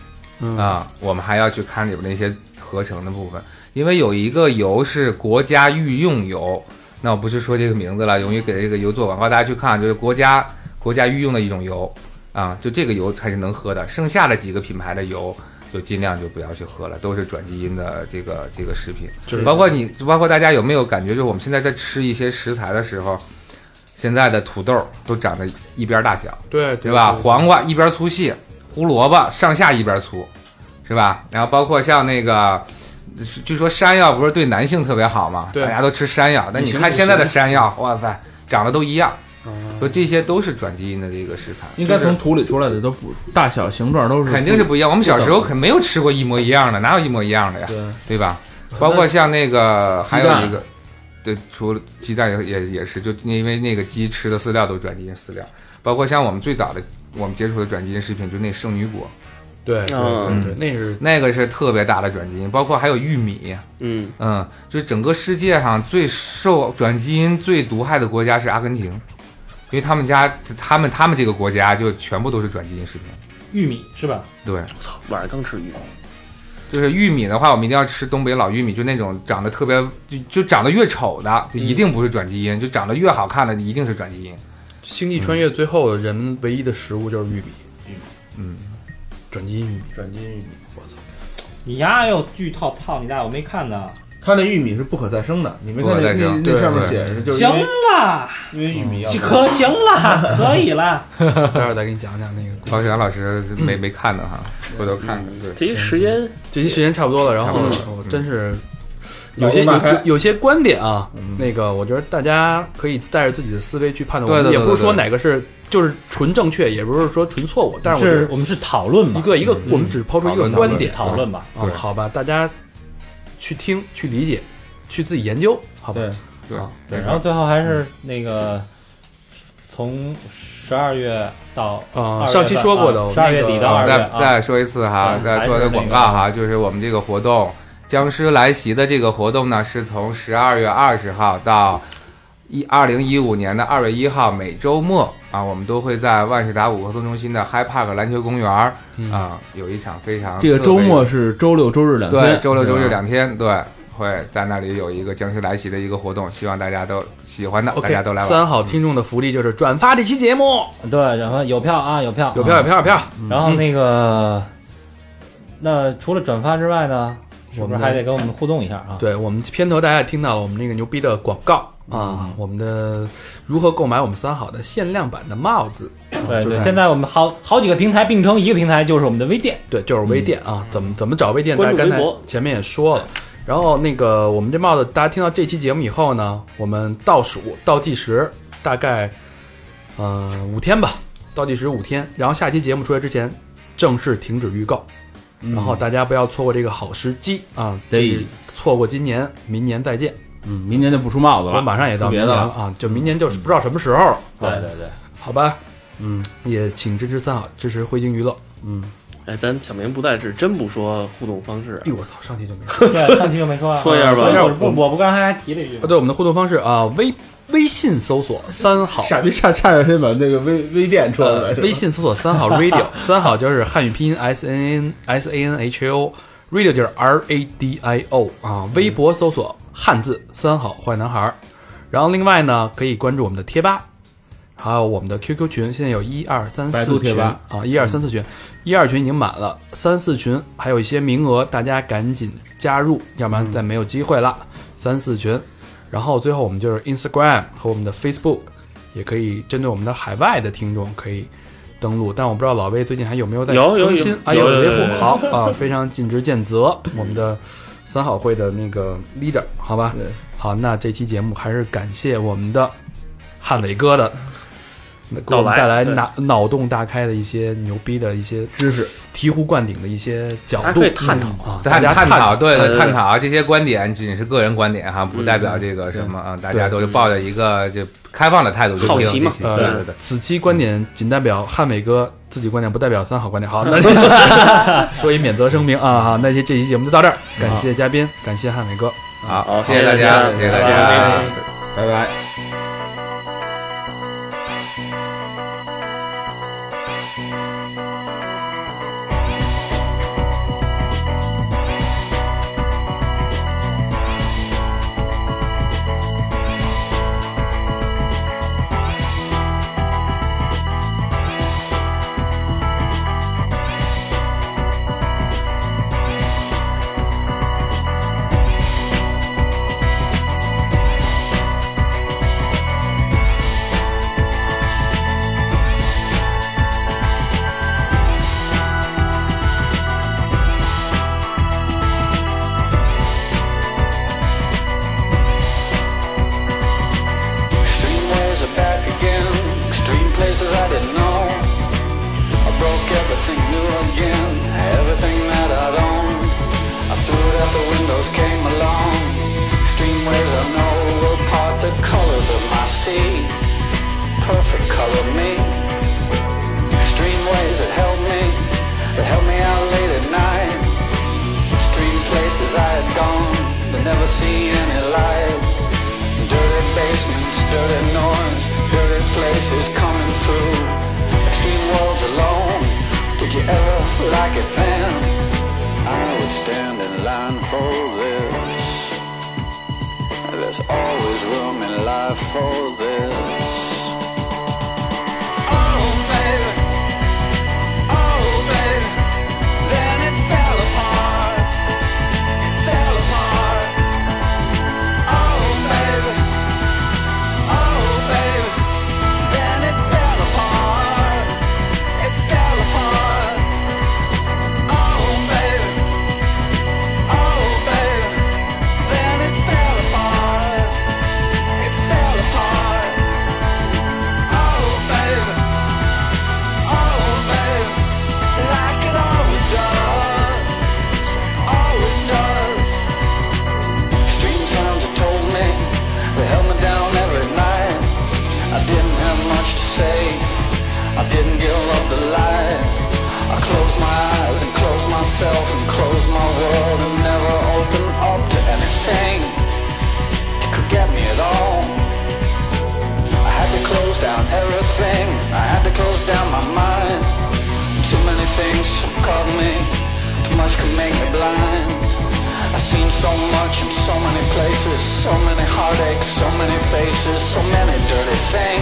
[SPEAKER 3] 嗯
[SPEAKER 7] 啊、我们还要去看里边那些合成的部分，因为有一个油是国家御用油，那我不去说这个名字了，容易给这个油做广告，大家去看，就是国家国家御用的一种油啊，就这个油还是能喝的，剩下的几个品牌的油就尽量就不要去喝了，都是转基因的这个这个食品。
[SPEAKER 3] 就是
[SPEAKER 7] 包括你，包括大家有没有感觉，就是我们现在在吃一些食材的时候，现在的土豆都长得一边大小，
[SPEAKER 3] 对
[SPEAKER 7] 对吧？黄瓜一边粗细，胡萝卜上下一边粗，是吧？然后包括像那个。据说山药不是对男性特别好嘛？
[SPEAKER 3] 对
[SPEAKER 7] 大家都吃山药。那你看现在的山药，哇塞，长得都一样，
[SPEAKER 3] 嗯
[SPEAKER 7] 说这些都是转基因的这个食材，
[SPEAKER 9] 应该
[SPEAKER 7] 就是
[SPEAKER 9] 从土里出来的都不大小形状都是
[SPEAKER 7] 肯定是不一样。我们小时候可没有吃过一模一样的，哪有一模一样的呀？
[SPEAKER 9] 对
[SPEAKER 7] 对吧？包括像那个还
[SPEAKER 9] 鸡蛋
[SPEAKER 7] 有一个，对，除了鸡蛋也也也是，就因为那个鸡吃的饲料都是转基因饲料，包括像我们最早的我们接触的转基因食品，就那圣女果，
[SPEAKER 3] 对对
[SPEAKER 8] 嗯
[SPEAKER 3] 对对，那是
[SPEAKER 7] 那个是特别大的转基因，包括还有玉米，
[SPEAKER 8] 嗯，
[SPEAKER 7] 嗯，就是整个世界上最受转基因最毒害的国家是阿根廷，因为他们家他们他们这个国家就全部都是转基因食品，
[SPEAKER 4] 玉米是吧？
[SPEAKER 7] 对。
[SPEAKER 8] 操，晚上刚吃鱼，
[SPEAKER 7] 就是玉米的话，我们一定要吃东北老玉米，就那种长得特别就就长得越丑的，就一定不是转基因；就长得越好看的，一定是转基因。
[SPEAKER 3] 《星际穿越》最后人唯一的食物就是玉 米，
[SPEAKER 7] 嗯，
[SPEAKER 3] 转基因玉米。
[SPEAKER 9] 转基因玉米，我操，
[SPEAKER 4] 你丫又剧透，操你大爷，我没看呢。
[SPEAKER 9] 它那玉米是不可再生的，你没看
[SPEAKER 7] 不可
[SPEAKER 9] 那
[SPEAKER 7] 再
[SPEAKER 9] 那
[SPEAKER 7] 生
[SPEAKER 9] 那上
[SPEAKER 7] 对
[SPEAKER 9] 面写着，就是
[SPEAKER 4] 行
[SPEAKER 9] 因为
[SPEAKER 4] 啦，
[SPEAKER 9] 因为玉米要
[SPEAKER 4] 可行啦，可以啦。
[SPEAKER 3] 待会儿再给你讲讲那个故事。
[SPEAKER 7] 曹雪芹老师没没看呢哈，回头看看。对，
[SPEAKER 8] 这些时间
[SPEAKER 3] 这期时间差不多了，然后
[SPEAKER 7] 差
[SPEAKER 3] 我真是有些
[SPEAKER 9] 脑洞
[SPEAKER 3] 有
[SPEAKER 9] 大开
[SPEAKER 3] 有有些观点啊，
[SPEAKER 7] 嗯
[SPEAKER 3] 那个我觉得大家可以带着自己的思维去判断，
[SPEAKER 7] 对对对
[SPEAKER 3] 也不是说
[SPEAKER 7] 对对
[SPEAKER 3] 哪个是就是纯正确，也不是说纯错误，但是我觉
[SPEAKER 4] 是
[SPEAKER 3] 得
[SPEAKER 4] 我们是讨论嘛
[SPEAKER 3] 一，个一个，我们只抛出一
[SPEAKER 7] 嗯讨
[SPEAKER 3] 个
[SPEAKER 7] 论
[SPEAKER 3] 观点啊
[SPEAKER 4] 讨论吧。
[SPEAKER 3] 啊，
[SPEAKER 7] 对
[SPEAKER 3] 好吧，大家去听去理解，去自己研究，好吧
[SPEAKER 9] 对？
[SPEAKER 4] 对，然后最后还是那个从十二月到
[SPEAKER 3] 啊，上期说过的，我
[SPEAKER 4] 十二
[SPEAKER 3] 们
[SPEAKER 4] 月底到
[SPEAKER 7] 好
[SPEAKER 4] 二月
[SPEAKER 7] 再
[SPEAKER 4] 啊，
[SPEAKER 7] 再说一次哈，
[SPEAKER 4] 嗯
[SPEAKER 7] 再做个广告哈，就是我们这个活动“僵尸来袭”的这个活动呢，是从十二月二十号到一二零一五年的二月一号，每周末啊，我们都会在万事达五活动中心的 High Park 篮球公园儿啊、有一场非常
[SPEAKER 9] 这个周
[SPEAKER 7] 特别
[SPEAKER 9] 末是周六周日两
[SPEAKER 7] 对
[SPEAKER 9] 天，
[SPEAKER 7] 周六周日两天对。会在那里有一个僵尸来袭的一个活动，希望大家都喜欢的，大
[SPEAKER 3] OK，
[SPEAKER 7] 家都来玩。
[SPEAKER 3] 三好听众的福利就是转发这期节目，
[SPEAKER 4] 对，然后有票啊，有票，
[SPEAKER 3] 有票有票有票，
[SPEAKER 4] 嗯。然后那个，那除了转发之外呢，我们还得跟我们互动一下啊。
[SPEAKER 3] 对我们片头大家也听到了我们那个牛逼的广告啊，我们的如何购买我们三好的限量版的帽子，
[SPEAKER 4] 对
[SPEAKER 3] 就是
[SPEAKER 4] 对，现在我们好好几个平台并称一个平台，就是我们的微店。
[SPEAKER 3] 对，就是微店啊，怎么怎么找微店，
[SPEAKER 8] 关
[SPEAKER 3] 大
[SPEAKER 8] 注
[SPEAKER 3] 家刚才
[SPEAKER 8] 微博
[SPEAKER 3] 前面也说了。然后那个我们这帽子，大家听到这期节目以后呢，我们倒数倒计时，大概呃五天吧，倒计时五天。然后下期节目出来之前，正式停止预告。然后大家不要错过这个好时机啊！
[SPEAKER 9] 对
[SPEAKER 3] 这错过今年，明年再见。
[SPEAKER 9] 嗯，明年就不出帽子
[SPEAKER 3] 我
[SPEAKER 9] 了，
[SPEAKER 3] 马上也到
[SPEAKER 9] 别
[SPEAKER 3] 明
[SPEAKER 9] 的
[SPEAKER 3] 年
[SPEAKER 9] 了
[SPEAKER 3] 了啊，就明年就是不知道什么时候了，
[SPEAKER 4] 对对对，
[SPEAKER 3] 好吧？
[SPEAKER 9] 嗯，
[SPEAKER 3] 也请支持三好，支持汇金娱乐。
[SPEAKER 8] 哎，咱小明不在是真不说互动方式啊
[SPEAKER 3] 哎，呦我操，上期就没说。
[SPEAKER 4] 对，上期就没说啊。
[SPEAKER 8] 说一下吧
[SPEAKER 4] 说我不，我不刚才还提了一句
[SPEAKER 3] 啊，。对，我们的互动方式啊，微微信搜索三好，
[SPEAKER 9] 傻逼差差点先把那个微微店出来
[SPEAKER 3] 呃
[SPEAKER 9] 了，，
[SPEAKER 3] 微信搜索三好 radio，三好就是汉语拼音 s n n s a n h o radio 就是 r a d i o 啊，微博搜索汉字三好坏男孩儿，然后另外呢可以关注我们的贴吧，还有我们的 QQ 群，现在有一二三
[SPEAKER 9] 百
[SPEAKER 3] 四
[SPEAKER 9] 度贴
[SPEAKER 3] 群
[SPEAKER 9] 吧嗯
[SPEAKER 3] 啊，一二三四群，一二群已经满了，三四群还有一些名额，大家赶紧加入，
[SPEAKER 8] 嗯
[SPEAKER 3] 要不然再没有机会了。三四群，然后最后我们就是 Instagram 和我们的 Facebook，也可以针对我们的海外的听众可以登录，但我不知道老魏最近还有没有在
[SPEAKER 8] 有有
[SPEAKER 3] 更新
[SPEAKER 8] 有
[SPEAKER 3] 啊？
[SPEAKER 8] 有有
[SPEAKER 3] 维
[SPEAKER 8] 有有
[SPEAKER 3] 护好啊，非常尽职尽责，我们的三好会的那个 leader，好吧？
[SPEAKER 9] 对
[SPEAKER 3] 好，那这期节目还是感谢我们的汉伟哥的。给我们带
[SPEAKER 8] 到来
[SPEAKER 3] 来
[SPEAKER 8] 对
[SPEAKER 3] 脑脑洞大开的一些牛逼的一些
[SPEAKER 9] 知识，
[SPEAKER 3] 醍醐灌顶的一些角
[SPEAKER 8] 还
[SPEAKER 3] 度
[SPEAKER 8] 可以探讨
[SPEAKER 3] 啊，大
[SPEAKER 7] 大
[SPEAKER 3] 家
[SPEAKER 7] 家探
[SPEAKER 3] 讨
[SPEAKER 7] 讨，对
[SPEAKER 8] 呃
[SPEAKER 7] 对，嗯探讨这些观点仅是个人观点哈，不代表这个什么啊，大家都是抱着一个就开放的态度去
[SPEAKER 8] 好
[SPEAKER 7] 听
[SPEAKER 8] 奇嘛
[SPEAKER 7] 这些
[SPEAKER 3] 呃，
[SPEAKER 7] 对对对，
[SPEAKER 3] 此期观点仅代表汉伟哥自己观点，不代表三好观 点。好，那 说一免责声明啊，好，那这这期节目就到这儿，感谢嘉宾，感谢汉伟哥。
[SPEAKER 7] 好，
[SPEAKER 8] 好
[SPEAKER 7] 谢谢大家，谢谢大
[SPEAKER 8] 拜
[SPEAKER 7] 家
[SPEAKER 8] 拜。
[SPEAKER 9] 拜拜。
[SPEAKER 10] Extreme ways are back again. Extreme places I didn't know. I broke everything new again. Everything that I'd owned. I threw it out the windows, came along. Extreme ways I know will part the colors of my sea. Perfect color me. Extreme ways that help me. That help me out late at night. Extreme places I had gone. But never see any light. Dirty basements, dirty noise, dirty places coming through. Extreme worlds alone. Did you ever like it then? I would stand in line for this. There's always room in life for this. Oh baby, oh baby, then it fell apart. It fell apart. Oh baby, oh baby, then it fell apart. It fell apart. Oh baby, oh baby, then it fell apart. It fell apart. Oh baby, oh baby, like it always does, always does. Extreme sounds have told me they held me down every night. I didn't have much to say. I didn't give up the lie. I closed my eyes and closed myself and closed my world and never opened up to anything that could get me at all. I had to close down everything. I had to close down my mind. Too many things caught me. Too much could make me blind. I seen so much in so many places, so many heartaches, so many faces, so many dirty things. Oh,